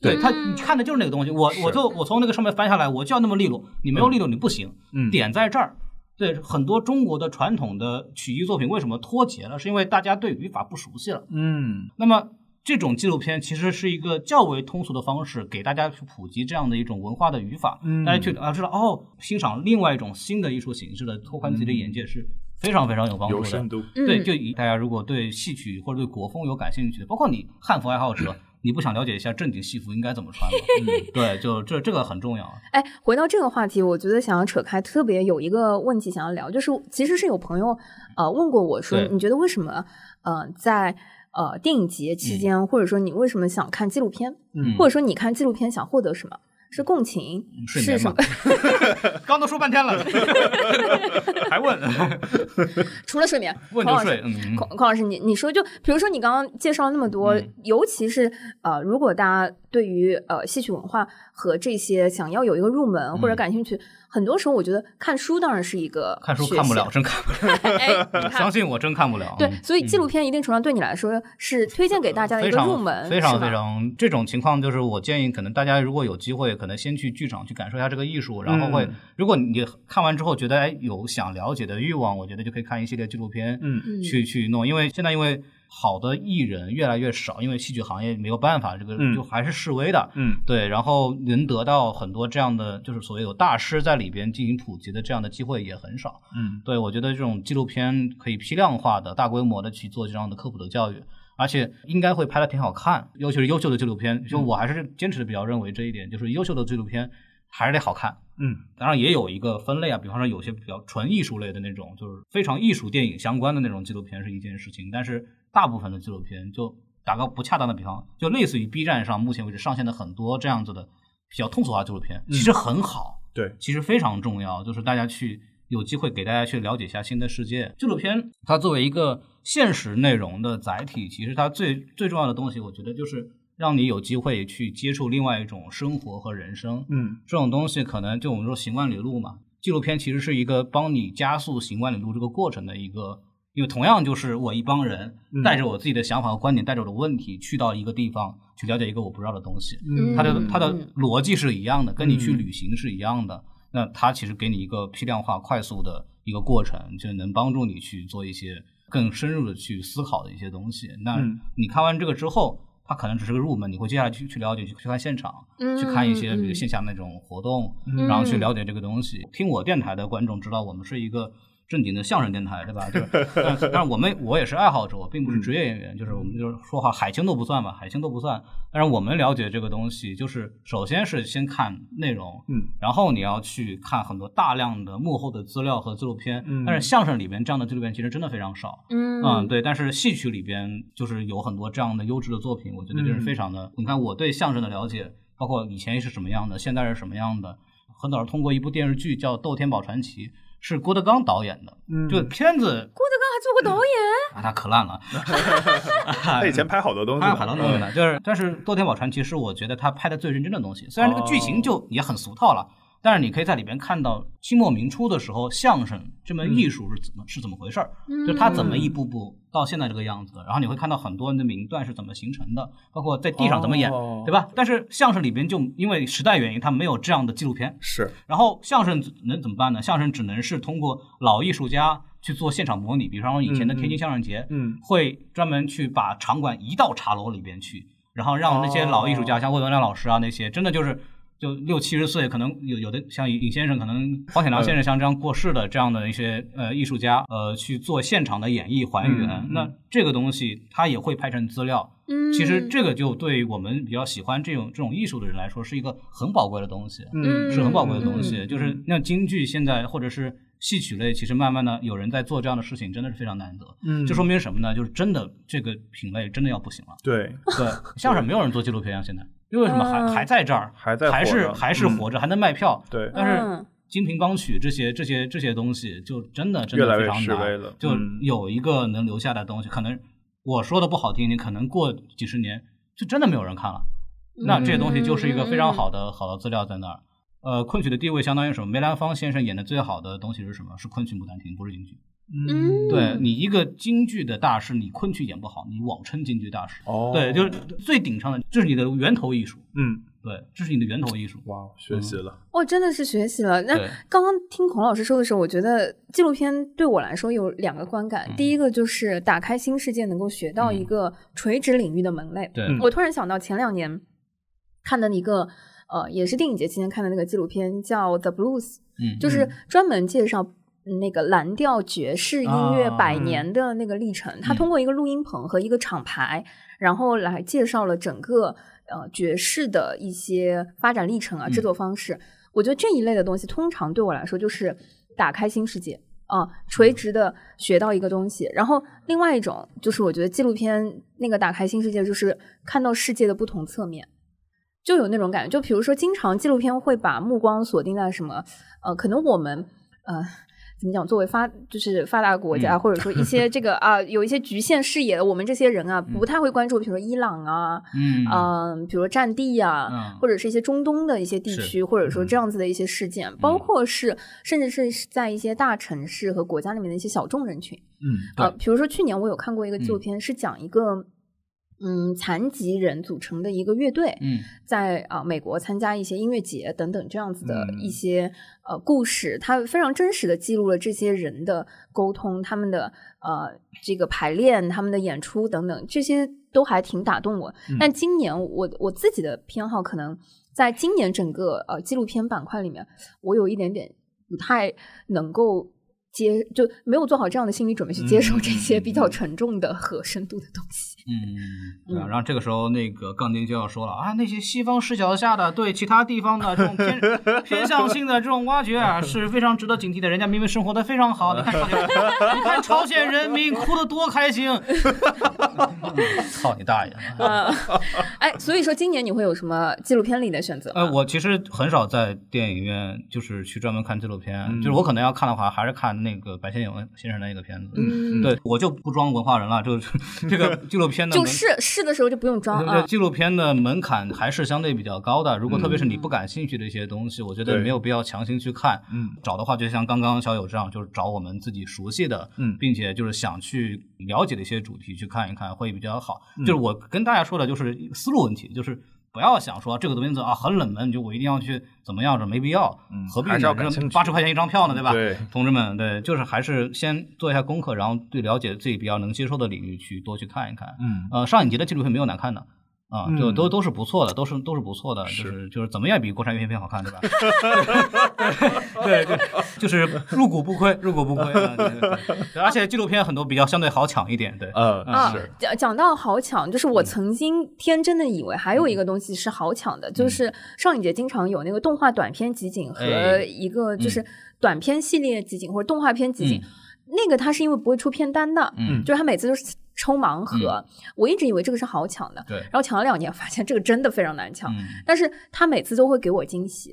D: 对
E: 他，
C: 嗯
E: 你看的就是那个东西。我我就我从那个上面翻下来，我就要那么利落，你没有利落你不行。
D: 嗯
E: 点在这儿。对，很多中国的传统的曲艺作品为什么脱节了，是因为大家对语法不熟悉了。
D: 嗯
E: 那么这种纪录片其实是一个较为通俗的方式，给大家去普及这样的一种文化的语法，
D: 嗯
E: 大家去啊知道哦，欣赏另外一种新的艺术形式的，拓宽自己的眼界是非常非常有帮助
D: 嗯有
E: 的
D: 深。度，
C: 嗯
E: 对，就以大家如果对戏曲或者对国风有感兴趣的，包括你汉服爱好者，你不想了解一下正经戏服应该怎么穿吗？嗯、对，就这这个很重要。啊
C: 哎，回到这个话题，我觉得想要扯开，特别有一个问题想要聊，就是其实是有朋友呃问过我说，
E: 对
C: 你觉得为什么呃在呃电影节期间，或者说你为什么想看纪录片，
E: 嗯
C: 或者说你看纪录片想获得什么？是共情，
E: 睡
C: 是
E: 眠
C: 什
E: 嘛
C: 么？，
E: 刚都说半天了，还问，
C: 除了睡眠，
E: 问
C: 孔
E: 就
C: 老师
E: 睡，嗯，
C: 孔孔老师，你你说就比如说你刚刚介绍了那么多，
E: 嗯
C: 尤其是呃，如果大家对于呃戏曲文化和这些想要有一个入门或者感兴趣，很多时候我觉得看书当然是一个
E: 嗯看书
C: 学习
E: 看不了，，真看不
C: 哎，你
E: 了，相
C: 看。
E: 信我真看不了。
C: 对
E: 嗯，
C: 所以纪录片一定程度上对你来说是推荐给大家的一
E: 非
C: 个
E: 常
C: 入门，
E: 非常非
C: 是吧。
E: 常这种情况，就是我建议，可能大家如果有机会，可能先去剧场去感受一下这个艺术，然后会，
D: 嗯
E: 如果你看完之后觉得哎有想了解的欲望，我觉得就可以看一系列纪录片，
D: 嗯，
C: 嗯
E: 去去弄，因为现在因为好的艺人越来越少，因为戏剧行业没有办法，这个
D: 嗯
E: 就还是示威的，
D: 嗯，
E: 对，然后能得到很多这样的，就是所谓有大师在里边进行普及的这样的机会也很少。
D: 嗯，
E: 对，我觉得这种纪录片可以批量化的、大规模的去做这样的科普的教育，而且应该会拍的挺好看，尤其是优秀的纪录片。就我还是坚持的比较认为这一点，就是优秀的纪录片还是得好看。
D: 嗯，
E: 当然也有一个分类啊，比方说有些比较纯艺术类的那种，就是非常艺术电影相关的那种纪录片是一件事情，但是大部分的纪录片就打个不恰当的比方，就类似于 B 站上目前为止上线的很多这样子的比较通俗化纪录片，其实很好。
D: 对，
E: 其实非常重要，就是大家去有机会给大家去了解一下新的世界。纪录片它作为一个现实内容的载体，其实它最最重要的东西，我觉得就是让你有机会去接触另外一种生活和人生。
D: 嗯，
E: 这种东西可能就我们说行万里路嘛，纪录片其实是一个帮你加速行万里路这个过程的一个。因为同样就是我一帮人
D: 嗯
E: 带着我自己的想法和观点，带着我的问题去到一个地方去了解一个我不知道的东西，
C: 嗯
E: 它的它的
C: 嗯
E: 逻辑是一样的，跟你去
D: 嗯
E: 旅行是一样的。那它其实给你一个批量化、快速的一个过程，就能帮助你去做一些更深入的去思考的一些东西。那
D: 嗯
E: 你看完这个之后，它可能只是个入门，你会接下来去去了解、去去看现场，
C: 嗯
E: 去看一些比如
C: 嗯
E: 线下那种活动，
D: 嗯
E: 然后去了解这个东西。听我电台的观众知道，我们是一个。正经的相声电台，对吧？就是，但是但是我们我也是爱好者，我并不是职业演员，就是我们就是说话海清都不算吧，海清都不算。但是我们了解这个东西，就是首先是先看内容，
D: 嗯，
E: 然后你要去看很多大量的幕后的资料和纪录片。
D: 嗯
E: 但是相声里边这样的纪录片其实真的非常少。
C: 嗯
E: 嗯，，对，但是戏曲里边就是有很多这样的优质的作品，我觉得这是
C: 嗯
E: 非常的。你看我对相声的了解，包括以前是什么样的，现在是什么样的，很早是通过一部电视剧叫《窦天宝传奇》，是郭德纲导演的，
D: 嗯
E: 就片子
C: 郭德纲还做过导演，
E: 啊，他可烂了，
D: 他以前拍好多东 西
E: 他
D: 嗯呢，
E: 有很多东西的，就是但是《窦天宝传奇》是我觉得他拍的最认真的东西，虽然这个剧
C: 哦
E: 情就也很俗套了。但是你可以在里边看到清末民初的时候，相声这
C: 嗯
E: 门艺术是怎么、是怎么回事儿，嗯就是它怎么一步步到现在这个样子的。然后你会看到很多的名段是怎么形成的，包括在地上怎么演，
D: 哦
E: 对吧？但是相声里边就因为时代原因，它没有这样的纪录片，
D: 是，
E: 然后相声能怎么办呢？相声只能是通过老艺术家去做现场模拟，比方说以前的天津相声节，
D: 嗯嗯
E: 会专门去把场馆移到茶楼里边去，然后让那些老艺术家，
D: 哦
E: 像魏文亮老师啊那些，真的就是。就六七十岁，可能有有的像尹先生，可能黄显良
D: 嗯
E: 先生像这样过世的这样的一些呃艺术家，呃去做现场的演绎还原。
D: 嗯嗯
E: 那这个东西他也会拍成资料，
C: 嗯，
E: 其实这个就对我们比较喜欢这种这种艺术的人来说是一个很宝贵的东西。
D: 嗯
E: 是很宝贵的东
C: 嗯
E: 西。就是那京剧现在或者是戏曲类，其实慢慢的有人在做这样的事情，真的是非常难得。
D: 嗯
E: 这说明什么呢？就是真的这个品类真的要不 行了。
D: 对，
E: 对，相声没有人做纪录片啊，现在因为什么还
C: 嗯
E: 还在这儿，
D: 还在
E: 还
D: 活
E: 是
D: 着
E: 还是
D: 嗯
E: 活着，还能卖票。
D: 对
E: 但是
C: 嗯
E: 《金瓶钢曲》这些这些这些东西，就真的真
D: 越来
E: 的
D: 越
E: 非常
D: 示威了
E: 难。就
D: 嗯
E: 有一个能留下来的东西，可能我说的不好听，你可能过几十年就真的没有人看了。
C: 嗯
E: 那这些东西就是一个非常好的好的资料在那儿。呃，昆曲的地位相当于什么？梅兰芳先生演的最好的东西是什么？是昆曲《牡丹亭》，不是京剧。
C: 嗯，
E: 对你一个京剧的大师，你昆曲演不好，你妄称京剧大师。
D: 哦
E: 对，就是最顶上的，这是你的源头艺术。
D: 嗯，
E: 对，这是你的源头艺术。
D: 哇，学
E: 嗯
D: 习了，
C: 哦，真的是学习了。那
E: 对
C: 刚刚听孔老师说的时候，我觉得纪录片对我来说有两个观
E: 嗯
C: 感。第一个就是打开新世界，能够学到一个垂直领域的门类。
E: 对，
D: 嗯
C: 我突然想到前两年看的一个，呃，也是电影节期间看的那个纪录片，叫《The Blues》，
E: 嗯，
C: 就是专门介绍那个蓝调爵士音乐
E: 啊嗯
C: 百年的那个历程，他通过一个录音棚和一个厂牌，然后来介绍了整个呃爵士的一些发展历程啊、
E: 嗯
C: 制作方式。我觉得这一类的东西，通常对我来说就是打开新世界啊，垂直的学到一个东西。然后另外一种就是，我觉得纪录片那个打开新世界，就是看到世界的不同侧面。就有那种感觉，就比如说，经常纪录片会把目光锁定在什么，呃，可能我们呃怎么讲，作为发就是发达国家，
E: 嗯
C: 或者说一些这个啊、有一些局限视野的我们这些人啊，不太会关注，比如说伊朗啊，
E: 嗯
C: 嗯、比如说战地啊。
E: 嗯
C: 或者是一些中东的一些地
E: 是
C: 区，或者说这样子的一些事件，包
E: 嗯
C: 括是甚至是在一些大城市和国家里面的一些小众人群，
E: 嗯，
C: 呃，
E: 对，
C: 比如说去年我有看过一个纪录
E: 嗯
C: 片，是讲一个嗯残疾人组成的一个乐队，
E: 嗯
C: 在啊、美国参加一些音乐节等等这样子的
E: 嗯
C: 一些、呃故事，它非常真实的记录了这些人的沟通，他们的呃这个排练、他们的演出等等，这些都还挺打动我。但
E: 嗯
C: 今年我我自己的偏好可能在今年整个呃纪录片板块里面，我有一点点不太能够。接就没有做好这样的心理准备去接受
E: 嗯
C: 这些
E: 嗯嗯
C: 比较
E: 嗯
C: 沉重的和深度的东西。
E: 嗯，对啊
C: 嗯
E: 然后这个时候，那个杠精就要说了啊，那些西方视角下的对其他地方的这种偏偏向性的这种挖掘啊，是非常值得警惕的。人家明明生活的非常好，你看朝鲜，你看朝鲜人民哭得多开心，操你大爷！
C: 啊， 哎，所以说今年你会有什么纪录片里的选择吗？
E: 呃，我其实很少在电影院就是去专门看纪录片，
D: 嗯
E: 就是我可能要看的话，还是看那个白先勇先生的那个片子。
C: 嗯
E: 对我就不装文化人了，就是这个 纪录片的
C: 就
E: 门。
C: 是是的时候就不用装
D: 嗯
E: 对对，
C: 啊。
E: 纪录片的门槛还是相对比较高的。如果特别是你不感兴趣的一些东西，我觉得
D: 嗯对
E: 没有必要强行去看。
D: 嗯，
E: 找的话，就像刚刚小友这样，就是找我们自己熟悉的，
D: 嗯
E: 并且就是想去了解的一些主题去看一看，会比较好。
D: 嗯
E: 就是我跟大家说的，就是思路问题，就是不要想说这个东西啊很冷门，就我一定要去怎么样，这没必要，
D: 嗯
E: 何必
D: 还是要
E: 呢？
D: 感兴趣
E: 八十块钱一张票呢，对吧？
D: 对，
E: 同志们，对，就是还是先做一下功课，然后对了解自己比较能接受的领域去多去看一看。
D: 嗯
E: 呃，上影节的纪录片没有难看的。啊，
D: 嗯
E: 就都都是不错的，都是都是不错的，
D: 是
E: 就是就是怎么也比国产院线片好看，对吧？ 对 对，就是入股不亏，入股不亏。啊对对对而且纪录片很多比较相对好抢一点，对，
D: 呃
E: 嗯
C: 啊
D: 是，
C: 讲讲到好抢，就是我曾经天真的以为还有
E: 嗯
C: 一个东西是好抢的，就是上影节经常有那个动画短片集锦和
E: 哎
C: 一个就是短片系列集锦或者动画片集锦
E: 嗯，
C: 那个它是因为不会出片单的，
E: 嗯
C: 就是它每次都是抽盲盒，我一直以为这个是好抢的，
E: 对
C: 然后抢了两年发现这个真的非常难抢，
E: 嗯，
C: 但是它每次都会给我惊喜，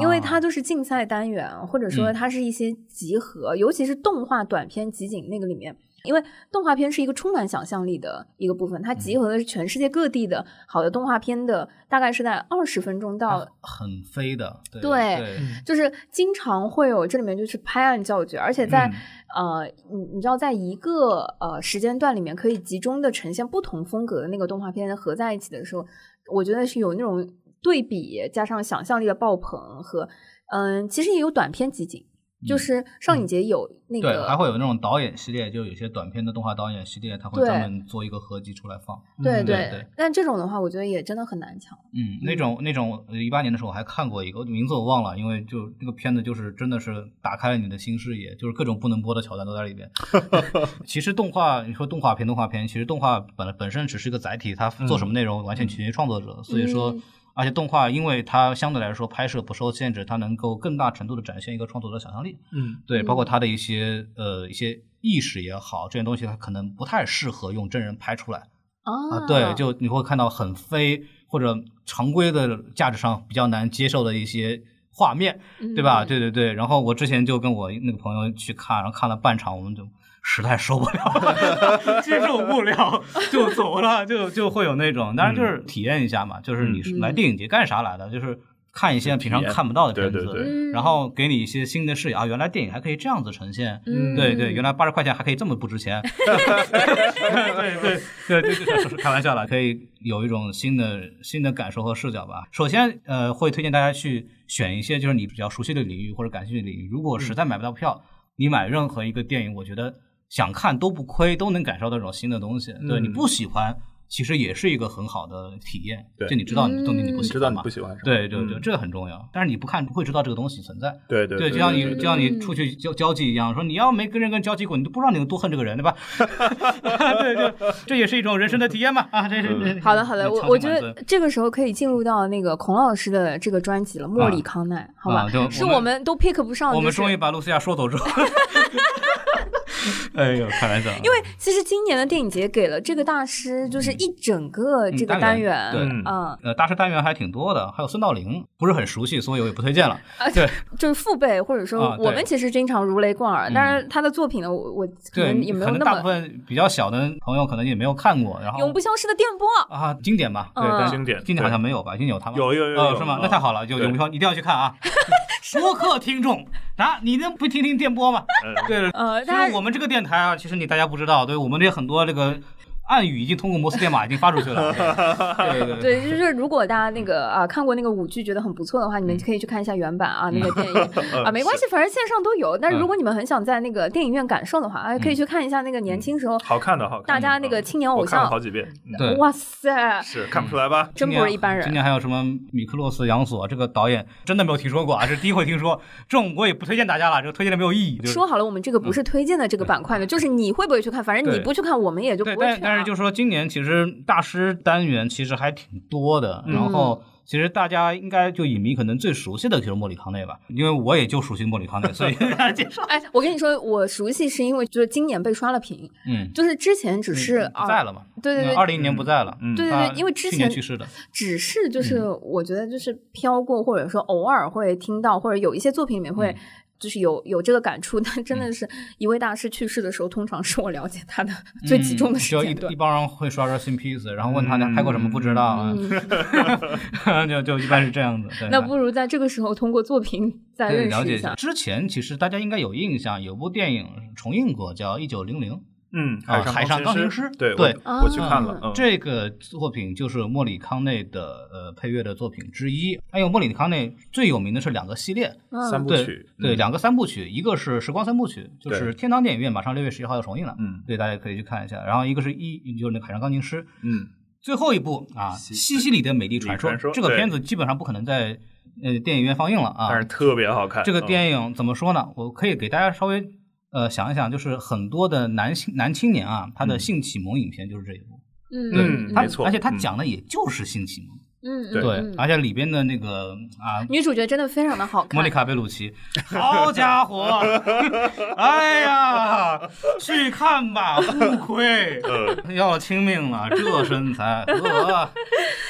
C: 因为它
E: 啊
C: 都是竞赛单元，或者说
E: 嗯
C: 它是一些集合，尤其是动画短片集锦那个里面，因为动画片是一个充满想象力的一个部分，它集合的是全世界各地的好的动画片的，大概是在二十分钟到，
E: 很飞的，对
C: 对嗯
E: 对，
C: 就是经常会有这里面就是拍案叫绝，而且在、
E: 嗯
C: 呃，你你知道，在一个呃时间段里面可以集中的呈现不同风格的那个动画片合在一起的时候，我觉得是有那种对比加上想象力的爆棚和嗯，其实也有短片集锦，就
E: 嗯
C: 是上影节有那
E: 对，
C: 个、
E: 还会有那种导演系列，就有些短片的动画导演系列，他会
C: 对
E: 专门做一个合集出来放。
C: 对
D: 嗯
E: 对对
C: 但这种的话，我觉得也真的很难抢。
E: 嗯，那种那种一八年的时候我还看过一个名字我忘了，因为就这个片子就是真的是打开了你的新视野，就是各种不能播的桥段都在里边。 其实动画你说动画片动画片，其实动画本本身只是一个载体，它做什么内容完全取决于创作者，所以说。
C: 嗯
E: 而且动画，因为它相对来说拍摄不受限制，它能够更大程度的展现一个创作者的想象力。
D: 嗯
E: 对，包括
C: 嗯
E: 他的一些呃一些意识也好，这些东西它可能不太适合用真人拍出来
C: 啊
E: 啊。对，就你会看到很非或者常规的价值上比较难接受的一些画面，对吧？
C: 嗯
E: 对对对。然后我之前就跟我那个朋友去看，然后看了半场，我们就。实在受不了， 接受不了就走了，就就会有那种，当然
D: 嗯
E: 就是体验一下嘛，就是你是来
C: 嗯
E: 电影节干啥来的？就是看一些平常看不到的
D: 对
E: 片
D: 对
E: 子，
D: 对
C: 嗯
E: 然后给你一些新的视野啊，原来电影还可以这样子呈现。
C: 嗯
E: 对对，原来八十块钱还可以这么不值钱，对对对对，就是开玩笑了，可以有一种新的新的感受和视角吧。首先，呃，会推荐大家去选一些就是你比较熟悉的领域或者感兴趣的领域。如果实在买不到票，你买任何一个电影，我觉得想看都不亏，都能感受到这种新的东西。对
D: 嗯
E: 你不喜欢，其实也是一个很好的体验。
D: 对
E: 就你知道你的东西你不
D: 你
E: 喜
D: 知
E: 欢
D: 道你
E: 嘛
D: 不喜欢什么？
E: 对对对，
D: 嗯
E: 这个很重要。但是你不看不会知道这个东西存在。
D: 对对
E: 就像你
D: 对
E: 就
D: 对
E: 像你出去交交际一样，说你要没跟人跟人交际过，你都不知道你有多恨这个人， 对吧？ 对，就这也是一种人生的体验嘛啊，这是
C: 好的，好的，我
E: 长
C: 我
E: 情
C: 觉
E: 满
C: 得
E: 分
C: 这个时候可以进入到那个孔老师的这个专辑了，《莫里
E: 啊
C: 康奈》，好吧
E: 啊对我？
C: 是
E: 们
C: 我们都 pick 不上，
E: 我们
C: 就是
E: 终于把露西亚说 走之后，哎呦，开玩笑啊，因
C: 因为其实今年的电影节给了这个大师就是一整个这个
E: 嗯
C: 单
E: 单
C: 元，
E: 元对
D: 嗯
C: 嗯，
E: 呃，大师单元还挺多的，还有孙道临，不是很熟悉，所以我也不推荐了。
C: 嗯
E: 对
C: 就是父辈或者说
E: 啊对
C: 我们其实经常如雷贯耳，
E: 嗯
C: 但是他的作品呢，我我可
E: 对
C: 能，也没
E: 可
C: 有
E: 能
C: 那
E: 大部
C: 么
E: 分比较小的朋友可能也没有看过，然后
C: 永不消失的电波。
E: 啊，经典吧，对，
C: 嗯
E: 但
D: 经典
E: 经典好像没有吧？经典有他吗？
D: 有有有有
E: 呃
D: 有
E: 是吗
D: 啊？
E: 那太好了，有
D: 对
E: 有票一定要去看 啊！播客听众啊，你能不听听电 波吗？对对，
C: 呃，
E: 其
C: 但
E: 实
C: 是
E: 我们这个电台啊，其实你大家不知道，对我们这很多这个暗语已经通过摩斯电码已经发出去 了，对 对对。
C: 对，就是如果大家那个啊看过那个舞剧觉得很不错的话，你
E: 嗯
C: 们可以去看一下原版啊，那个 电影啊没关系，反正线上都有。但是
E: 嗯
C: 如果你们很想在那个电影院感受的话，哎，可以去看一下那个
E: 嗯
C: 年轻时候
D: 好看的好看的。
C: 大家
E: 啊
C: 那个
D: 嗯
C: 青年偶
D: 我看了
C: 像
D: 好，几遍，嗯
E: 对
C: 哇塞，
D: 是看不出来吧？
C: 真不是一般
E: 今
C: 人。
E: 年还有什么米克洛斯·杨索这个导演，真的没有听说过啊，是第一回听说。这种我也不推荐大家了，这个推荐的没有意义。就是
C: 说好了，我们这个不是推荐的这个板块呢，就是你会不会去看？反正
E: 嗯
C: 你
E: 对
C: 不去看，我们也就不
E: 对，
C: 会
E: 但
C: 去。，
E: 但是就是
C: 啊
E: 说今年其实大师单元其实还挺多的，
C: 嗯
E: 然后。其实大家应该就影迷可能最熟悉的就是莫里康内吧，因为我也就熟悉莫里康内，所 以跟大家介绍。
C: 哎，我跟你说，我熟悉是因为就是今年被刷了屏，
E: 嗯，
C: 就是之前只是
E: 不
C: 啊，
E: 在了嘛，嗯
C: 对对对
E: 二零年不在了，
D: 嗯
C: 对对
E: 他
C: 对，因为之
E: 去
C: 前
E: 年去世的，
C: 只是
E: 嗯
C: 就是我觉得就是飘过，或者说偶尔会听到，或者有一些作品里面会
E: 嗯
C: 就是有有这个感触，但真的是一位大师去世的时候，通常是我了解他的最集中的时
E: 嗯就一
C: 间段
E: 一。帮人会刷刷新 piece，然后问他
D: 嗯
E: 他拍过什么不知道啊， 就就一般是这样子。对
C: 嗯那不如在这个时候通过作品再
E: 对
C: 认
E: 了
C: 识
E: 解
C: 一下。
E: 之前其实大家应该有印象，有部电影重映过叫《一九零零》，
D: 嗯，
E: 啊海上钢琴师
D: 对
E: 对
D: 我我去看了，嗯
E: 这个作品就是莫里康内的呃配乐的作品之一。还有莫里康内最有名的是两个系列，
D: 三部
E: 对
D: 曲，
E: 对，
D: 嗯
E: 两个三部曲，一个是《时光三部曲》，就
D: 对
E: 是天堂电影院马上六月十一号要重映了，
D: 嗯
E: 对，大家可以去看一下。然后一个是一就是那个《海上钢琴师》，
D: 嗯，
E: 最后一部啊，《
D: 西
E: 西西里的美丽传说》
D: 传说
E: 这个
D: 对
E: 片子基本上不可能在呃电影院放映了啊，
D: 但是嗯特别好看。
E: 这个
D: 嗯
E: 电影怎么说呢？我可以给大家稍微呃想一想，就是很多的男性男青年啊，他的
D: 嗯
E: 性启蒙影片就是这一部，
D: 嗯
C: 嗯
E: 他
D: 没错
E: 而且他
D: 嗯
E: 讲的也就是性启蒙，
C: 嗯，
D: 对
E: 对
C: 嗯，
E: 而且里边的那个啊。
C: 女主角真的非常的好看。
E: 莫妮卡·贝鲁奇， 好家 伙！哎呀，去看吧，不亏，要亲命了，这身 材，呵，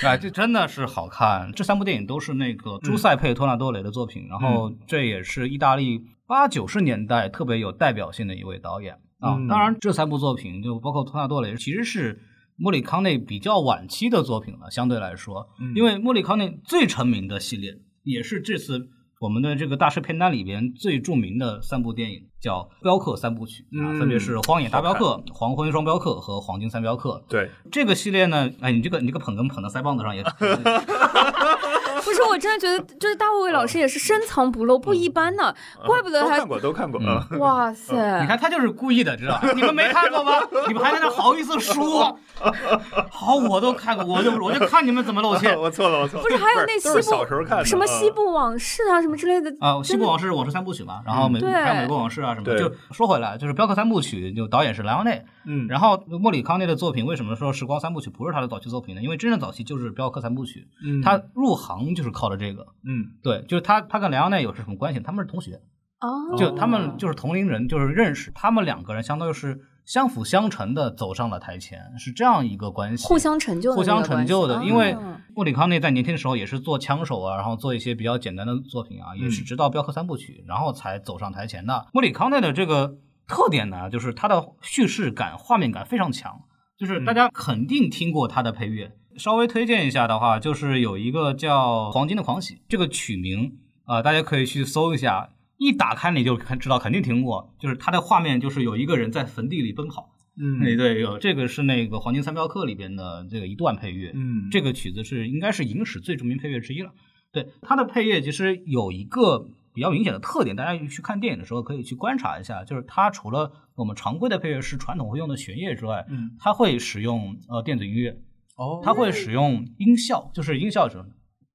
E: 哎，这真的是好看。这三部电影都是那个朱塞佩·托纳多雷的作品，然后这也是意大利八九十年代特别有代表性的一位导演啊。
D: 嗯
E: 当然，这三部作品就包括托纳多雷，其实是。莫里康内比较晚期的作品了，相对来说，
D: 嗯
E: 因为莫里康内最成名的系列，也是这次我们的这个大师片单里边最著名的三部电影，叫《镖客三部曲》啊，
D: 嗯
E: 分别是《荒野大镖客》《黄昏双镖客》和《黄金三镖客》。
D: 对，
E: 这个系列呢，哎，你这个你这个捧哏捧到腮帮子上 也，
C: 不是，我真的觉得就是大卫老师也
E: 哦
C: 是深藏不露，不一般呢，怪不得
D: 嗯都
C: 他
D: 看。过，都看过，
E: 嗯
D: 嗯，
C: 哇塞！
E: 你看他就是故意的，知道吧？你们没看过吗？你们还在那好意思 说？啊好，我都看过，我就我就看你们怎么露 馅
D: 我错了，我错了，
C: 不是还有那
D: 都是
C: 西部
D: 小时候看的
C: 什么
D: 嗯
C: 西部往事啊，什么之类的
E: 啊，西
C: 真
E: 部
C: 的
E: 往事我是三部曲嘛，然后美
C: 对
E: 还有美国往事啊什么的。
D: 嗯对
E: 就说回来，就是镖客三部曲，就导演是莱昂内，
D: 嗯
E: 然后莫里康内的作品为什么说时光三部曲不是他的早期作品呢？因为真正早期就是镖客三部曲，
D: 嗯
E: 他入行就是靠着这个。
D: 嗯
E: 对，就是他，他跟莱昂内有是什么关系？他们是同学，
C: 哦，
E: 就他们就是同龄人，就是认识，他们两个人相当于是相辅相成的走上了台前，是这样一个关系。
C: 互相成就的
E: 互
C: 那个
E: 相
C: 关系，
E: 成就的，
C: 哦
E: 因为莫里康内在年轻的时候也是做枪手啊，然后做一些比较简单的作品啊，也是直到《镖客三部曲》，然后才走上台前的。莫里康内的这个特点呢，就是他的叙事感、画面感非常强，就是大家肯定听过他的配乐。稍微推荐一下的话，就是有一个叫《黄金的狂喜》这个曲名啊、呃大家可以去搜一下。一打开你就看知道，肯定听过，就是它的画面就是有一个人在坟地里奔跑，对
D: 嗯
E: 哎对，有这个是那个《黄金三镖客》里边的这个一段配乐，
D: 嗯，
E: 这个曲子是应该是影史最著名配乐之一了。对它的配乐其实有一个比较明显的特点，大家去看电影的时候可以去观察一下，就是它除了我们常规的配乐是传统会用的弦乐之外，
D: 嗯
E: 它会使用呃电子音乐，
G: 哦，
E: 它会使用音效，就是音效是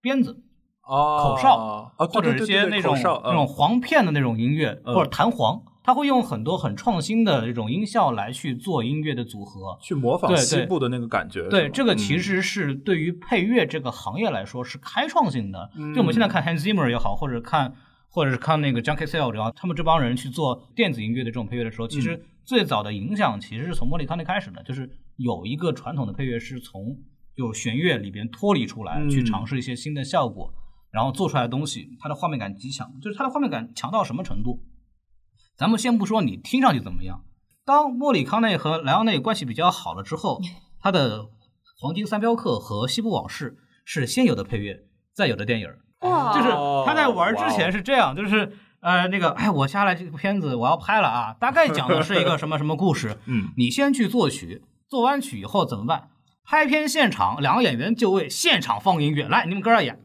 E: 鞭子
G: 哦
E: 口哨
G: 啊，
E: 或者一些那种那
D: 嗯
E: 种簧片的那种音乐，
G: 嗯
E: 或者弹簧，它会用很多很创新的这种音效来去做音乐的组合。
G: 去模仿
E: 对对
G: 西部的那个感觉。
E: 对，
G: 是吗嗯
E: 这个其实是对于配乐这个行业来说是开创性的。就我们现在看
G: 嗯
E: Hans Zimmer 也好，或者看或者是看那个 Junkie Cell 也好，他们这帮人去做电子音乐的这种配乐的时候，其
G: 嗯
E: 实最早的影响其实是从莫里康内开始的，就是有一个传统的配乐是从就弦乐里边脱离出来，
G: 嗯
E: 去尝试一些新的效果，然后做出来的东西，它的画面感极强，就是它的画面感强到什么程度？咱们先不说你听上去怎么样，当莫里康内和莱昂内关系比较好了之后，他的《黄金三镖客》和《西部往事》是先有的配乐，再有的电影儿。
C: 啊哇，
E: 就是
G: 哦，
E: 他在玩之前是这样，就是呃那个，哎，我下来这个片子我要拍了啊，大概讲的是一个什么什么故事
G: 嗯，
E: 你先去作曲，做完曲以后怎么办？拍片现场，两个演员就位，现场放音乐，来，你们哥俩演。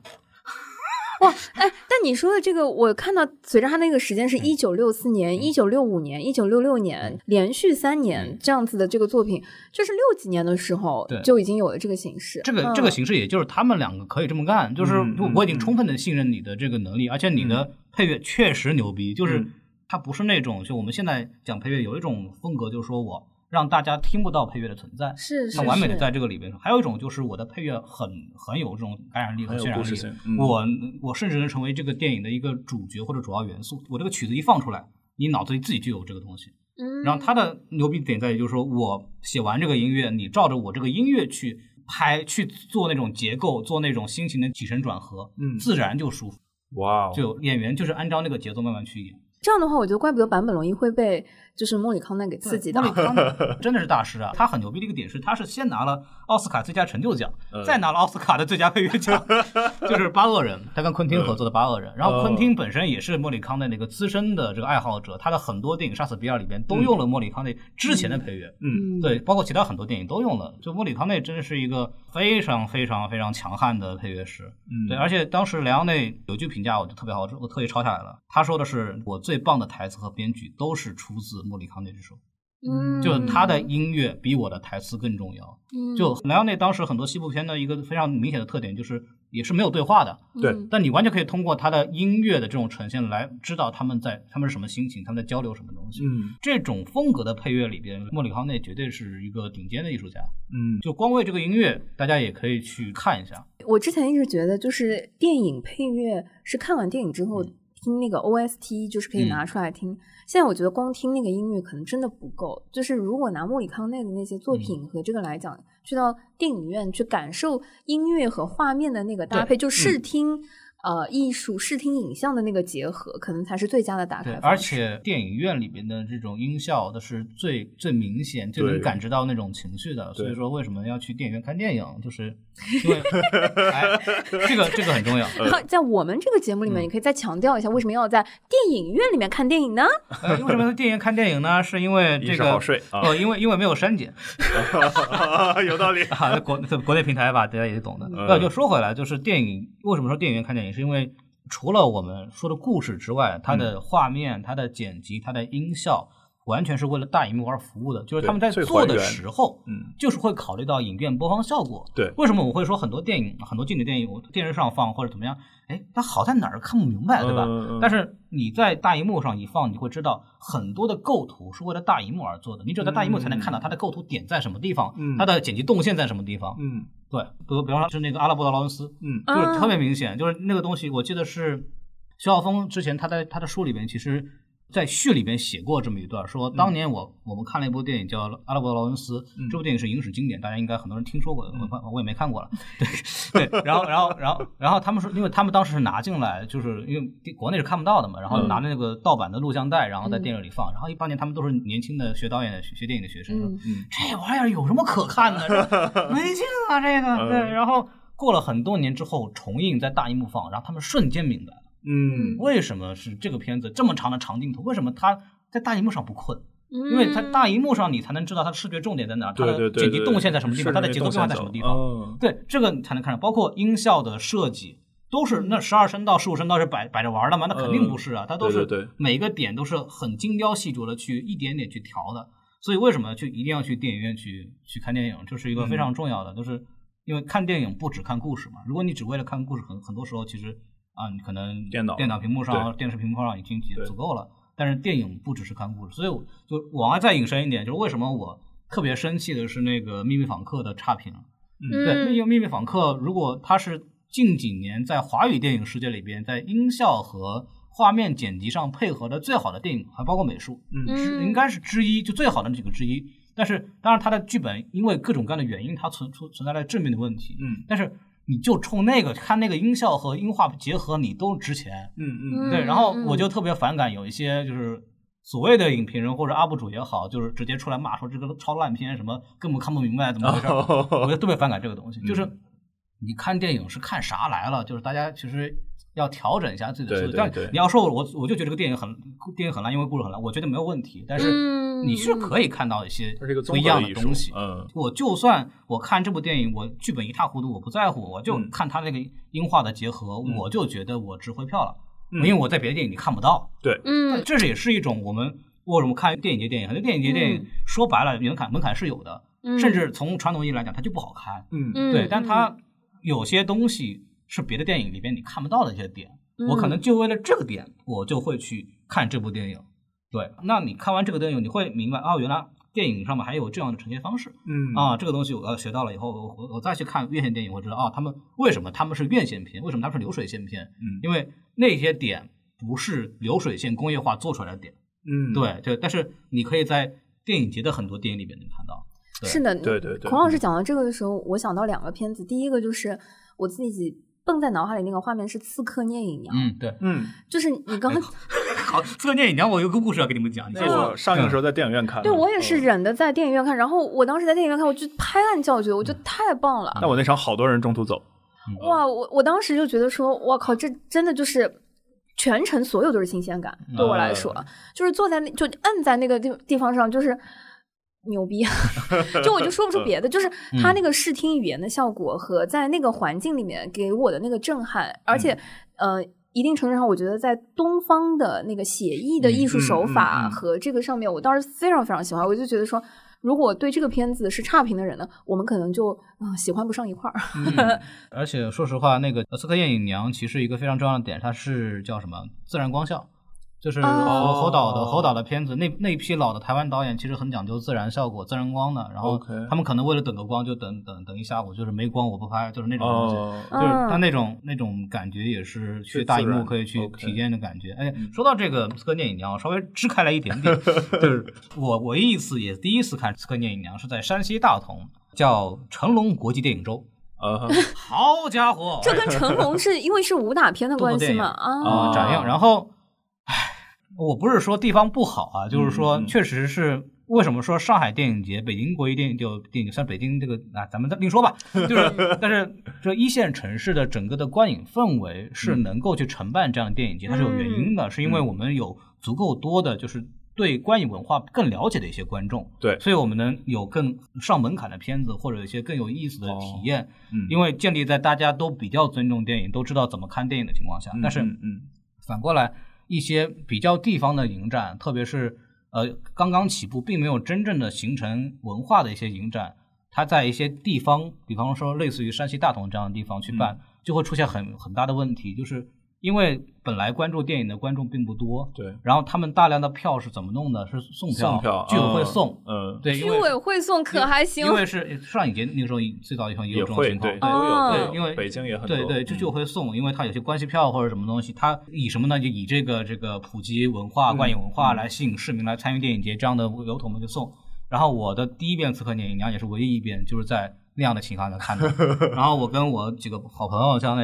C: 哎，但你说的这个，我看到随着他那个时
E: 嗯
C: 间是一九六四年、一九六五年、一九六六年，连续三年这样子的这个作品，就是六几年的时候
E: 嗯对
C: 就已经有了这个形式。
E: 这个
C: 嗯
E: 这个形式，也就是他们两个可以这么干，就是
G: 嗯嗯
E: 我已经充分的信任你的这个能力，而且你的配乐确实牛逼，就是
G: 嗯
E: 它不是那种就我们现在讲配乐有一种风格，就是说我让大家听不到配乐的存在，
C: 是是
E: 它完美的
C: 是
E: 在这个里边。还有一种就是我的配乐很很有这种感染力和
G: 很有
E: 渲染
G: 故事
E: 力
G: 性嗯，
E: 我我甚至能成为这个电影的一个主角或者主要元素。我这个曲子一放出来，你脑子里自己就有这个东西。
C: 嗯
E: 然后他的牛逼点在于，就是说我写完这个音乐，你照着我这个音乐去拍，去做那种结构，做那种心情的起承转合，
G: 嗯
E: 自然就舒服。
G: 哇哦，
E: 就演员就是按照那个节奏慢慢去演。
C: 这样的话，我觉得怪不得坂本龙一会被就是莫里康奈给刺激到
E: 莫。里康 纳真的是大师啊！他很牛逼的一个点是，他是先拿了奥斯卡最佳成就奖，
C: 嗯
E: 再拿了奥斯卡的最佳配乐 奖，就是《八恶人》，他跟昆
C: 嗯
E: 汀合作的《八恶人》。然后昆
C: 哦
E: 汀本身也是莫里康内的一个资深的这个爱好者，他的很多电影《杀死比尔》里边都用了莫里康内之前的配乐，
C: 嗯，
E: 对，包括其他很多电影都用了。就莫里康内真是一个非常非常非常强悍的配乐师。
G: 嗯
E: 对，而且当时莱昂内有句评价，我就特别好，我特意抄下来了。他说的是：“我最棒的台词和编剧都是出自莫里康内之手，
C: 嗯，
E: 就是他的音乐比我的台词更重要。”
C: 嗯
E: 就莱昂内当时很多西部片的一个非常明显的特点，就是也是没有对话的，
G: 对
C: 嗯
E: 但你完全可以通过他的音乐的这种呈现来知道他们在他们是什么心情，他们在交流什么东西。
G: 嗯
E: 这种风格的配乐里边，莫里康内绝对是一个顶尖的艺术家。
G: 嗯，
E: 就光为这个音乐，大家也可以去看一下。
C: 我之前一直觉得，就是电影配乐是看完电影之
E: 嗯
C: 后听那个 OST，就是可以拿出来听。现在我觉得光听那个音乐可能真的不够，就是如果拿莫里康内的那些作品
E: 嗯
C: 和这个来讲，去到电影院去感受音乐和画面的那个搭配，就
E: 嗯
C: 视听、呃艺术、视听影像的那个结合，可能才是最佳的打
E: 对，
C: 开方式。
E: 而且电影院里边的这种音效都是最最明显、最能
G: 对
E: 感知到那种情绪的。
G: 对
E: 所以说，为什么要去电影院看电影，就是因为哎，这个这个很重要。
G: 呃
C: 然后在我们这个节目里
E: 嗯
C: 面，你可以再强调一下，为什么要在电影院里面看电影呢？
E: 呃，为什么在电影院看电影呢？是因为
G: 一
E: 这
G: 是
E: 个
G: 好睡啊，
E: 呃，因为因为没有删减。
D: 有道理。
E: 啊，国国内平台吧，大家也懂的。
G: 嗯
E: 那就说回来，就是电影为什么说电影院看电影，是因为除了我们说的故事之外，它
G: 嗯
E: 的画面、它的剪辑、它的音效，完全是为了大荧幕而服务的。就是他们在
G: 对最
E: 做
G: 还
E: 的
G: 原
E: 时候，
G: 嗯
E: 就是会考虑到影院播放效果。
G: 对
E: 为什么我会说很多电影、很多经典电影，我电视上放或者怎么样，哎，它好在哪儿看不明白，对吧？
G: 嗯嗯
E: 但是你在大荧幕上一放，你会知道很多的构图是为了大荧幕而做的，你只有在大荧幕才能看到它的构图点在什么地方，
G: 嗯
E: 它的剪辑动线在什么地方。
G: 嗯
E: 对，比如比方说是那个阿拉伯的劳伦斯，
G: 嗯
E: 就是特别明显，就是那个东西，我记得是肖晓峰之前他在他的书里边，其实在序里边写过这么一段，说当年我、我们看了一部电影叫《阿拉伯劳伦斯》，
G: 嗯
E: 这部电影是影史经典，大家应该很多人听说过，我我也没看过了。 对对，然后然后然后然后他们说，因为他们当时是拿进来，就是因为国内是看不到的嘛，然
G: 嗯
E: 后拿那个盗版的录像带，然后在电影里放，然后一八年他们都是年轻的学导演的学学电影的学生，
C: 嗯
E: 这玩意儿有什么可看的？ 这没劲啊，这
G: 嗯
E: 个对。然后过了很多年之后重映在大荧幕放，然后他们瞬间明白了
G: 嗯
E: 为什么是这个片子这么长的长镜头，为什么它在大荧幕上不困，
C: 因
E: 因为
C: 嗯
E: 它大荧幕上你才能知道它的视觉重点在哪儿，它
G: 对对
E: 的
G: 对，
E: 剪辑动线在什么地方，它的节奏变化在什么
G: 哦
E: 地方，
G: 方，
E: 对这个你才能看到，包括音效的设计。都是
G: 嗯
E: 那十二声道、十五声道是摆摆着玩儿的吗？那肯定不是啊，它都
G: 对
E: 是
G: 对对
E: 每个点都是很精雕细琢的去一点点去
G: 嗯
E: 调的。所以为什么去一定要去电影院去去看电影，这是一个非常重要的，就是因为看电影不只看故事嘛，如果你只为了看故事，很很多时候其实啊，你可能
G: 电脑
E: 电脑屏幕上、电视屏幕上已经
G: 对
E: 足够了。但是电影不只是看故事，所以我就往外再引申一点，就是为什么我特别生气的是那个《秘密访客》的差评。啊
G: 嗯
E: 对，因为《秘密访客》如果它是近几年在华语电影世界里边，在音效和画面剪辑上配合的最好的电影，还包括美术，
G: 嗯
E: 是应该是之一，就最好的那几个之一。但是，当然它的剧本因为各种各样的原因，它存存存在了致命的问题。
G: 嗯
E: 但是你就冲那个看那个音效和音画结合，你都值钱。
G: 嗯嗯
E: 对，然后我就特别反感有一些就是所谓的影评人或者 UP 主也好，就是直接出来骂说这个超烂片，什么根本看不明白怎么回事儿，
D: 哦
E: 我就特别反感这个东西。就是
G: 嗯
E: 你看电影是看啥来了？就是大家其实要调整一下自己的思
F: 对
E: 路。
F: 对
E: 但
F: 对
E: 你要说我我就觉得这个电影很电影很烂，因为故事很烂，我觉得没有问题。但是你是可以看到一些
G: 它是一个
E: 不
G: 综
E: 一
G: 合
E: 样
G: 的艺
E: 的
G: 术
E: 东西。
G: 嗯
E: 我就算我看这部电影，我剧本一塌糊涂，我不在乎，我就
G: 嗯
E: 看它那个音画的结合，
G: 嗯
E: 我就觉得我值回票了，
G: 嗯
E: 因为我在别的电影里看不到。
C: 嗯
E: 但这是也是一种我们为什么看电影节电影，很多电影节电影说白了门槛门槛是有的，
C: 嗯
E: 甚至从传统意义来讲，它就不好看。
G: 嗯
C: 嗯
E: 对，但它有些东西是别的电影里边你看不到的一些点，
C: 嗯
E: 我可能就为了这个点，我就会去看这部电影。对，那你看完这个电影，你会明白哦，原来电影上面还有这样的呈现方式。
G: 嗯
E: 啊，这个东西我要学到了以后，我我我再去看院线电影，我知道啊，他们为什么他们是院线片，为什么他们是流水线片？
G: 嗯
E: 因为那些点不是流水线工业化做出来的点。
G: 嗯，
E: 对对，但是你可以在电影节的很多电影里面能看到。对
C: 是的，
G: 对对嗯对
C: 孔老师讲到这个的时候，我想到两个片子，第一个就是我自己蹦在脑海里那个画面是《刺客聂隐娘》，
E: 嗯，对。
G: 嗯，
C: 就是你刚刚
E: 好，说到电影娘，我有个故事要给你们讲。
G: 那个上映的时候在电影院看的，哦
C: 对我也是忍着在电影院看，然后我当时在电影院看，我就拍案叫绝，我觉得太棒了
G: 嗯。。但我那场好多人中途走，嗯
C: 哇，我我当时就觉得说，我靠，这真的就是全程所有都是新鲜感，对我来
G: 嗯
C: 说，就是坐在那就摁在那个地地方上，就是 牛逼，就我就说不出别的，就是
G: 嗯
C: 他那个视听语言的效果和在那个环境里面给我的那个震撼，而且、
G: 嗯
C: 呃。一定程度上，我觉得在东方的那个写意的艺术手
G: 嗯嗯嗯
C: 法
G: 嗯
C: 和这个上面，我倒是非常非常喜欢。我就觉得说，如果对这个片子是差评的人呢，我们可能就啊、喜欢不上一块儿。
E: 而且说实话，那个《刺客聂隐娘》其实一个非常重要的点，它是叫什么？自然光效，就是侯、
C: 哦
E: 侯导的侯导的片子，那那一批老的台湾导演其实很讲究自然效果、自然光的。然后
G: OK
E: 他们可能为了等个光，就等等等一下午，就是没光我不拍，就是那种东西。
G: 哦，
E: 就是他
C: 嗯
E: 那种那种感觉也是
G: 是
E: 去大荧
G: 自
E: 幕
G: 然
E: 可以去
G: OK 嗯
E: 体验的感觉。哎，说到这个《刺客聂隐娘》，稍微支开来一 点点，就是我唯一一次也第一次看《刺客聂隐娘》是在山西大同，叫成龙国际电影周。
G: 啊，
E: 好家伙，
C: 这跟成龙是因为是武打片的关系嘛？
E: 啊
G: 哦
C: 啊，
E: 展映，然后，唉，我不是说地方不好啊，就是说
G: 嗯嗯
E: 确实是。为什么说上海电影节、北京国际电影就电影像北京这个啊，咱们再另说吧。就是，但是这一线城市的整个的观影氛围是
G: 嗯
E: 能够去承办这样的电影节，它是有原因的，是因为我们有足够多的就是对观影文化更了解的一些观众，
G: 对
E: 所以我们能有更上门槛的片子，或者一些更有意思的体验。
G: 嗯
E: 因为建立在大家都比较尊重电影、都知道怎么看电影的情况下，但是
G: 嗯嗯
E: 反过来，一些比较地方的影展，特别是呃刚刚起步，并没有真正的形成文化的一些影展，它在一些地方，比方说类似于山西大同这样的地方去
G: 嗯
E: 办，就会出现很很大的问题，就是因为本来关注电影的观众并不多，
G: 对，
E: 然后他们大量的票是怎么弄的？是送票，
G: 送票哦
E: 居委会送，
G: 嗯，
E: 对，因
C: 居
E: 为
C: 委会送可还行
E: 因为是上影节那个时候最早以前也
G: 也
E: 有这种
G: 会
E: 情况，
G: 对
E: 对
G: 都有
C: 对
G: 都有，
E: 因为
G: 北京也很多，
E: 对对，就
G: 嗯
E: 就会送，因为它有些关系票或者什么东西，它以什么呢？就以这个这个普及文化、观影文
G: 嗯
E: 化来吸引市民来参与电影节这样的由头，我们就送。然后我的第一遍《刺客聂隐娘》也是唯一一遍，就是在那样的情况下 看的。然后我跟我几个好朋友，像那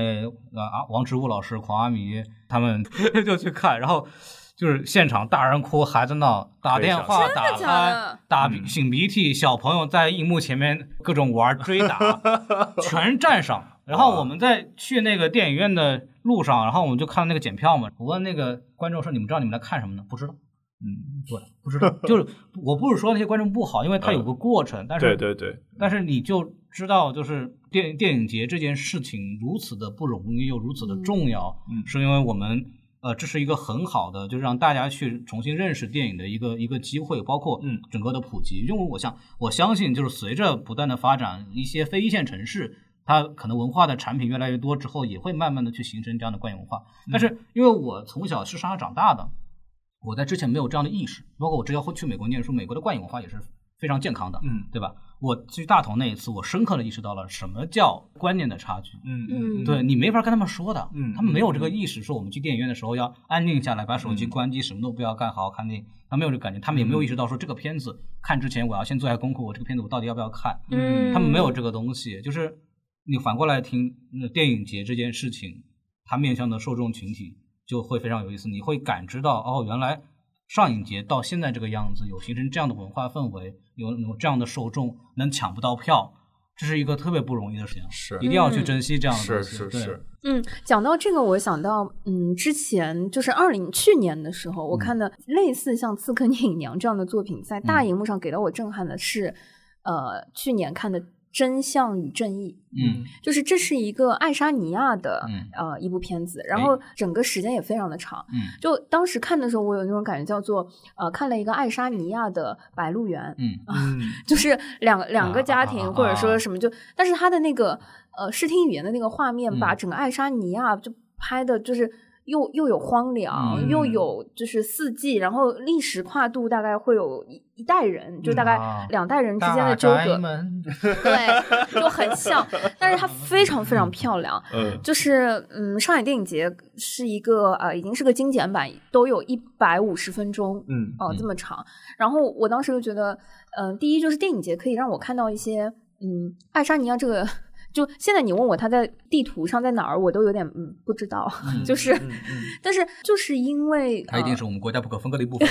E: 呃啊王植物老师、狂阿迷他们 就去看，然后就是现场大人哭，孩子闹，打
G: 可以
E: 电
G: 想
E: 话、
G: 象
E: 打
C: 真的假
E: 鼾
C: 的、
G: 嗯
E: 打鼻擤鼻涕，小朋友在荧幕前面各种玩追打，全 站上。然后我们在去那个电影院的路
G: 啊
E: 上，然后我们就看那个检票嘛。我问那个观众说：“你们知道你们在看什么呢？”不知道。
G: 嗯，
E: 对，不知道。就是我不是说那些观众不好，因为它有个过程，但是
G: 对对对，
E: 但是你就知道，就是电电影节这件事情如此的不容易，又如此的重要，
G: 嗯
E: 是因为我们呃，这是一个很好的，就是让大家去重新认识电影的一个一个机会，包括
G: 嗯
E: 整个的普及。因为我想，我相信就是随着不断的发展，一些非一线城市它可能文化的产品越来越多之后，也会慢慢的去形成这样的观影文化。
G: 嗯
E: 但是因为我从小是上海长大的，我在之前没有这样的意识，包括我之前会去美国念书，美国的观影文化也是非常健康的，
G: 嗯
E: 对吧？我去大同那一次，我深刻的意识到了什么叫观念的差距。
G: 嗯
C: 嗯
E: 对你没法跟他们说的，
G: 嗯
E: 他们没有这个意识，说我们去电影院的时候要安静下来，把手机关机，什么都不要干，好好看电影。他没有这个感觉，他们也没有意识到说这个片子看之前我要先做下功课，我这个片子我到底要不要看？
C: 嗯
E: 他们没有这个东西，就是你反过来听那电影节这件事情，它面向的受众群体就会非常有意思，你会感知到哦，原来上影节到现在这个样子，有形成这样的文化氛围，有有这样的受众能抢不到票，这是一个特别不容易的事情，
F: 是
E: 一定要去珍惜这样的东
F: 是
E: 西。
F: 是
E: 对
F: 是，
C: 嗯，讲到这个，我想到，嗯，之前就是二零去年的时
E: 嗯
C: 候，我看的类似像《刺客聂隐娘》这样的作品，在大
E: 嗯
C: 荧幕上给到我震撼的是，呃，去年看的《真相与正义》，
E: 嗯
C: 就是这是一个爱沙尼亚的、
E: 嗯
C: 呃一部片子，然后整个时间也非常的长。
E: 嗯
C: 就当时看的时候，我有那种感觉，叫做呃，看了一个爱沙尼亚的《白鹿原》，
E: 嗯
C: 啊
G: 嗯，
C: 就是两两个家
E: 啊啊啊
C: 庭
E: 啊
C: 或者说什么就，但是他的那个呃视听语言的那个画面，
E: 嗯
C: 把整个爱沙尼亚就拍的就是。又又有荒凉，
E: 嗯
C: 又有就是四季，然后历史跨度大概会有一一代人，就大概
E: 啊
C: 两代人之间的纠葛，
E: 门，
C: 对，就很像。但是它非常
E: 嗯
C: 非常漂亮，
G: 呃，
C: 就是嗯，上海电影节是一个呃，已经是个精简版，都有一百五十分钟，
G: 嗯
C: 哦、
E: 嗯
C: 这么长。然后我当时就觉得，嗯、第一就是电影节可以让我看到一些，嗯，爱沙尼亚这个，就现在你问我它在地图上在哪儿，我都有点嗯不知道，就是，但是就是因为
E: 嗯它一定
C: 呃
E: 是我们国家不可分割的一部分。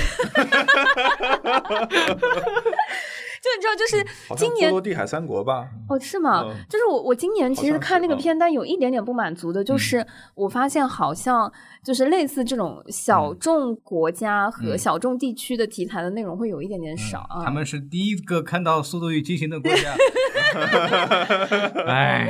C: 就你知道，就是
E: 嗯
G: 好像
C: 今
G: 波
C: 年
G: 罗的海三国吧，
C: 哦，是吗？
G: 嗯
C: 就是我我今年其
G: 好
C: 实
G: 像是
C: 看那个
G: 嗯
C: 片单有一点点不满足的，就是我发现好像就是类似这种小众国家和
E: 嗯
C: 小众地区的题材的内容会有一点点少 啊。
E: 他们是第一个看到《速度与激情》的国 家。 哎，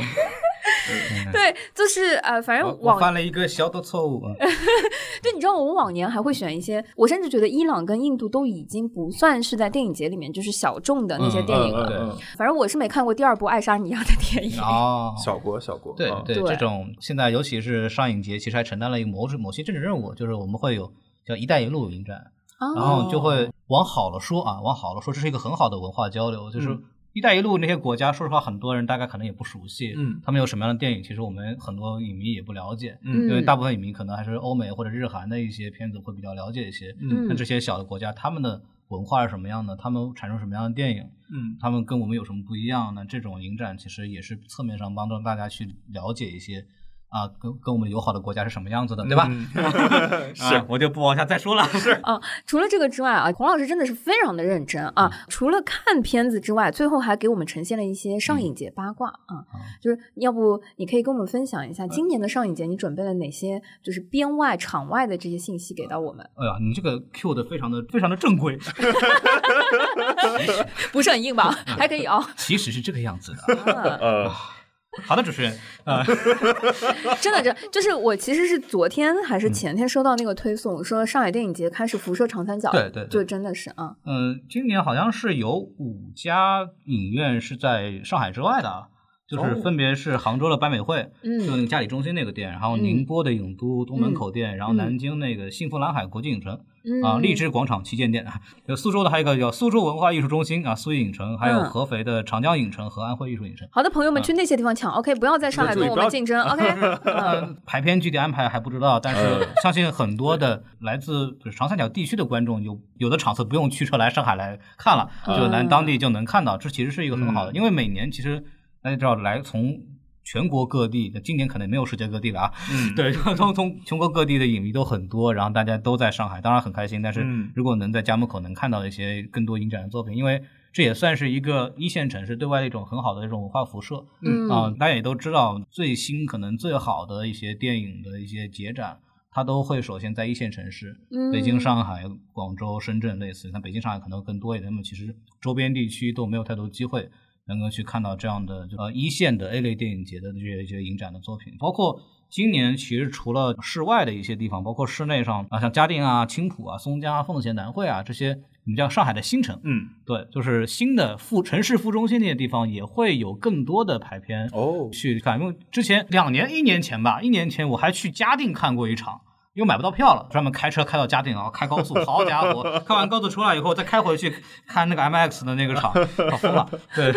C: 对，就是呃，反
E: 我
C: 正
E: 我
C: 往
E: 犯了一个小的错误。啊
C: 对，你知道我们往年还会选一些，我甚至觉得伊朗跟印度都已经不算是在电影节里面就是小众的那些
E: 嗯
C: 电影
G: 嗯
C: 了。
E: 对
G: 嗯嗯
C: 反正我是没看过第二部爱沙尼亚的电影。
E: 哦
G: 小国小国，
E: 对
G: 嗯
E: 对，
C: 对
E: 这种现在尤其是上影节，其实还承担了一个某种某些政治任务，就是我们会有叫“一带一路”影展，
C: 哦
E: 然后就会往好了说啊，往好了说，这是一个很好的文化交流。就是
G: 嗯
E: “一带一路”那些国家，说实话，很多人大概可能也不熟悉，
G: 嗯
E: 他们有什么样的电影，其实我们很多影迷也不了解，
C: 嗯
E: 因为大部分影迷可能还是欧美或者日韩的一些片子会比较了解一些。
G: 嗯
E: 那这些小的国家，他们的文化是什么样的？他们产生什么样的电影？
G: 嗯
E: 他们跟我们有什么不一样呢？这种影展其实也是侧面上帮助大家去了解一些啊，跟跟我们友好的国家是什么样子的，对吧？
G: 嗯
E: 啊
G: 是，
E: 我就不往下再说了。哎是，
C: 啊，除了这个之外啊，孔老师真的是非常的认真
E: 嗯
C: 啊。除了看片子之外，最后还给我们呈现了一些上
E: 嗯
C: 影节八卦啊。就是要不你可以跟我们分享
E: 嗯
C: 一下今年的上影节，你准备了哪些就是编外、场外的这些信息给到我们？
E: 哎呀，你这个 Q 的非常的非常的正规，
C: 不是很硬吧？
E: 嗯
C: 还可以哦。
E: 其实是这个样子的。
C: 啊
G: 呃，
E: 好的，主持人，
C: 真的，真的就是我其实是昨天还
E: 嗯
C: 是前天收到那个推送，说上海电影节开始辐射长三角，
E: 对对对
C: 就真的是啊，
E: 嗯，今年好像是有五家影院是在上海之外的啊，就是分别是杭州的百美汇，就那
C: 嗯
E: 个嘉里中心那个店，然后
C: 嗯
E: 宁波的影都东门口店，然后
C: 嗯
E: 南京那个幸福蓝海国际影城，
C: 嗯
E: 啊，荔枝广场旗舰店啊，有苏州的还有一个叫苏州文化艺术中心啊，苏影城，还有
C: 嗯
E: 合肥的长江影城和安徽艺术影城。
C: 好的，朋友们去那些地方抢，OK，不要在上海
G: 注意
C: 跟
G: 不
C: 我们
G: 要
C: 竞争，OK，嗯
E: 呃，排片具体安排还不知道，但是相信很多的来自比如长三角地区的观众，有有的场次不用驱车来上海来看了，就
C: 嗯
E: 来当地就能看到，这其实是一个很好的，因为每年其实大家知道来从。全国各地，今年可能没有世界各地了啊。
G: 嗯
E: 对，从从全国各地的影迷都很多，然后大家都在上海，当然很开心。但是
G: 嗯
E: 如果能在家门口能看到一些更多影展的作品，因为这也算是一个一线城市对外的一种很好的一种文化辐射。
C: 嗯
E: 啊、大家也都知道，最新可能最好的一些电影的一些节展，它都会首先在一线城市，北京、
C: 嗯
E: 上海、广州、深圳类似。那北京、上海可能更多一点，那么其实周边地区都没有太多机会能够去看到这样的就呃一线的 A 类电影节的这些这些影展的作品，包括。今年其实除了室外的一些地方，包括室内上啊，像嘉定啊、青浦啊、松江啊、奉贤、南汇啊这些我们叫上海的新城，
D: 嗯，
E: 对，就是新的副城市副中心那些地方也会有更多的排片
G: 哦
E: 去看，因为之前两年一年前吧，一年前我还去嘉定看过一场。因为买不到票了，专门开车开到嘉定，然后开 高速，好家伙，开完高速出来以后，再开回去看那个 MX 的那 个场，搞疯了。对，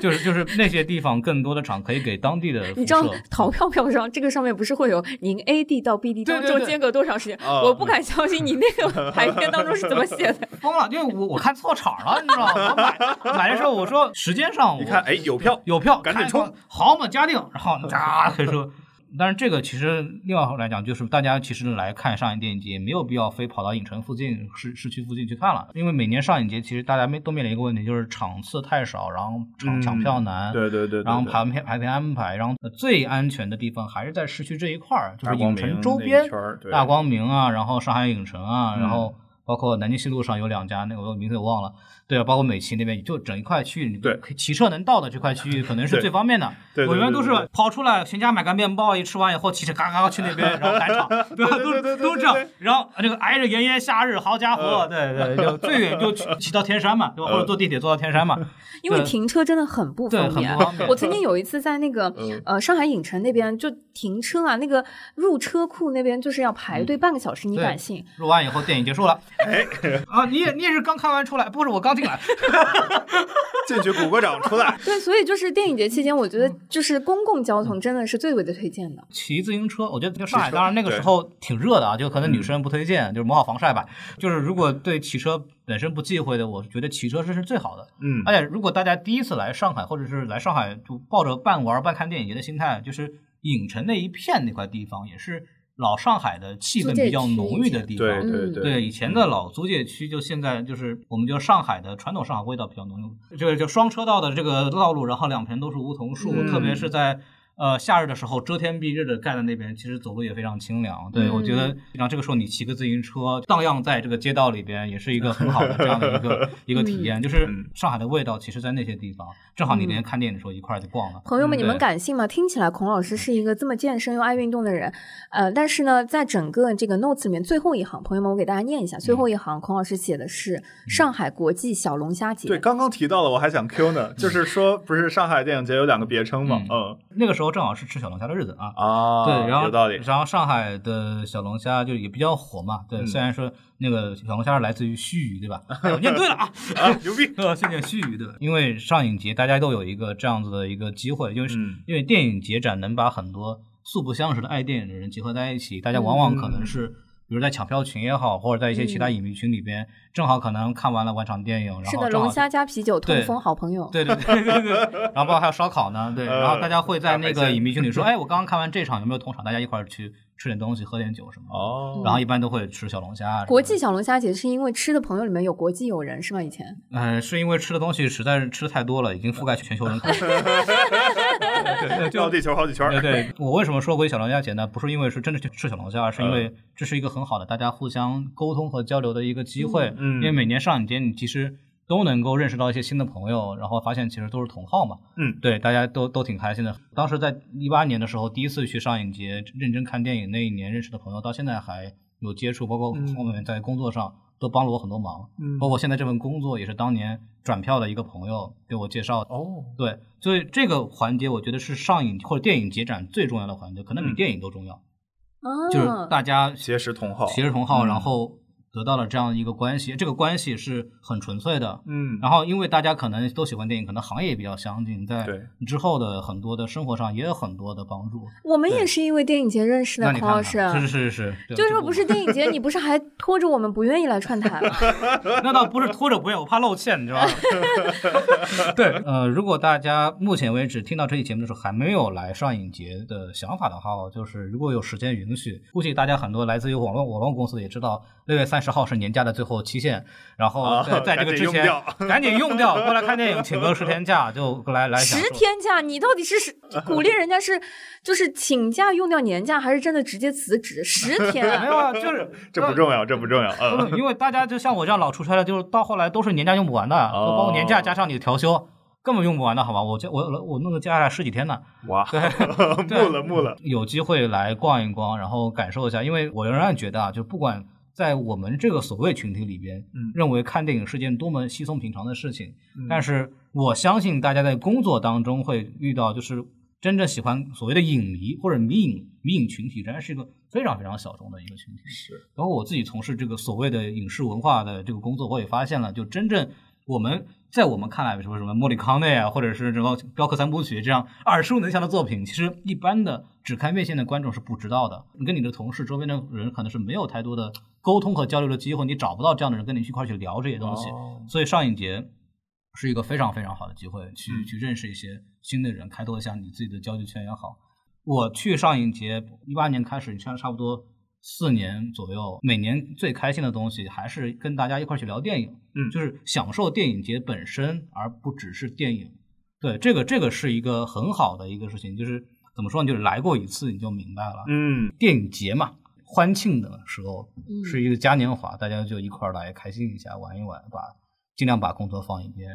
E: 就是就是那些地方更多的场可以给当地的辐
C: 你知道
E: 射。
C: 逃票票上这个上面不是会有您 A D 到 B D 当
E: 对对
C: 中
E: 对
C: 间隔多长时间？
D: 啊
C: 我不敢相信你那个排片当中是怎么写 的。
E: 疯了，因为我我看错场了，你知道吗？我买买的时候我说时间上我
D: 你看，哎，有票，
E: 有票，
D: 赶紧
E: 看
D: 冲
E: 看，好嘛，嘉定，然 后啊，可以说。但是这个其实另外来讲，就是大家其实来看上影电影节，没有必要非跑到影城附近、市市区附近去看了，因为每年上影节其实大家面都面临一个问题，就是场次太少，然后抢
D: 嗯
E: 抢票难，
D: 对对对对
E: 然后
D: 对
E: 排片排片安排，然后呃最安全的地方还是在市区这一块儿，就是
D: 大光
E: 影
D: 明
E: 城周
D: 那一
E: 边
D: 圈儿，对嗯
E: 大光明啊，然后上海影城啊，然后包括南京西路上有两家，那个我名字我忘了，对啊，包括美琪那边，就整一块区域，你
D: 对
E: 可以骑车能到的这块区 域，可能是
D: 对
E: 最方便的。
D: 对对
E: 我一般
D: 对
E: 都是
D: 对对
E: 跑出来，全家买个面包，一吃完以后骑车嘎嘎去那边，然后 赶场，对吧？
D: 对对对对
E: 都
D: 对对
E: 都这样，然后这个挨着炎炎夏日，好家伙，
D: 呃
E: 对对，就最远就去骑到天山嘛，对吧？
D: 呃
E: 或者坐地铁坐到天山嘛，
C: 因为
E: 对
C: 停车真的很不
E: 对
C: 方
E: 很
C: 便
E: 不方。便嗯
C: 我曾经有一次在那个呃上海影城那边就停车啊，那个入车库那边就是要排队半个小时，你
E: 嗯对
C: 敢信？
E: 录完以后电影结束了，哎， 啊，你也你也是刚看完出来，不是我刚进来，
D: 进去鼓个掌出 来。
C: 对，所以就是电影节期间，我觉得
E: 嗯
C: 就是公共交通真的是最为的推荐的。
E: 骑自行车，我觉得就上海，当然那个时候挺热的啊，就可
D: 嗯
E: 能女生不推荐，就是抹好防晒吧。就是如果对骑车本身不忌讳的，我觉得骑车是是最好的。
D: 嗯
E: 而且如果大家第一次来上海，或者是来上海就抱着半玩儿半看电影节的心态，就是影城那一片那块地方，也是老上海的气氛比较浓郁的地方。
D: 对对
C: 嗯
E: 对，以前的老租界区，就现在就是我们就上海的传统上海味道比较浓郁，就是就双车道的这个道路，然后两边都是梧桐树，
D: 嗯
E: 特别是在。呃，夏日的时候遮天蔽日的盖在那边，其实走路也非常清凉。对、
C: 嗯
E: 我觉得，然后这个时候你骑个自行车荡漾在这个街道里边，也是一个很好的这样的一个 一
C: 嗯
E: 个体验。就是上海的味道，其实，在那些地方，正好你连看电影的时候一块儿就逛了。
C: 嗯
E: 嗯
C: 朋友们，你们
E: 对
C: 敢信吗？听起来孔老师是一个这么健身又爱运动的人，呃，但是呢，在整个这个 notes 里面最后一行，朋友们，我给大家念一下，最后
E: 嗯
C: 一行，孔老师写的是上海国际小龙虾节。
D: 对，刚刚提到了，我还想 Q 呢， 就是说，不是上海电影节有两个别称嘛？嗯
E: 那个时候正好是吃小龙虾的日子啊，
D: 啊
E: 对，然后
D: 有道理。
E: 然后上海的小龙虾就也比较火嘛，
D: 嗯
E: 对，虽然说那个小龙虾是来自于盱眙，对吧？哎，我念对了啊，
D: 啊，牛逼！
E: 呃，是念盱眙对吧？因为上影节大家都有一个这样子的一个机会，因为、是
D: 嗯
E: 因为电影节展能把很多素不相识的爱电影的人集合在一起，
D: 嗯
E: 大家往往可能是。比如在抢票群也好，或者在一些其
D: 嗯
E: 他影迷群里边，正好可能看完了晚场电影，然后
C: 是的，
E: 正好
C: 龙虾加啤酒，
E: 对
C: 痛风好朋友。
E: 对对对对对，然后包括还有烧烤呢，对，
D: 呃
E: 然后大家会在那
D: 大
E: 个
D: 白菜
E: 影迷群里说，哎，我刚刚看完这场，有没有同场？大家一块儿去吃点东西，喝点酒什么的。
D: 哦，
E: 然后一般都会吃小龙虾啊什么的。
C: 国际小龙虾节是因为吃的朋友里面有国际友人是吗？以前
E: 嗯，是因为吃的东西实在是吃太多了，已经覆盖全球人口了。
D: 绕地球好几圈儿
E: 对。对，我为什么说国际小龙虾节呢？不是因为是真的去吃小龙虾，而是因
D: 嗯
E: 为这是一个很好的大家互相沟通和交流的一个机会。
D: 嗯
E: 因为每年上影节，你其实都能够认识到一些新的朋友，然后发现其实都是同好嘛。
D: 嗯
E: 对，大家都都挺开心的。当时在一八年的时候，第一次去上影节认真看电影，那一年认识的朋友，到现在还有接触，包括
D: 嗯
E: 后面在工作上。都帮了我很多忙，
D: 嗯
E: 包括现在这份工作也是当年转票的一个朋友给我介绍的。
D: 哦，
E: 对，所以这个环节我觉得是上影或者电影节展最重要的环节，可能比
D: 嗯
E: 电影都重要，
C: 啊，
E: 就是大家
D: 结识同好，
E: 携手同好，
D: 嗯
E: 然后得到了这样一个关系，这个关系是很纯粹的。
D: 嗯，
E: 然后，因为大家可能都喜欢电影，可能行业也比较相近，在
D: 对
E: 之后的很多的生活上也有很多的帮助。
C: 我们也
D: 对
C: 是因为电影节认识的，
E: 那你
C: 孔
E: 看
C: 老
E: 看，是
C: 师。
E: 是是是，对
C: 啊就
E: 这
C: 是说
E: 不
C: 不是电影节，你不是还拖着我们不愿意来串台吗？
E: 那倒不是拖着不要，我怕露馅，你知道吗？ 对，呃，如果大家目前为止听到这期节目的时候还没有来上影节的想法的话，哦就是如果有时间允许，估计大家很多来自于网络网络公司的也知道，六月三十号是年假的最后期限，然后
D: 啊
E: 在在这个之前
D: 赶紧
E: 赶紧
D: 用掉
E: 用掉，过来看电影，请个十天假就来来享
C: 十
E: 受。
C: 天假，你到底是 是鼓励人家是就是请假用掉年假，还是真的直接辞职？十
E: 没
C: 天，
E: 有啊，就是
D: 这不重要，这不重要。
E: 不
D: 嗯
E: 是，因为大家就像我这样老出差的，就是到后来都是年假用不完的，
D: 哦
E: 包括年假加上你的调休，根本用不完的，好吧？我这我我弄个假下来十几天呢。
D: 哇，
E: 对 嗯
D: 木了木了，
E: 有机会来逛一逛，然后感受一下，因为我仍然觉得啊，就不管。在我们这个所谓群体里边，
D: 嗯
E: 认为看电影是件多么稀松平常的事情。但是我相信大家在工作当中会遇到，就是真正喜欢所谓的影迷或者迷影迷影群体，仍然是一个非常非常小众的一个群体。
D: 是
E: 包括我自己从事这个所谓的影视文化的这个工作，我也发现了，就真正我们在我们看来，比如说什么莫里康内啊，或者是什么镖客三部曲这样耳熟能详的作品，其实一般的只看院线的观众是不知道的。你跟你的同事、周边的人可能是没有太多的沟通和交流的机会，你找不到这样的人跟你去一块儿去聊这些东西。
D: 哦
E: 所以上影节是一个非常非常好的机会，去、
D: 嗯
E: 去认识一些新的人，开拓一下你自己的交际圈也好。我去上影节一八年开始，你像差不多四年左右，每年最开心的东西还是跟大家一块儿去聊电影，
D: 嗯
E: 就是享受电影节本身，而不只是电影。对，这个这个是一个很好的一个事情，就是怎么说呢，就是来过一次你就明白了，
D: 嗯
E: 电影节嘛，欢庆的时候
C: 嗯
E: 是一个嘉年华，大家就一块儿来开心一下，玩一玩，把尽量把工作放一 边，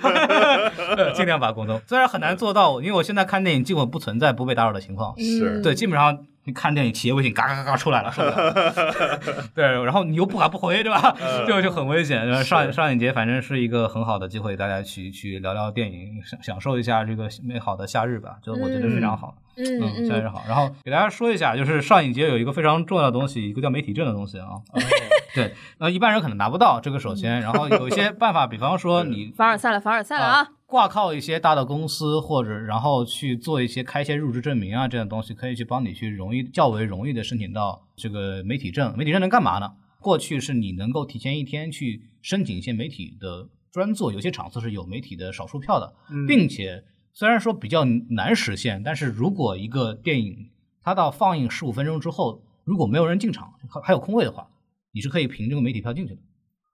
E: 尽量把工作，虽然很难做到，因为我现在看电影基本不存在不被打扰的情况，
C: 嗯
D: 是
E: 对，基本上你看电影，企业微信嘎嘎嘎出来了， 受不了。对，然后你又不敢不回，对吧？
C: 嗯
E: 就就很危险。然后上上影节反正是一个很好的机会，大家去去聊聊电影，享享受一下这个美好的夏日吧，就我觉得非常好。
C: 嗯
E: 嗯，夏日好。然后给大家说一下，就是上影节有一个非常重要的东西，一个叫媒体证的东 西啊。对，呃，一般人可能拿不到这个，首先，然后有一些办法，比方说你
C: 凡尔赛嗯了，凡尔赛了啊！
E: 挂靠一些大的公司，或者然后去做一些开一些入职证明啊这样的东西，可以去帮你去容易较为容易的申请到这个媒体证。媒体证能干嘛呢？过去是你能够提前一天去申请一些媒体的专座，有些场次是有媒体的少数票的，
D: 嗯
E: 并且虽然说比较难实现，但是如果一个电影它到放映十五分钟之后，如果没有人进场，还还有空位的话，你是可以凭这个媒体票进去的。
C: 哦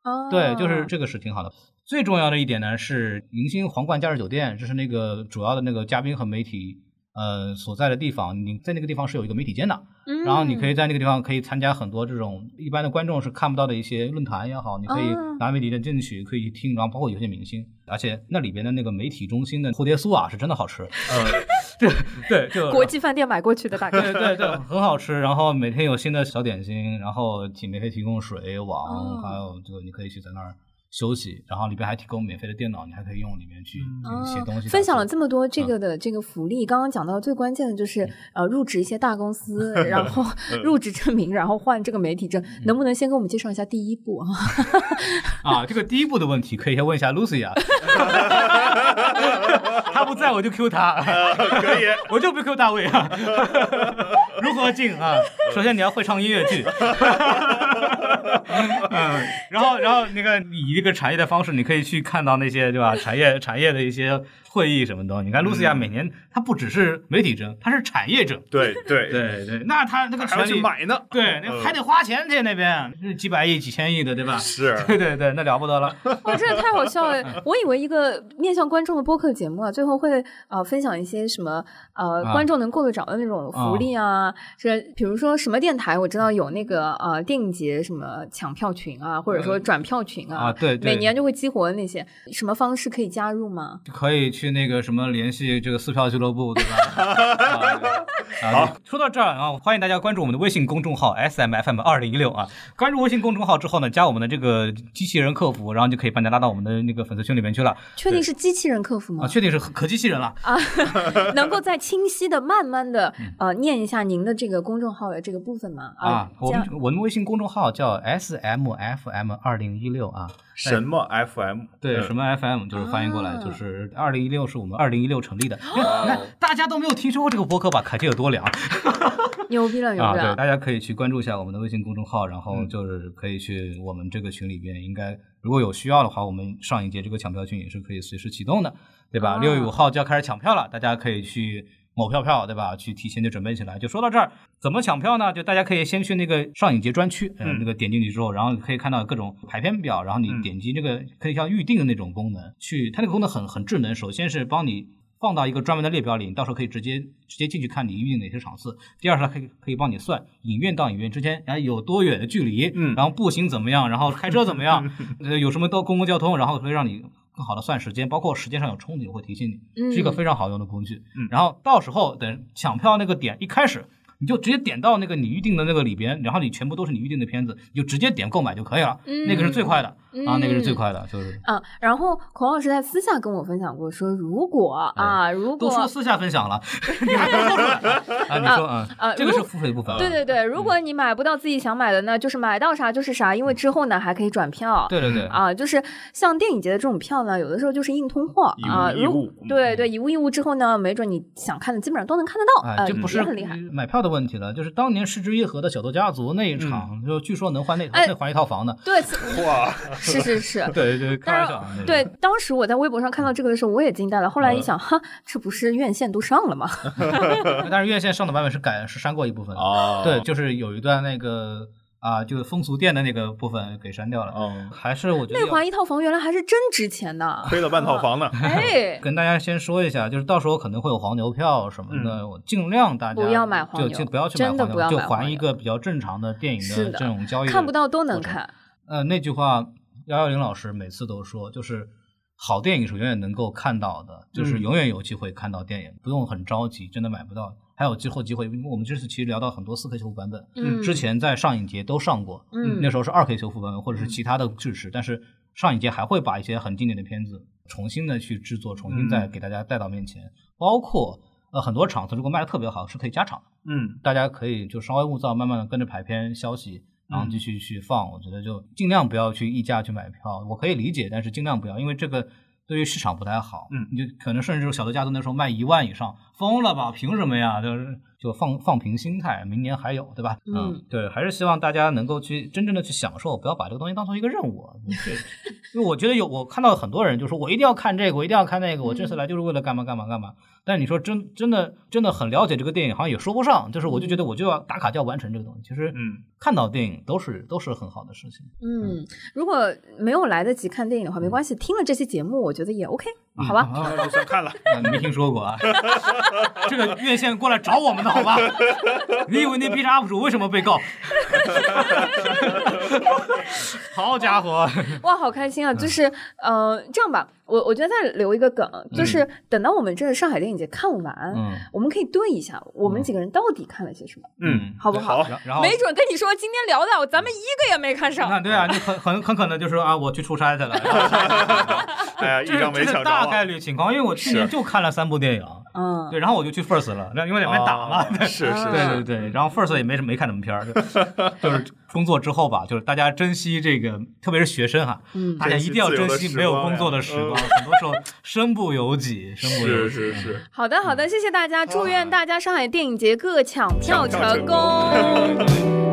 E: 啊对，就是这个是挺好的。最重要的一点呢是迎新皇冠假日酒店，这是那个主要的那个嘉宾和媒体呃所在的地方。你在那个地方是有一个媒体间的，
C: 哦
E: 然后你
C: 嗯
E: 可以在那个地方可以参加很多这种一般的观众是看不到的一些论坛也好，你可以
C: 啊
E: 拿媒体的进去，可以听，然后包括有些明星，而且那里边的那个媒体中心的蝴蝶酥啊是真的好吃，对对，就
C: 嗯国际饭店买过去的，大概
E: 对 对对，很好吃。然后每天有新的小点心，然后体免费提供水、网，
C: 哦
E: 还有这个你可以去在那儿休息。然后里边还提供免费的电脑，你还可以用里面去
C: 哦
E: 写东西。
C: 分享了这么多这个
E: 嗯
C: 的这个福利，刚刚讲到最关键的就是呃，入职一些大公司， 然后
E: 嗯
C: 入职证明，然后换这个媒体证，能不能先给我们介绍一下第一步啊？
E: 啊，这个第一步的问题可以先问一下 Lucy 啊， 他不在我就 Q 他，
D: 可以，
E: 我就不 Q 大卫啊。 如何进啊？首先你要会唱音乐剧。 嗯，然后，然后那个你以一个产业的方式，你可以去看到那些对吧？产业产业的一些会议什么的。你
D: 嗯
E: 看露西亚每年她不只是媒体证，她是产业证。
D: 对对，
E: 对对，那她那个
D: 还要
E: 权
D: 去嗯
E: 利，
D: 买呢，
E: 对，那还得花钱去那边，那几百亿、几千亿的，对吧？
D: 是
E: 对对对，那了不得了。
C: 哇，真的太好笑了！ 我以为一个面向观众的播客节目啊，最后会呃分享一些什么呃
E: 啊
C: 观众能够得着的那种福利啊，这、比如说什么电台，我知道有那个呃电影节什么抢票群啊，或者说转票群啊，
E: 啊对对
C: 每年就会激活那些，什么方式可以加入吗？
E: 可以去那个什么联系这个撕票俱乐 部，对吧？啊好，说到这儿啊，欢迎大家关注我们的微信公众号 S M F M 二零一六啊。关注微信公众号之后呢，加我们的这个机器人客服，然后就可以把你拉到我们的那个粉丝群里面去了
C: 确定是机器人客服吗？
E: 啊。确定是可机器人了，啊
C: 能够再清晰的、慢慢的呃念一下您的这个公众号的这个部分吗？
E: 嗯啊，我
C: 这样
E: 们我们微信公众号叫 S M F M 二零一六啊，
D: 什么 FM？
E: 对，
D: 嗯
E: 什么 FM 就是翻译过来
C: 啊
E: 就是二零一六是我们二零一六成立 的，你看大家都没有听说过这个播客吧？凯杰有多凉？
C: 牛逼了，牛
E: 啊，
C: 逼了！
E: 对，大家可以去关注一下我们的微信公众号，然
D: 嗯
E: 后就是可以去我们这个群里边，应该如果有需要的话，我们上一节这个抢票群也是可以随时启动的，对吧？
C: 哦
E: 六月五号就要开始抢票了，大家可以去。某票票对吧？去提前就准备起来。就说到这儿，怎么抢票呢？就大家可以先去那个上影节专区，呃
D: 嗯
E: 那个点进去之后，然后可以看到各种排片表，然后你
D: 嗯
E: 点击这个可以像预定的那种功能，去它那个功能很很智能，首先是帮你放到一个专门的列表里，你到时候可以直接直接进去看你预定哪些场次。第二是它可以可以帮你算影院到影院之间然后有多远的距离，
D: 嗯
E: 然后步行怎么样，然后开车怎么样，呃，有什么到公共交通，然后可以让你。更好的算时间，包括时间上有冲突，我会提醒你，是一个
C: 嗯
E: 非常好用的工具。
D: 嗯
E: 然后到时候等抢票那个点一开始，你就直接点到那个你预定的那个里边，然后你全部都是你预定的片子，你就直接点购买就可以了，
C: 嗯
E: 那个是最快的啊，那个是最
C: 嗯
E: 快的，就是。
C: 啊，然后孔老师在私下跟我分享过说，如果啊，如
E: 嗯都
C: 果
E: 说私下分 享了， 你还说出来啊？你说啊，
C: 啊
E: 这个
C: 如
E: 是付费的部分啊。
C: 对对对，如果你买不到自己想买的呢，就是买到啥就是啥，因为之后呢还可以转
E: 嗯
C: 票。
E: 对对对
C: 啊，就是像电影节的这种票呢，有的时候就是硬通货
D: 以物
C: 啊，
D: 易
C: 如
D: 物
E: 嗯
C: 对对，以物易物之后呢，没准你想看的基本上都能看得到，
E: 哎，
C: 呃，
E: 这不
C: 也
E: 是
C: 很厉害。
E: 买票的问题了，就是当年失之愈合的小豆家族那一场，就据说能还那
C: 哎
E: 那还一套房的。
C: 对，
D: 哇，
C: 是是 是。
E: 对对，开玩笑啊。那个
C: 对，，当时我在微博上看到这个的时候，我也惊呆了。后来一
E: 嗯
C: 想，哈，这不是院线都上了吗？
E: 但是院线上的版本是改是删过一部分的。
D: 哦
E: 对，，就是有一段那个啊，就是风俗店的那个部分给删掉了。
D: 哦，
E: 还是我觉得
C: 内
E: 要
C: 环一套房原来还是真值钱 呢。
D: 亏了半套房呢。
C: 哎，
E: 跟大家先说一下，就是到时候可能会有黄牛票什么的，我尽量大家
C: 不要买黄牛
E: 就就不要去买
C: 真的
E: 黄牛，
C: 不要买
E: 就
C: 黄
E: 还一
C: 牛
E: 个比较正常的电影
C: 是的
E: 这种交易。
C: 看不到都能。看。
E: 呃，那句话幺幺零老师每次都说，就是好电影是永远能够看到的，就是
D: 嗯
E: 永远有机会看到电影，不用很着急，真的买不到。还有之后机会，因为我们这次其实聊到很多四 K 修复版本，
C: 嗯
E: 之前在上影节都上过，
C: 嗯
E: 那时候是二 K 修复版本或者是其他的制式，但是上影节还会把一些很经典的片子重新的去制作，重新
C: 嗯
E: 再给大家带到面前，包括呃很多场次如果卖的特别好是可以加场的，
D: 嗯，
E: 大家可以就稍微勿躁，慢慢的跟着排片消息，然后继续去放。我觉得就尽量不要去溢价去买票，我可以理解，但是尽量不要，因为这个对于市场不太好。
D: 嗯
E: 你就可能甚至小的家族那时候卖一万以上，疯了吧？凭什么呀？就是就放放平心态，明年还有，对吧？
C: 嗯，
E: 对，还是希望大家能够去真正的去享受，不要把这个东西当成一个任务。这因为我觉得有我看到很多人就说，我一定要看这个，我一定要看那个，我这次来就是为了干嘛干嘛干嘛。但你说真真的真的很了解这个电影，好像也说不上。就是我就觉得我就要打卡，就要完成这个东西。其实，
D: 嗯，
E: 看到电影都是都是很好的事情。
C: 嗯，如果没有来得及看电影的话，没关系，听了这期节目，我觉得也 OK，好吧？
E: 啊，
D: 就想看了，
E: 啊你没听说过啊？ 这个院线过来找我们的好吧？你以为那 B 站 UP 主为什么被告？ 好家伙！
C: 哇，好开心啊！就是，呃，这样吧，我我觉得再留一个梗，就是等到我们这上海电影节看完，
E: 嗯
C: 我们可以对一下，我们几个人到底看了些什么，
D: 嗯，
C: 好不好？
D: 好，
E: 然然后
C: 没准跟你说今天聊的，咱们一个也没看
E: 那
C: 上。
E: 对啊，你很很很可能就是啊，我去出差去 了。然后
D: 哎呀，一
E: 这是
D: 张没
E: 这是
D: 抢着
E: 大概
D: 啊，
E: 率情况，因为我去年
D: 是啊
E: 就看了三部电影，
C: 嗯，
E: 对，然后我就去 First 了，那因为两边打嘛，
D: 哦是是
E: 对对
D: 是，
E: 对，然后 First 也没什么没看什么片 儿，就就是工作之后吧，就是大家珍惜这个，特别是学生哈，
C: 嗯
E: 大家一定要珍惜没有工作的时光，嗯很多时候身不由己，身不由己。
D: 是是是，
C: 好的，好的，谢谢大家，祝愿大家上海电影节各抢票
D: 抢票
C: 成功。